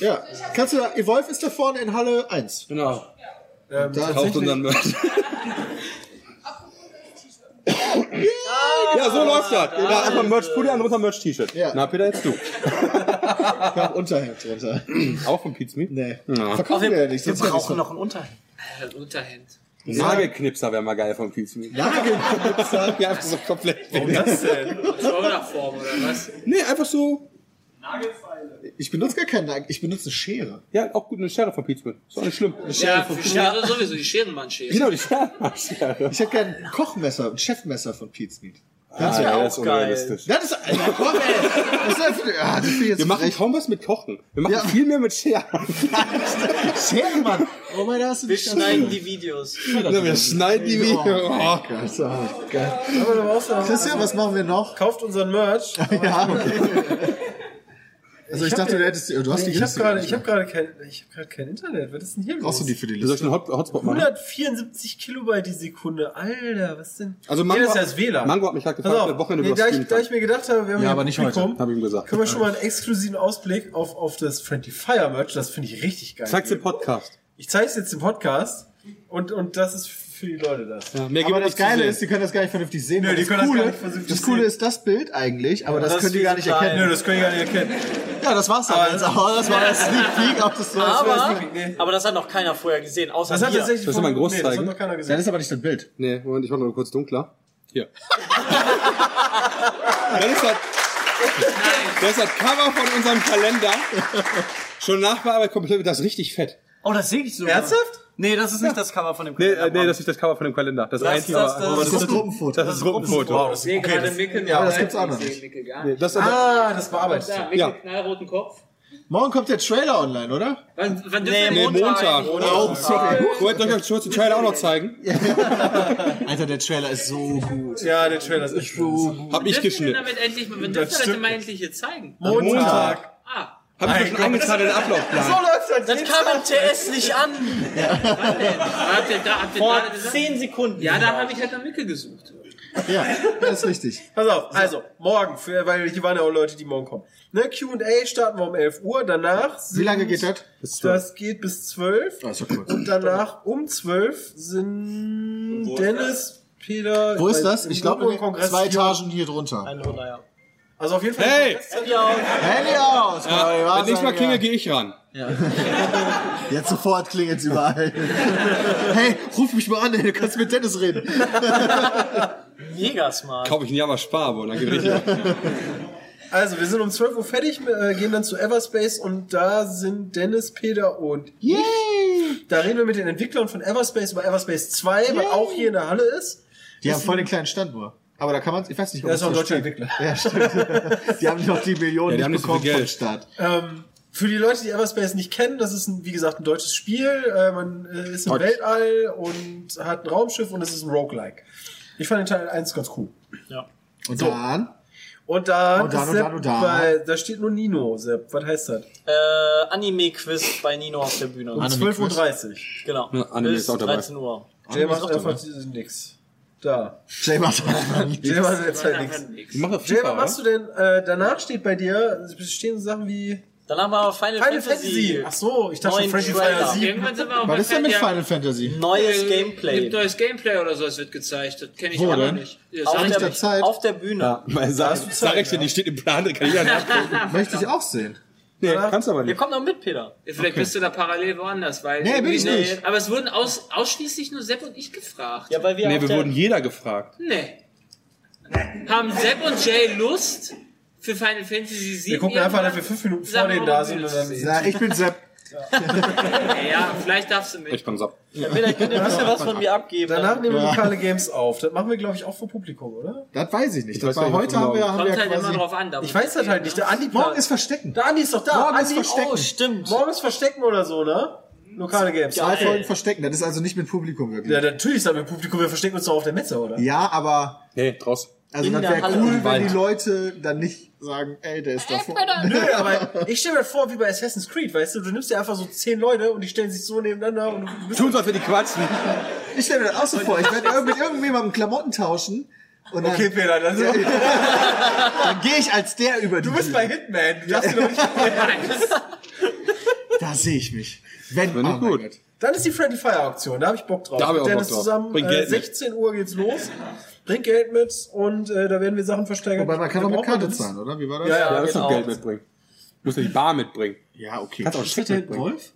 [SPEAKER 4] Ja. Kannst du da, Evolve ist da vorne in Halle 1.
[SPEAKER 8] Genau.
[SPEAKER 6] Ähm,
[SPEAKER 4] Da
[SPEAKER 8] Kauft
[SPEAKER 4] tatsächlich-
[SPEAKER 8] unseren Merch. Ja, so läuft das. Ja, erstmal Merch-Pulli an, runter Merch-T-Shirt.
[SPEAKER 4] Ja.
[SPEAKER 8] Na, Peter, jetzt du.
[SPEAKER 4] Noch Unterhemd drunter.
[SPEAKER 8] Auch von Pizmi?
[SPEAKER 4] Nee.
[SPEAKER 8] Ja.
[SPEAKER 4] Verkaufen wir ja nicht. sonst wäre nicht so-
[SPEAKER 3] ein Unterhemd.
[SPEAKER 5] Äh, Unterhemd.
[SPEAKER 8] Nagelknipser wäre mal geil von Pizmi.
[SPEAKER 4] Nagelknipser.
[SPEAKER 8] Ja, einfach so komplett.
[SPEAKER 6] warum das denn?
[SPEAKER 5] Zauberform oder was?
[SPEAKER 8] Nee, einfach so.
[SPEAKER 4] Ich benutze gar keinen Nagel, ich benutze eine Schere.
[SPEAKER 8] Ja, auch gut eine Schere von Pizmi. Ist auch nicht schlimm.
[SPEAKER 5] Ja, für Schere sowieso, die Scherenmannschere.
[SPEAKER 8] Genau, die Schere.
[SPEAKER 4] Ich habe gern Kochmesser, ein Chefmesser von Pete's Meat.
[SPEAKER 8] Das wäre
[SPEAKER 3] auch geil.
[SPEAKER 4] Das ist, Alter, komm, ey. Das ist einfach, ah, das ist jetzt
[SPEAKER 8] Wir machen
[SPEAKER 4] frech.
[SPEAKER 8] kaum was mit Kochen. Wir machen
[SPEAKER 4] Ja.
[SPEAKER 8] viel mehr mit Scheren.
[SPEAKER 4] Schere, Mann. Oh mein, da hast du
[SPEAKER 3] Wir
[SPEAKER 4] dich
[SPEAKER 3] schneiden die Videos.
[SPEAKER 8] Na, wir schneiden die Videos.
[SPEAKER 4] Oh Gott, oh, geil.
[SPEAKER 6] Aber du brauchst doch-
[SPEAKER 4] Christian, was machen wir noch?
[SPEAKER 6] Kauft unseren Merch.
[SPEAKER 4] Ja, Also ich, dachte, du hättest die, du hast die
[SPEAKER 6] ich habe
[SPEAKER 4] Liste
[SPEAKER 6] gerade,
[SPEAKER 4] nicht,
[SPEAKER 6] ich habe gerade kein, ich habe gerade kein Internet. Was ist denn hier los?
[SPEAKER 4] Brauchst du die für die
[SPEAKER 8] Soll ich
[SPEAKER 4] Liste?
[SPEAKER 8] einen Hot Hotspot machen?
[SPEAKER 6] 174 Kilobyte die Sekunde. Alter, was denn?
[SPEAKER 8] Also
[SPEAKER 6] nee,
[SPEAKER 8] Mango,
[SPEAKER 6] das ist ja das WLAN.
[SPEAKER 8] Mango hat mich
[SPEAKER 4] halt
[SPEAKER 8] gerade
[SPEAKER 6] Pass
[SPEAKER 8] gefragt,
[SPEAKER 6] auf,
[SPEAKER 8] wer Wochenende
[SPEAKER 6] nee,
[SPEAKER 8] nee,
[SPEAKER 6] da,
[SPEAKER 8] streamen
[SPEAKER 6] ich, da
[SPEAKER 8] kann.
[SPEAKER 6] ich mir gedacht habe, wir
[SPEAKER 4] Ja,
[SPEAKER 6] haben hier
[SPEAKER 4] aber nicht heute.
[SPEAKER 6] Publikum,
[SPEAKER 8] Hab ich ihm gesagt.
[SPEAKER 6] können wir schon mal einen exklusiven Ausblick auf, auf das Friendly Fire Merch, das finde ich richtig geil.
[SPEAKER 8] Zeig's im Podcast.
[SPEAKER 6] Ich zeig's jetzt im Podcast und, und das ist für die Leute das.
[SPEAKER 8] Ja, mehr
[SPEAKER 4] Aber
[SPEAKER 8] gibt
[SPEAKER 4] das
[SPEAKER 8] nicht zu
[SPEAKER 4] Geile
[SPEAKER 8] sehen.
[SPEAKER 4] ist, die können das gar nicht vernünftig sehen.
[SPEAKER 6] Nö,
[SPEAKER 4] Und
[SPEAKER 6] die
[SPEAKER 4] das
[SPEAKER 6] können das
[SPEAKER 4] Coole,
[SPEAKER 6] gar nicht vernünftig
[SPEAKER 4] das Coole
[SPEAKER 6] sehen.
[SPEAKER 4] ist das Bild eigentlich, aber das,
[SPEAKER 6] das
[SPEAKER 4] können die
[SPEAKER 6] ist
[SPEAKER 4] gar nicht
[SPEAKER 6] klein.
[SPEAKER 4] erkennen.
[SPEAKER 6] Nö, das können die gar nicht erkennen.
[SPEAKER 4] Ja, das war's dann. jetzt. Aber das war das Sneak Peek auf das das war
[SPEAKER 3] Aber,
[SPEAKER 4] das Sneak Peek.
[SPEAKER 3] aber das hat noch keiner vorher gesehen, außer
[SPEAKER 6] Das hat
[SPEAKER 3] wir.
[SPEAKER 6] tatsächlich
[SPEAKER 8] Soll ich dir mal ein Groß
[SPEAKER 6] das hat
[SPEAKER 8] zeigen?
[SPEAKER 6] noch keiner gesehen.
[SPEAKER 4] Das ist aber nicht das Bild.
[SPEAKER 8] Nee, Moment, ich mach nur kurz dunkler. Hier. das ist das, das ist das Cover von unserem Kalender. Schon nachbearbeitet komplett, das ist richtig fett.
[SPEAKER 3] Oh, das sehe ich so.
[SPEAKER 6] Ernsthaft?
[SPEAKER 3] Nee, das ist nicht das Cover von dem
[SPEAKER 8] Nee,
[SPEAKER 3] Kalender,
[SPEAKER 8] äh, nee,
[SPEAKER 3] Mann.
[SPEAKER 8] das ist das Cover von dem Kalender. Das,
[SPEAKER 3] Das-
[SPEAKER 8] einzige.
[SPEAKER 3] das- das-
[SPEAKER 8] aber
[SPEAKER 4] Das ist das Gruppenfoto.
[SPEAKER 8] das ist Gruppenfoto.
[SPEAKER 5] Ich sehe gerade Mickel
[SPEAKER 4] ja,
[SPEAKER 5] nur
[SPEAKER 4] das
[SPEAKER 5] halb,
[SPEAKER 4] gibt's auch
[SPEAKER 5] ich
[SPEAKER 4] noch
[SPEAKER 5] sehe
[SPEAKER 4] nicht.
[SPEAKER 5] Mickel gar
[SPEAKER 8] Nee,
[SPEAKER 5] nicht.
[SPEAKER 8] das ist aber-
[SPEAKER 6] Ah, das bearbeitet.
[SPEAKER 5] Da, Mickel,
[SPEAKER 8] ja.
[SPEAKER 5] knallroten Kopf.
[SPEAKER 4] Morgen kommt der Trailer online, oder?
[SPEAKER 5] Wann, wann
[SPEAKER 3] Nee,
[SPEAKER 5] dürfen wir
[SPEAKER 8] nee,
[SPEAKER 5] den
[SPEAKER 8] Montag.
[SPEAKER 5] Montag?
[SPEAKER 4] Oh, sorry.
[SPEAKER 8] Wollt ihr euch kurz den Trailer auch noch zeigen?
[SPEAKER 4] Alter, der Trailer ist so gut.
[SPEAKER 6] Ja, der Trailer ist echt gut.
[SPEAKER 8] Hab ich
[SPEAKER 5] Dürfen wir denn
[SPEAKER 8] geschnitten.
[SPEAKER 5] damit endlich, wann dürfen wir das
[SPEAKER 6] stimmt
[SPEAKER 5] denn mal endlich hier zeigen?
[SPEAKER 6] Montag.
[SPEAKER 5] Ah,
[SPEAKER 8] Hab ich euch schon eingezahlt in den Ablaufplan.
[SPEAKER 3] Das kam am TS nicht an.
[SPEAKER 5] habt ihr, da, habt ihr
[SPEAKER 3] Vor
[SPEAKER 5] gerade gesagt?
[SPEAKER 3] 10 Sekunden.
[SPEAKER 5] Ja, da habe ich halt nach Mickel gesucht.
[SPEAKER 4] Ja, das ist richtig.
[SPEAKER 6] Pass auf, also, morgen, für, weil hier waren ja auch Leute, die morgen kommen. Ne, Q&A starten wir um 11 Uhr, danach...
[SPEAKER 4] Wie lange geht das?
[SPEAKER 6] das? Das geht bis 12.
[SPEAKER 4] ist ja kurz.
[SPEAKER 6] Und danach um 12 sind Dennis, Peter...
[SPEAKER 4] Wo ist
[SPEAKER 6] weil-
[SPEAKER 4] das?
[SPEAKER 6] im
[SPEAKER 4] Ich glaube,
[SPEAKER 6] Kongress
[SPEAKER 4] zwei
[SPEAKER 6] hier.
[SPEAKER 4] Etagen hier drunter.
[SPEAKER 3] Ein Runde, ja.
[SPEAKER 6] Also auf jeden Fall...
[SPEAKER 8] Hey!
[SPEAKER 3] Handy auf.
[SPEAKER 4] Handy aus! Cory,
[SPEAKER 8] Wenn
[SPEAKER 4] was
[SPEAKER 8] nächstes Mal
[SPEAKER 4] sagen
[SPEAKER 8] klingelt,
[SPEAKER 4] wir?
[SPEAKER 8] gehe ich ran.
[SPEAKER 4] Jetzt sofort klingelt's überall. hey, ruf mich mal an, ey, du kannst mit Dennis reden.
[SPEAKER 3] Mega smart.
[SPEAKER 8] Kaufe ich ein Java Sparabo und dann gebe ich hier.
[SPEAKER 6] Also, wir sind um 12 Uhr fertig, äh, gehen dann zu Everspace und da sind Dennis, Peter und ich. Da reden wir mit den Entwicklern von Everspace über Everspace 2, was auch hier in der Halle ist.
[SPEAKER 4] Die haben voll den kleinen Stand nur. Aber da kann man, ich weiß nicht, ob
[SPEAKER 6] Da ist auch ein
[SPEAKER 4] das
[SPEAKER 6] deutscher Entwickler.
[SPEAKER 4] Ja, stimmt. Die haben noch die Millionen
[SPEAKER 8] Ja, die haben
[SPEAKER 4] nicht
[SPEAKER 8] nicht so
[SPEAKER 4] bekommen
[SPEAKER 8] viel
[SPEAKER 4] vom
[SPEAKER 8] Geld.
[SPEAKER 4] Staat.
[SPEAKER 6] Ähm, für die Leute, die Everspace nicht kennen, das ist, ein, wie gesagt, ein deutsches Spiel. Äh, man äh, ist im
[SPEAKER 4] Deutsch.
[SPEAKER 6] Weltall und hat ein Raumschiff und es ist ein Roguelike. Ich fand den Teil 1 ganz cool.
[SPEAKER 4] Und dann?
[SPEAKER 6] Und Oh, da,
[SPEAKER 4] Und dann,
[SPEAKER 6] ist
[SPEAKER 4] und
[SPEAKER 6] Sepp
[SPEAKER 4] dann, und dann.
[SPEAKER 6] Bei, da steht nur Nino, Sepp. Was heißt das?
[SPEAKER 3] Äh, Anime-Quiz bei Nino auf der Bühne.
[SPEAKER 6] Um 12.30 Uhr.
[SPEAKER 3] genau.
[SPEAKER 8] Ja, Anime
[SPEAKER 3] Bis
[SPEAKER 8] ist auch dabei.
[SPEAKER 3] 13 Uhr.
[SPEAKER 6] Der macht einfach nix. Da.
[SPEAKER 4] Jay macht
[SPEAKER 6] Der macht jetzt halt nix.
[SPEAKER 8] Die machen das
[SPEAKER 6] Jay, was
[SPEAKER 8] super,
[SPEAKER 6] machst du denn? Äh, danach steht bei dir, es stehen so Sachen wie
[SPEAKER 3] Danach machen wir Final,
[SPEAKER 6] Final
[SPEAKER 3] Fantasy.
[SPEAKER 6] Fantasy. Ach so, ich dachte
[SPEAKER 3] Neuen
[SPEAKER 6] schon Final
[SPEAKER 3] Trailer.
[SPEAKER 6] Fantasy 7.
[SPEAKER 5] Irgendwann sind wir auch
[SPEAKER 4] Was ist denn mit
[SPEAKER 5] Fan-
[SPEAKER 4] Final Fantasy?
[SPEAKER 3] Neues
[SPEAKER 5] Gibt
[SPEAKER 3] Gameplay.
[SPEAKER 5] neues Gameplay oder so, es wird gezeigt. Das kenne ich
[SPEAKER 4] Wo
[SPEAKER 5] auch noch
[SPEAKER 4] denn?
[SPEAKER 5] nicht. Ja,
[SPEAKER 3] Auf
[SPEAKER 5] sag ich
[SPEAKER 4] nicht
[SPEAKER 5] doch.
[SPEAKER 4] der Zeit.
[SPEAKER 3] auf der Bühne.
[SPEAKER 8] Mal Sag,
[SPEAKER 6] du Zeit,
[SPEAKER 8] sag ich dir, die steht im Plan, drin, kann ich ja nachgucken.
[SPEAKER 4] Möchte ich auch sehen.
[SPEAKER 8] Nee, kannst aber
[SPEAKER 3] Ihr
[SPEAKER 8] nicht.
[SPEAKER 3] kommt noch mit, Peter.
[SPEAKER 5] Vielleicht bist du da parallel woanders, weil.
[SPEAKER 4] Nee, bin ich nicht.
[SPEAKER 5] Aber es wurden aus, ausschließlich nur Sepp und ich gefragt.
[SPEAKER 3] Ja, weil wir
[SPEAKER 8] Nee,
[SPEAKER 3] auf
[SPEAKER 8] wir
[SPEAKER 3] der,
[SPEAKER 8] wurden jeder gefragt.
[SPEAKER 6] Hm.
[SPEAKER 5] Nee. Haben Sepp und Jay Lust für Final Fantasy 7?
[SPEAKER 6] Wir gucken einfach, dass wir fünf Minuten vor denen da sind und dann
[SPEAKER 4] Na, ich bin Sepp.
[SPEAKER 5] Ja, vielleicht darfst du
[SPEAKER 8] Ich
[SPEAKER 5] mit.
[SPEAKER 8] bin's ab.
[SPEAKER 3] Peter, könnt ihr ein bisschen was von mir abgeben.
[SPEAKER 6] Danach nehmen wir lokale Games auf. Das machen wir, glaube ich, auch vor Publikum, oder?
[SPEAKER 4] Das weiß ich nicht.
[SPEAKER 8] Ich
[SPEAKER 4] das
[SPEAKER 8] weiß
[SPEAKER 4] war
[SPEAKER 8] nicht, was
[SPEAKER 4] heute haben wir,
[SPEAKER 8] morgen-
[SPEAKER 4] haben
[SPEAKER 5] Kommt
[SPEAKER 4] wir
[SPEAKER 5] halt immer
[SPEAKER 4] quasi.
[SPEAKER 5] drauf an. da
[SPEAKER 6] Ich
[SPEAKER 5] wo
[SPEAKER 6] weiß das
[SPEAKER 5] steht,
[SPEAKER 6] halt nicht. Der Andi
[SPEAKER 4] Morgen ist Verstecken.
[SPEAKER 6] Der Andi ist doch da.
[SPEAKER 4] Morgen ist
[SPEAKER 6] Andi,
[SPEAKER 4] Verstecken.
[SPEAKER 3] Oh, stimmt.
[SPEAKER 6] Morgen ist Verstecken oder so, ne? Lokale Games.
[SPEAKER 4] Drei
[SPEAKER 6] Ja,
[SPEAKER 4] Folgen Verstecken. Das ist also nicht mit Publikum wirklich.
[SPEAKER 6] natürlich sagen wir Publikum, wir verstecken uns doch auf der Messe, oder?
[SPEAKER 4] Ja, aber
[SPEAKER 8] Nee, draußen.
[SPEAKER 4] also
[SPEAKER 3] In
[SPEAKER 4] das
[SPEAKER 3] der
[SPEAKER 4] wäre
[SPEAKER 3] Halle
[SPEAKER 4] cool,
[SPEAKER 3] im
[SPEAKER 4] wenn
[SPEAKER 8] Wald.
[SPEAKER 4] die Leute dann nicht sagen, ey, der ist davor.
[SPEAKER 6] Nö, aber ich stelle mir vor, wie bei Assassin's Creed, weißt du, du nimmst dir einfach so zehn Leute und die stellen sich so nebeneinander und du bist
[SPEAKER 8] Tun's auf für die Quatschen.
[SPEAKER 4] Ich stelle mir das auch so vor. Ich werde irg- mit irgendjemandem Klamotten tauschen und dann,
[SPEAKER 6] Okay, Peter, dann so.
[SPEAKER 4] dann gehe ich als der über die.
[SPEAKER 6] Du bist bei Hitman. Du darfst dir doch nicht
[SPEAKER 4] Da sehe ich mich. Wenn Oh
[SPEAKER 8] Wenn nicht
[SPEAKER 4] mein
[SPEAKER 8] gut.
[SPEAKER 4] Gott.
[SPEAKER 6] Dann ist die Friendly Fire Auktion, da habe ich Bock drauf.
[SPEAKER 8] Da hab ich
[SPEAKER 6] Mit
[SPEAKER 8] auch Bock
[SPEAKER 6] Dennis
[SPEAKER 8] drauf.
[SPEAKER 6] zusammen,
[SPEAKER 8] Bring
[SPEAKER 6] äh,
[SPEAKER 8] Geld mit.
[SPEAKER 6] 16 Uhr geht's los. Bring Geld mit und äh, da werden wir Sachen versteigern.
[SPEAKER 4] Wobei man kann
[SPEAKER 6] Da
[SPEAKER 4] doch mit
[SPEAKER 6] braucht man
[SPEAKER 4] Karte
[SPEAKER 6] das.
[SPEAKER 4] zahlen, oder? Wie war das?
[SPEAKER 6] Ja, ja.
[SPEAKER 8] Ja, das
[SPEAKER 3] genau.
[SPEAKER 8] noch Geld mitbringen. Du musst ja die Bar mitbringen. Oh,
[SPEAKER 4] Ja, okay.
[SPEAKER 8] Kannst auch einen Scheck mitbringen.
[SPEAKER 4] Wolf?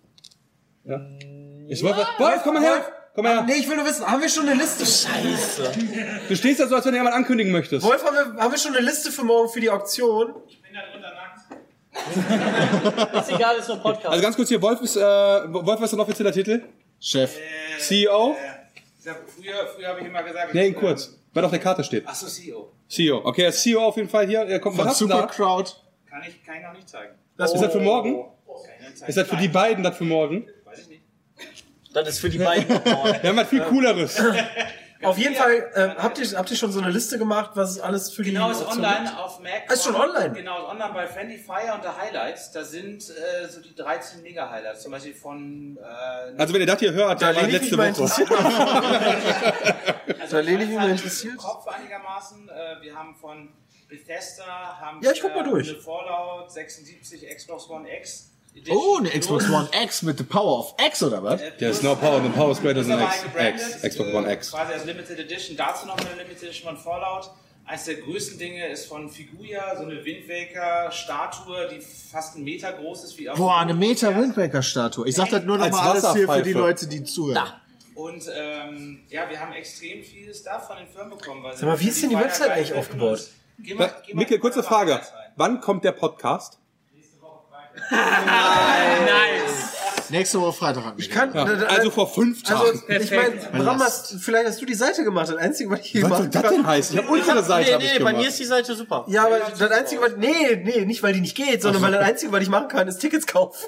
[SPEAKER 8] Ich wollte was. Wolf, komm mal her! Komm mal her!
[SPEAKER 4] Nee, ich will nur wissen, haben wir schon eine Liste?
[SPEAKER 8] Du stehst da so, als wenn du jemand ankündigen möchtest.
[SPEAKER 6] Wolf, haben wir, haben wir schon eine Liste für morgen für die Auktion?
[SPEAKER 3] Ist egal, ist nur ein Podcast.
[SPEAKER 8] Also ganz kurz hier, Wolf ist, äh, Wolf, was ist dein offizieller Titel? Äh,
[SPEAKER 4] Chef.
[SPEAKER 8] CEO?
[SPEAKER 10] Äh, Früher, früher habe ich äh, immer gesagt,
[SPEAKER 8] Nee, in kurz. Weil auf der Karte steht.
[SPEAKER 10] Achso, CEO.
[SPEAKER 8] CEO. Okay, er ist CEO auf jeden Fall hier. Er kommt
[SPEAKER 4] Von
[SPEAKER 8] was hast du da?
[SPEAKER 4] Supercrowd.
[SPEAKER 10] Kann ich, kann ich noch nicht zeigen.
[SPEAKER 8] Das ist das für morgen? Ist das für die beiden das für morgen?
[SPEAKER 3] das ist für die beiden.
[SPEAKER 8] Wir haben was viel cooleres.
[SPEAKER 6] Auf jeden Fall, ähm, habt, ihr, habt ihr schon so eine Liste gemacht, was es alles für
[SPEAKER 10] Genau,
[SPEAKER 6] die
[SPEAKER 10] ist
[SPEAKER 6] Optionen gibt?
[SPEAKER 10] online auf Mac.
[SPEAKER 6] Ah, ist schon online?
[SPEAKER 10] Genau, ist online bei Fendi Fire unter Highlights. Da sind äh, so die 13 Mega-Highlights. Zum Beispiel von... Äh,
[SPEAKER 8] Also wenn ihr das hier hört,
[SPEAKER 6] Da
[SPEAKER 8] da war
[SPEAKER 6] lehne ich mich
[SPEAKER 8] letzte
[SPEAKER 6] mal
[SPEAKER 8] Woche.
[SPEAKER 6] interessiert.
[SPEAKER 10] also
[SPEAKER 6] da lehne ich mich mal
[SPEAKER 10] Fall
[SPEAKER 6] interessiert.
[SPEAKER 10] im Kopf einigermaßen. Äh, wir haben von Bethesda... Haben
[SPEAKER 6] Ja, ich guck mal
[SPEAKER 10] wir
[SPEAKER 6] durch.
[SPEAKER 10] Eine Fallout 76 Xbox One X. Edition.
[SPEAKER 4] Oh, eine Xbox
[SPEAKER 10] Plus-
[SPEAKER 4] One X mit the Power of X oder was?
[SPEAKER 10] äh,
[SPEAKER 8] There's
[SPEAKER 10] plus-
[SPEAKER 8] no power, the power is greater than
[SPEAKER 10] Mittlerweile
[SPEAKER 8] X. X.
[SPEAKER 10] gebrandet,
[SPEAKER 8] Xbox
[SPEAKER 10] äh,
[SPEAKER 8] One X.
[SPEAKER 10] Quasi als Limited Edition. Dazu noch eine Limited Edition von Fallout. Eines der größten Dinge ist von Figuria, so eine Wind Waker Statue, die fast einen Meter groß ist. Wie auf
[SPEAKER 4] Boah,
[SPEAKER 10] dem
[SPEAKER 4] eine
[SPEAKER 10] Boden.
[SPEAKER 4] Meter Wind Waker Statue. Ich sag das nur
[SPEAKER 8] Als
[SPEAKER 4] nochmal alles hier für
[SPEAKER 8] Wasserpfeife.
[SPEAKER 4] die Leute, die zuhören.
[SPEAKER 10] Und ähm, ja, wir haben extrem viel Stuff von den Firmen bekommen. Weil
[SPEAKER 6] Sag mal, wie ist denn die Website eigentlich aufgebaut?
[SPEAKER 10] Geh
[SPEAKER 8] Wa-
[SPEAKER 10] geh
[SPEAKER 8] Mikkel, kurze
[SPEAKER 10] mal in die
[SPEAKER 8] Frage.
[SPEAKER 10] Website.
[SPEAKER 8] Wann kommt der Podcast?
[SPEAKER 4] Nächste Woche Freitag haben wir.
[SPEAKER 6] Ich kann,
[SPEAKER 8] Ja.
[SPEAKER 6] da- da-
[SPEAKER 8] Also vor fünf
[SPEAKER 6] also
[SPEAKER 8] Tagen.
[SPEAKER 6] ich meine, Bramas, vielleicht hast du die Seite gemacht. Das Einzige, was ich hier
[SPEAKER 8] Was
[SPEAKER 6] gemacht
[SPEAKER 8] soll das denn heißen? Ich habe unsere Seite
[SPEAKER 3] Nee,
[SPEAKER 8] hab ich
[SPEAKER 3] nee, bei mir
[SPEAKER 8] gemacht.
[SPEAKER 3] ist die Seite super.
[SPEAKER 6] Ja, aber das Einzige, was, nee, nee, nicht weil die nicht geht, sondern weil das Einzige, was ich machen kann, ist Tickets kaufen.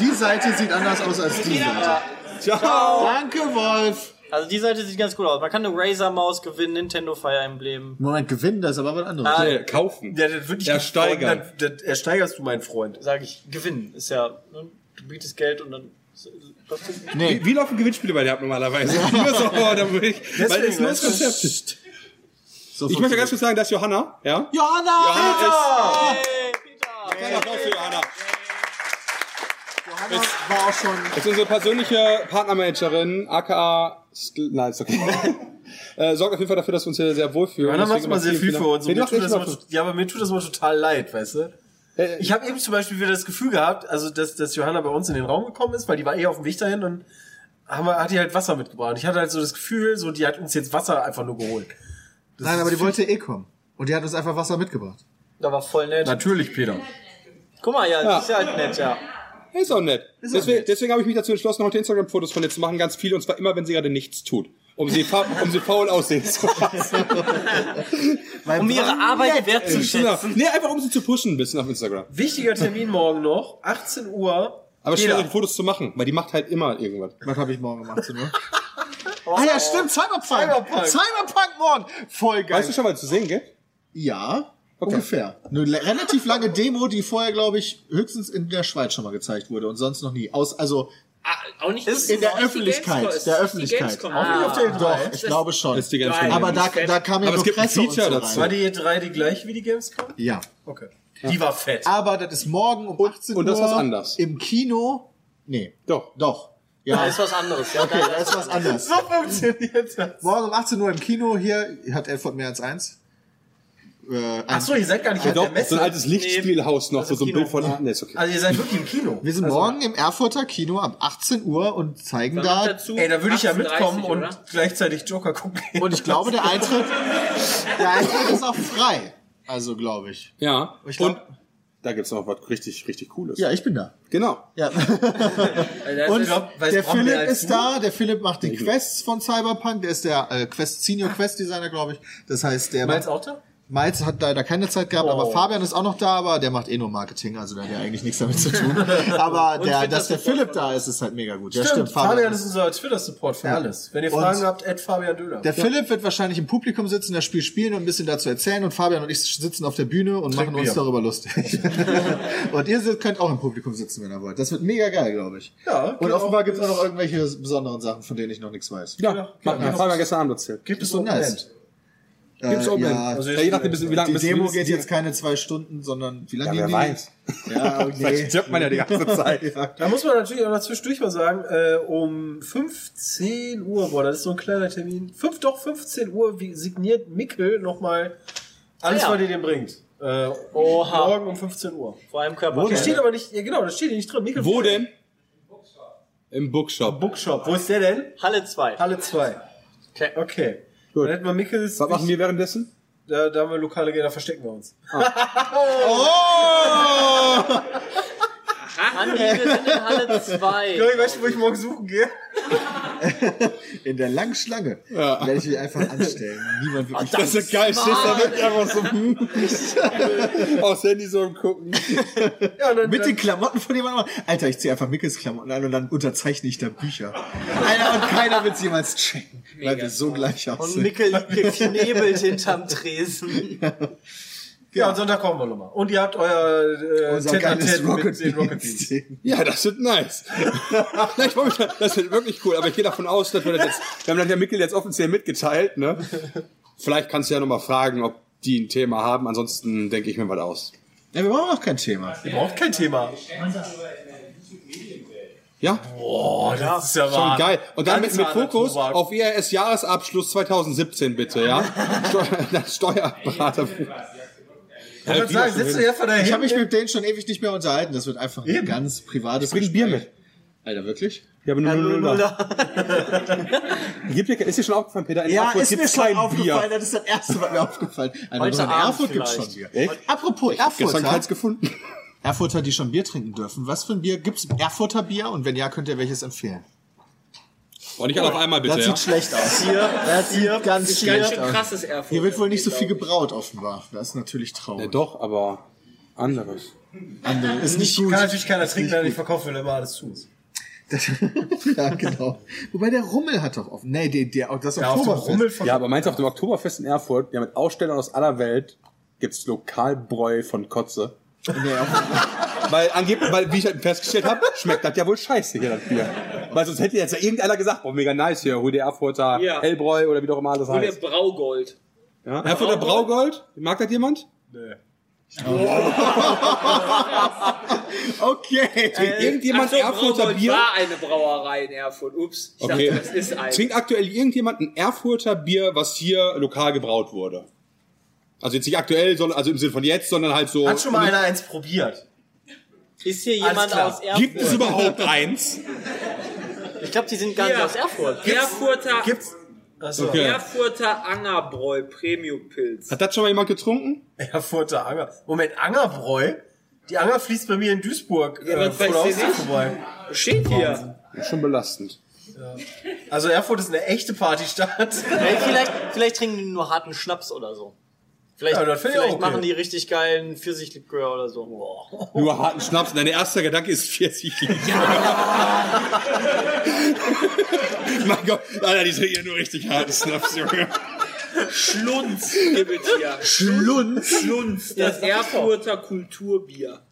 [SPEAKER 4] Die Seite sieht anders aus als die Seite.
[SPEAKER 8] Ciao.
[SPEAKER 4] Danke, Wolf.
[SPEAKER 3] Also die Seite sieht ganz gut aus. Man kann eine Razer Maus gewinnen, Nintendo Fire Emblem.
[SPEAKER 4] Moment, gewinnen, das ist aber was anderes.
[SPEAKER 3] Ah,
[SPEAKER 8] Nee, Äh, Kaufen.
[SPEAKER 6] Ja, das wird nicht
[SPEAKER 8] Ersteigern.
[SPEAKER 6] gefreut, Das, das ersteigerst du, mein Freund.
[SPEAKER 3] Sag ich, gewinnen ist ja, ne? du bietest Geld und dann kostet
[SPEAKER 8] Wie, wie laufen Gewinnspiele bei der ab normalerweise? Nur so, oh, da will ich, weil das ist ein neues
[SPEAKER 6] weißt du.
[SPEAKER 8] Konzept. ist.
[SPEAKER 4] So,
[SPEAKER 8] Ich möchte ganz kurz sagen, dass Johanna, ja?
[SPEAKER 4] Johanna!
[SPEAKER 8] Johanna ist, Kleiner Applaus für Johanna.
[SPEAKER 4] Johanna war auch schon...
[SPEAKER 8] ist unsere persönliche Partnermanagerin, aka, Sk- nein, ist okay. äh, sorgt auf jeden Fall dafür, dass wir uns hier sehr wohlfühlen.
[SPEAKER 6] Johanna macht
[SPEAKER 8] Deswegen
[SPEAKER 6] immer sehr
[SPEAKER 8] vielen,
[SPEAKER 6] viel
[SPEAKER 8] vielen
[SPEAKER 6] für uns. um Und
[SPEAKER 8] Dank. Nee,
[SPEAKER 6] mir
[SPEAKER 8] macht
[SPEAKER 6] tut
[SPEAKER 8] echt
[SPEAKER 6] das
[SPEAKER 8] immer
[SPEAKER 6] immer,
[SPEAKER 8] für-
[SPEAKER 6] ja, aber mir tut das immer total leid, weißt du?
[SPEAKER 8] Äh,
[SPEAKER 6] Ich habe eben zum Beispiel wieder das Gefühl gehabt, also dass, dass Johanna bei uns in den Raum gekommen ist, weil die war eh auf dem Weg dahin und haben, wir- hat die halt Wasser mitgebracht. Ich hatte halt so das Gefühl, so die hat uns jetzt Wasser einfach nur geholt. Das
[SPEAKER 4] Nein, aber die
[SPEAKER 6] ist-
[SPEAKER 4] wollte eh kommen. Und die hat uns einfach Wasser mitgebracht.
[SPEAKER 3] Da war voll nett.
[SPEAKER 6] Natürlich, Peter.
[SPEAKER 3] Guck mal, ja, das ist ja halt nett, ja.
[SPEAKER 8] Ist auch nett. deswegen deswegen habe ich mich dazu entschlossen, heute Instagram-Fotos von ihr zu machen, ganz viele, und zwar immer, wenn sie gerade nichts tut. Um sie, fa um sie faul aussehen zu lassen.
[SPEAKER 3] Um ihre Arbeit
[SPEAKER 8] genau.
[SPEAKER 3] wertzuschätzen.
[SPEAKER 8] Nee, einfach um sie zu pushen ein bisschen auf Instagram.
[SPEAKER 6] Wichtiger Termin morgen noch, 18 Uhr.
[SPEAKER 8] Aber
[SPEAKER 6] Jeder.
[SPEAKER 8] schwierig, Fotos zu machen, weil die macht halt immer irgendwas.
[SPEAKER 4] Was habe ich morgen gemacht, zu mir? ah ja, stimmt, Cyberpunk. Cyberpunk. morgen. Voll geil.
[SPEAKER 8] Weißt du schon, mal zu sehen, gell?
[SPEAKER 4] ja, ungefähr. Eine le- relativ lange Demo, die vorher, glaube ich, höchstens in der Schweiz schon mal gezeigt wurde und sonst noch nie. Aus, also
[SPEAKER 5] Ah, auch nicht
[SPEAKER 4] in der Öffentlichkeit. Der Öffentlichkeit.
[SPEAKER 5] Ah.
[SPEAKER 4] Doch, ich glaube schon.
[SPEAKER 8] Ah. Ist die ganz
[SPEAKER 5] Geil.
[SPEAKER 8] genau.
[SPEAKER 4] Aber da, da kam ja
[SPEAKER 8] Aber es
[SPEAKER 4] nur
[SPEAKER 8] gibt ein
[SPEAKER 4] Presse und so
[SPEAKER 8] Feature
[SPEAKER 4] rein.
[SPEAKER 8] dazu.
[SPEAKER 6] War die E3 die gleiche wie die Gamescom?
[SPEAKER 4] Ja.
[SPEAKER 6] Okay. Ah. Die war fett.
[SPEAKER 4] Aber das ist morgen um 18
[SPEAKER 8] und
[SPEAKER 4] Uhr.
[SPEAKER 8] das ist was anders.
[SPEAKER 4] Im Kino. Nee.
[SPEAKER 8] Doch.
[SPEAKER 4] Doch. Ja,
[SPEAKER 3] Da ist was anderes, ja.
[SPEAKER 4] okay, da ist was anders.
[SPEAKER 6] So funktioniert das.
[SPEAKER 4] Morgen um 18 Uhr im Kino hier hat Elford mehr als eins. Äh, ein-
[SPEAKER 6] Achso, ihr seid gar nicht auf der
[SPEAKER 8] Doch, so ein
[SPEAKER 6] Messe.
[SPEAKER 8] altes Lichtspielhaus noch, so ein Bild von hinten. Nee, ist okay.
[SPEAKER 6] Also ihr seid wirklich im Kino. Also,
[SPEAKER 4] Wir sind
[SPEAKER 8] Also-
[SPEAKER 4] morgen im Erfurter Kino ab 18 Uhr und zeigen da.
[SPEAKER 6] Ey, da würde ich ja mitkommen und gleichzeitig Joker gucken.
[SPEAKER 4] Und ich glaube, der Eintritt, der Eintritt ist auch frei. Also glaube ich.
[SPEAKER 8] Ja.
[SPEAKER 4] Ich glaub-
[SPEAKER 8] Und da gibt's noch was richtig, richtig Cooles.
[SPEAKER 4] Ja, ich bin da.
[SPEAKER 8] Genau.
[SPEAKER 4] Ja.
[SPEAKER 6] und
[SPEAKER 4] Der Philipp ist da, der Philipp macht die Quests von Cyberpunk, der ist der äh, Quest Senior Quest Designer, glaube ich. Das heißt, der
[SPEAKER 6] Miles auch da?
[SPEAKER 4] Miles hat leider keine Zeit gehabt,
[SPEAKER 6] Oh.
[SPEAKER 4] aber Fabian ist auch noch da, aber der macht eh nur Marketing, also der hat ja eigentlich nichts damit zu tun. Aber der, dass der Philipp da ist, ist halt mega gut. Ja,
[SPEAKER 6] Stimmt,
[SPEAKER 4] stimmt, Fabian.
[SPEAKER 6] Fabian ist unser Twitter-Support für alles. Wenn ihr
[SPEAKER 4] Und-
[SPEAKER 6] Fragen habt, add Fabian Döder.
[SPEAKER 4] der Philipp wird wahrscheinlich im Publikum sitzen, das Spiel spielen und ein bisschen dazu erzählen und Fabian und ich sitzen auf der Bühne und machen uns
[SPEAKER 6] Bier.
[SPEAKER 4] darüber lustig. und ihr sit- könnt auch im Publikum sitzen, wenn ihr wollt. Das wird mega geil, glaube ich.
[SPEAKER 6] Ja,
[SPEAKER 4] Und
[SPEAKER 6] genau.
[SPEAKER 4] offenbar gibt es auch noch irgendwelche besonderen Sachen, von denen ich noch nichts weiß.
[SPEAKER 8] Ja, ja, ja.
[SPEAKER 4] genau.
[SPEAKER 8] Hat Fabian gestern Abend erzählt.
[SPEAKER 6] Gibt es
[SPEAKER 4] so
[SPEAKER 6] Open
[SPEAKER 4] nice.
[SPEAKER 6] End?
[SPEAKER 8] Gibt's
[SPEAKER 4] Äh,
[SPEAKER 8] Open
[SPEAKER 4] ja.
[SPEAKER 8] End. Ja, je nachdem, bis- wie lange
[SPEAKER 4] Die
[SPEAKER 8] bis-
[SPEAKER 4] Demo
[SPEAKER 8] bis-
[SPEAKER 4] geht jetzt keine zwei Stunden, sondern wie lange
[SPEAKER 8] Ja,
[SPEAKER 4] geht
[SPEAKER 8] wer
[SPEAKER 4] die?
[SPEAKER 8] weiß.
[SPEAKER 4] Ja, okay.
[SPEAKER 8] Vielleicht stirbt man ja genau. die ganze Zeit.
[SPEAKER 6] Da muss man natürlich auch noch zwischendurch mal sagen, äh, um 15 Uhr, boah, das ist so ein kleiner Termin. Fünf, doch 15 Uhr wie signiert Mickel nochmal alles,
[SPEAKER 3] Ah ja.
[SPEAKER 6] was ihr dem bringt. Äh,
[SPEAKER 3] Oha.
[SPEAKER 6] Morgen um 15 Uhr.
[SPEAKER 3] Vor allem Körper.
[SPEAKER 6] Das steht aber nicht, ja genau, das steht hier nicht drin. Mickel
[SPEAKER 8] Wo denn? Im Bookshop.
[SPEAKER 6] Bookshop. Wo ist der denn?
[SPEAKER 3] Halle 2.
[SPEAKER 6] Halle 2.
[SPEAKER 3] Okay.
[SPEAKER 6] Okay.
[SPEAKER 8] Gut.
[SPEAKER 6] Dann hätten wir Mickels.
[SPEAKER 8] Was machen wir währenddessen?
[SPEAKER 6] Da, da haben
[SPEAKER 8] Oh!
[SPEAKER 6] wir lokale Gelder, verstecken wir uns.
[SPEAKER 3] Andi, wir sind in Halle 2.
[SPEAKER 6] Joey, weißt du, wo ich morgen suchen gehe?
[SPEAKER 4] In der langen Schlange
[SPEAKER 8] Ja.
[SPEAKER 4] werde ich mich einfach anstellen. Niemand wird mich
[SPEAKER 8] Das ist ja geil, stehst da wirklich einfach so hm, aufs Handy so im Gucken.
[SPEAKER 6] Ja, und dann,
[SPEAKER 4] Mit den Klamotten von jemandem. an. Alter, ich zieh einfach Mickels Klamotten an und dann unterzeichne ich da Bücher. Alter, und keiner wird's jemals checken, weil wir so gleich
[SPEAKER 3] Und
[SPEAKER 4] aussehen.
[SPEAKER 3] Mickel geknebelt hinterm Tresen.
[SPEAKER 6] ja, und Sonntag kommen wir nochmal. Und ihr habt euer äh,
[SPEAKER 4] Unser geiles
[SPEAKER 6] Tête-à-Tête mit
[SPEAKER 4] Rocket
[SPEAKER 6] den Rocket Beans.
[SPEAKER 4] Beans.
[SPEAKER 8] Ja, das wird nice. Nein, ich freu mich, schon, das wird wirklich cool, aber ich gehe davon aus, dass wir das jetzt, wir haben das ja Mikkel jetzt offiziell mitgeteilt, ne? Vielleicht kannst du ja nochmal fragen, ob die ein Thema haben, ansonsten denke ich mir was aus.
[SPEAKER 4] Ja, wir brauchen auch kein Thema.
[SPEAKER 6] Ihr braucht kein Thema.
[SPEAKER 8] Ja?
[SPEAKER 6] Boah, das ist ja
[SPEAKER 8] Schon
[SPEAKER 6] wahr.
[SPEAKER 8] geil. Und dann mit,
[SPEAKER 6] Ganz
[SPEAKER 8] mit
[SPEAKER 6] harter
[SPEAKER 8] Fokus
[SPEAKER 6] Tobak.
[SPEAKER 8] auf E IRS-Jahresabschluss 2017 bitte, ja? Steuer, das Steuerberater.
[SPEAKER 6] Ich würde sagen, sitzt du hier vor der
[SPEAKER 4] Ich habe mich mit denen schon ewig nicht mehr unterhalten. Das wird einfach ein ganz privates
[SPEAKER 8] Bring Bier
[SPEAKER 4] Gespräch.
[SPEAKER 8] mit.
[SPEAKER 4] Alter, wirklich?
[SPEAKER 8] Ja, aber nur, nur, nur, nur.
[SPEAKER 3] Oder
[SPEAKER 8] Gibt dir- Ist dir schon aufgefallen, Peter? In
[SPEAKER 4] Ja,
[SPEAKER 8] Erfurt
[SPEAKER 4] ist mir
[SPEAKER 8] gibt's
[SPEAKER 4] schon
[SPEAKER 8] kein
[SPEAKER 4] aufgefallen.
[SPEAKER 8] Bier.
[SPEAKER 4] Das ist das Erste, was mir aufgefallen ist. Alter,
[SPEAKER 3] Heute
[SPEAKER 4] nur in
[SPEAKER 3] Abend
[SPEAKER 4] Erfurt gibt's
[SPEAKER 3] vielleicht.
[SPEAKER 4] schon Bier.
[SPEAKER 8] Echt?
[SPEAKER 4] Apropos
[SPEAKER 8] Gestern keins
[SPEAKER 4] Erfurt.
[SPEAKER 8] gefunden.
[SPEAKER 4] Erfurter, die schon Bier trinken dürfen. Was für ein Bier? Gibt's Erfurter Bier? Und wenn ja, könnt ihr welches empfehlen?
[SPEAKER 8] Und ich alle auf einmal bitte,
[SPEAKER 4] Das
[SPEAKER 8] ja?
[SPEAKER 4] sieht schlecht aus. Hier, das sieht ganz
[SPEAKER 5] Ganz
[SPEAKER 4] schlecht
[SPEAKER 5] schön
[SPEAKER 4] aus.
[SPEAKER 5] krasses Erfurt.
[SPEAKER 4] Hier wird wohl nicht so viel gebraut, offenbar. Das ist natürlich traurig.
[SPEAKER 8] Ja, Äh, doch, aber anderes.
[SPEAKER 4] Andere ist nicht gut.
[SPEAKER 6] Kann natürlich keiner trinken, wenn er nicht verkauft wird, immer alles zu. ist.
[SPEAKER 4] ja, genau. Wobei der Rummel hat doch offen. Nee, der, der, das
[SPEAKER 6] Ja, auf dem
[SPEAKER 4] Oktoberfest.
[SPEAKER 6] Rummel von
[SPEAKER 8] Ja, aber meinst du, auf dem Oktoberfest in Erfurt, ja, mit Ausstellern aus aller Welt, gibt's Lokalbräu von Kotze?
[SPEAKER 4] Nee, auf,
[SPEAKER 8] Weil, angeblich, weil, wie ich halt festgestellt habe, schmeckt das ja wohl scheiße hier, das Bier. Weil sonst hätte jetzt ja irgendeiner gesagt, boah, mega nice hier, hol dir Erfurter
[SPEAKER 5] Ja.
[SPEAKER 8] Hellbräu oder wie doch immer alles
[SPEAKER 5] Und der
[SPEAKER 8] heißt.
[SPEAKER 5] Braugold.
[SPEAKER 8] Ja? Erfurter Braugold? Mag das jemand?
[SPEAKER 4] okay.
[SPEAKER 8] Trinkt irgendjemand
[SPEAKER 5] Äh, Ach so,
[SPEAKER 8] Erfurter
[SPEAKER 5] Braugold
[SPEAKER 8] Bier?
[SPEAKER 5] war eine Brauerei in Erfurt. Ups, ich
[SPEAKER 8] Okay.
[SPEAKER 5] dachte, das ist ein.
[SPEAKER 8] Trinkt aktuell irgendjemand ein Erfurter Bier, was hier lokal gebraut wurde? Also jetzt nicht aktuell, sondern also im Sinne von jetzt, sondern halt so.
[SPEAKER 6] Hat schon mal einer eins probiert?
[SPEAKER 3] ist hier jemand
[SPEAKER 6] Alles klar.
[SPEAKER 3] aus Erfurt?
[SPEAKER 8] Gibt es überhaupt eins?
[SPEAKER 3] Ich glaube, die sind gar nicht
[SPEAKER 5] Ja.
[SPEAKER 3] aus Erfurt.
[SPEAKER 5] Erfurter,
[SPEAKER 6] Gibt's? Achso.
[SPEAKER 8] Okay.
[SPEAKER 5] Erfurter Angerbräu Premium Pilz.
[SPEAKER 8] Hat das schon mal jemand getrunken?
[SPEAKER 6] Erfurter Anger. Moment, Angerbräu? Die Anger fließt bei mir in Duisburg
[SPEAKER 5] Ja,
[SPEAKER 6] äh,
[SPEAKER 5] was
[SPEAKER 6] vor der
[SPEAKER 5] weiß ich
[SPEAKER 6] Haustür
[SPEAKER 5] nicht?
[SPEAKER 6] vorbei.
[SPEAKER 5] Steht hier.
[SPEAKER 8] Ist schon belastend.
[SPEAKER 6] Also Erfurt ist eine echte Partystadt.
[SPEAKER 3] Ey, vielleicht, vielleicht trinken die nur harten Schnaps oder so. Vielleicht,
[SPEAKER 6] Ja, das find ich
[SPEAKER 3] vielleicht
[SPEAKER 6] auch okay.
[SPEAKER 3] machen die richtig geilen Pfirsichlikör oder so.
[SPEAKER 8] Nur harten Schnaps. Dein erster Gedanke ist 40 Liter. mein Gott, Alter, die trinken ja nur richtig harten Schnaps, Junge.
[SPEAKER 5] Schlunz gibt es hier.
[SPEAKER 4] Schlunz.
[SPEAKER 5] Schlunz, das Erfurter Kulturbier.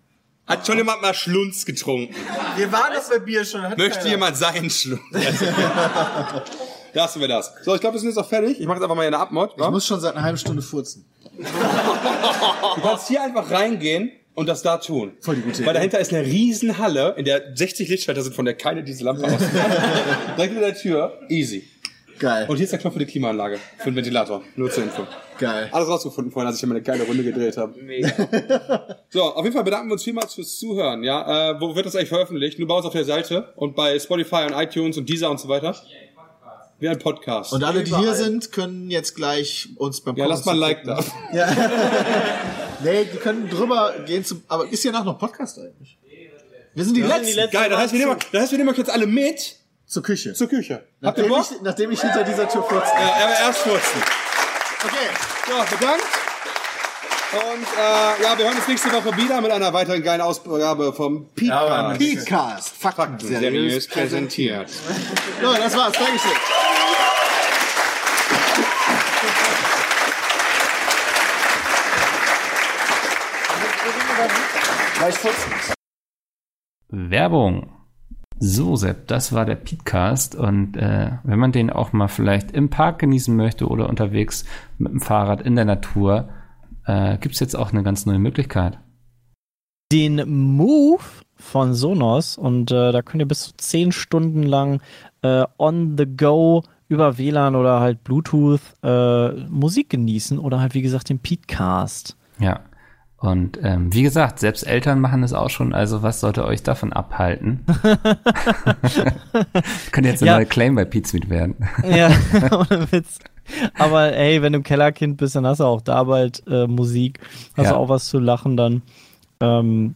[SPEAKER 8] Hat schon jemand mal Schlunz getrunken?
[SPEAKER 6] Wir waren das bei Bier schon. Hat
[SPEAKER 8] Möchte
[SPEAKER 6] keiner.
[SPEAKER 8] jemand sein Schlunz? Lassen wir das. So, ich glaube, wir sind jetzt auch fertig. Ich mache jetzt einfach mal hier eine Abmod.
[SPEAKER 4] Ich muss schon seit einer halben Stunde furzen.
[SPEAKER 8] Du kannst hier einfach reingehen und das da tun.
[SPEAKER 4] Voll die gute
[SPEAKER 8] Weil
[SPEAKER 4] Idee.
[SPEAKER 8] dahinter ist eine Riesenhalle, in der 60 Lichtschalter sind, von der keine diese Lampe aus. Direkt hinter der Tür. Easy.
[SPEAKER 4] Geil.
[SPEAKER 8] Und hier ist der Knopf für die Klimaanlage, für den Ventilator. Nur zur Info.
[SPEAKER 4] Geil.
[SPEAKER 8] Alles rausgefunden vorhin, als ich hier meine kleine Runde gedreht habe. So, auf jeden Fall bedanken wir uns vielmals fürs Zuhören. Ja, äh, wo wird das eigentlich veröffentlicht? Nur bei uns auf der Seite und bei Spotify und iTunes und Deezer und so weiter. Wie ein Podcast.
[SPEAKER 4] Und alle, die hier sind, können jetzt gleich uns beim
[SPEAKER 8] ja, lass mal ein Like da.
[SPEAKER 4] Nee, die können drüber gehen zum. Aber ist hier nach noch Podcast eigentlich? Wir sind die letzten
[SPEAKER 3] die letzten
[SPEAKER 8] Geil, das heißt, wir nehmen, das heißt, wir nehmen euch jetzt alle mit
[SPEAKER 4] zur Küche.
[SPEAKER 8] zur Küche. Habt ihr
[SPEAKER 4] nachdem,
[SPEAKER 8] Bock?
[SPEAKER 4] ich, nachdem ich hinter dieser Tür furze.
[SPEAKER 8] Ja, aber erst furzen.
[SPEAKER 4] Okay.
[SPEAKER 8] Ja, bedankt. Und äh, ja, wir hören uns nächste Woche wieder mit einer weiteren geilen Ausgabe vom
[SPEAKER 6] aber
[SPEAKER 8] Pika.
[SPEAKER 6] ein
[SPEAKER 4] P-Cast. Fakten.
[SPEAKER 8] Seriös präsentiert.
[SPEAKER 4] So, das war's. Dankeschön. Weil ich furzen muss.
[SPEAKER 2] Werbung. So, Sepp, das war der Podcast und äh, wenn man den auch mal vielleicht im Park genießen möchte oder unterwegs mit dem Fahrrad in der Natur, äh, gibt es jetzt auch eine ganz neue Möglichkeit.
[SPEAKER 11] den Move von Sonos und äh, da könnt ihr bis zu 10 Stunden lang äh, on the go über WLAN oder halt Bluetooth äh, Musik genießen oder halt wie gesagt den Podcast.
[SPEAKER 2] Ja. Und ähm, wie gesagt, selbst Eltern machen es auch schon, also was sollte euch davon abhalten? Könnte jetzt eine
[SPEAKER 11] Ja.
[SPEAKER 2] neue Claim bei Pete Sweet werden.
[SPEAKER 11] Ja, ohne Witz. Aber hey, wenn du ein Kellerkind bist, dann hast du auch da bald äh, Musik, hast
[SPEAKER 2] Ja.
[SPEAKER 11] du auch was zu lachen dann. Ähm,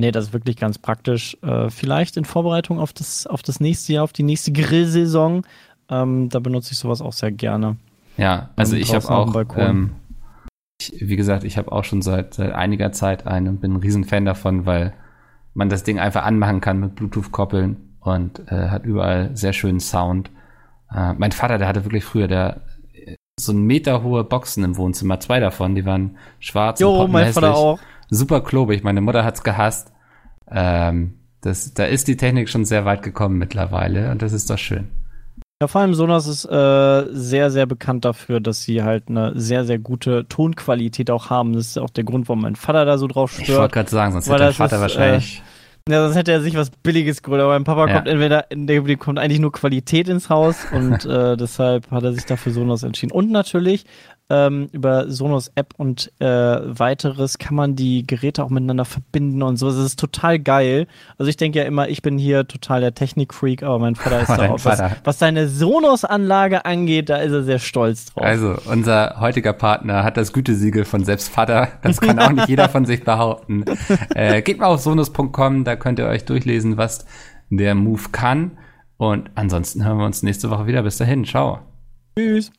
[SPEAKER 3] Nee, das ist wirklich ganz praktisch. Äh, vielleicht in Vorbereitung auf das, auf das nächste Jahr, auf die nächste Grillsaison. Ähm, da benutze ich sowas auch sehr gerne.
[SPEAKER 2] Ja, also
[SPEAKER 3] Ähm,
[SPEAKER 2] ich habe
[SPEAKER 3] draußen auf dem
[SPEAKER 2] auch,
[SPEAKER 3] Balkon.
[SPEAKER 2] ähm, ich, wie gesagt, ich habe auch schon seit, seit einiger Zeit einen und bin ein Riesenfan davon, weil man das Ding einfach anmachen kann mit Bluetooth koppeln und äh, hat überall sehr schönen Sound. Äh, mein Vater, der hatte wirklich früher der äh, so einen Meter hohe Boxen im Wohnzimmer, zwei davon, die waren schwarz
[SPEAKER 3] Jo, mein
[SPEAKER 2] pottenhässlich.
[SPEAKER 3] Vater auch.
[SPEAKER 2] Super klobig, meine Mutter hat's gehasst. Ähm, das, da ist die Technik schon sehr weit gekommen mittlerweile und das ist doch schön.
[SPEAKER 3] Ja, vor allem Sonos ist äh, sehr, sehr bekannt dafür, dass sie halt eine sehr, sehr gute Tonqualität auch haben. Das ist auch der Grund, warum mein Vater da so drauf
[SPEAKER 2] Ich wollte
[SPEAKER 3] stört.
[SPEAKER 2] gerade sagen, sonst
[SPEAKER 3] Weil
[SPEAKER 2] hätte dein
[SPEAKER 3] das
[SPEAKER 2] Vater
[SPEAKER 3] ist, äh,
[SPEAKER 2] wahrscheinlich.
[SPEAKER 3] Ja, sonst hätte er sich was Billiges geholt. Aber mein Papa
[SPEAKER 2] Ja.
[SPEAKER 3] kommt entweder, in der dem kommt eigentlich nur Qualität ins Haus und äh, deshalb hat er sich dafür Sonos entschieden. Und natürlich ähm, über Sonos App und äh, weiteres kann man die Geräte auch miteinander verbinden und so. Das ist total geil. Also ich denke ja immer, ich bin hier total der Technikfreak, aber mein Vater ist
[SPEAKER 2] Aber
[SPEAKER 3] da
[SPEAKER 2] dein
[SPEAKER 3] auch was,
[SPEAKER 2] Vater.
[SPEAKER 3] was seine Sonos-Anlage angeht, da ist er sehr stolz drauf.
[SPEAKER 2] Also, unser heutiger Partner hat das Gütesiegel von selbst Vater. Das kann auch nicht jeder von sich behaupten. Äh, geht mal auf sonos.com, da könnt ihr euch durchlesen, was der Move kann. Und ansonsten hören wir uns nächste Woche wieder. Bis dahin, ciao.
[SPEAKER 3] Tschüss.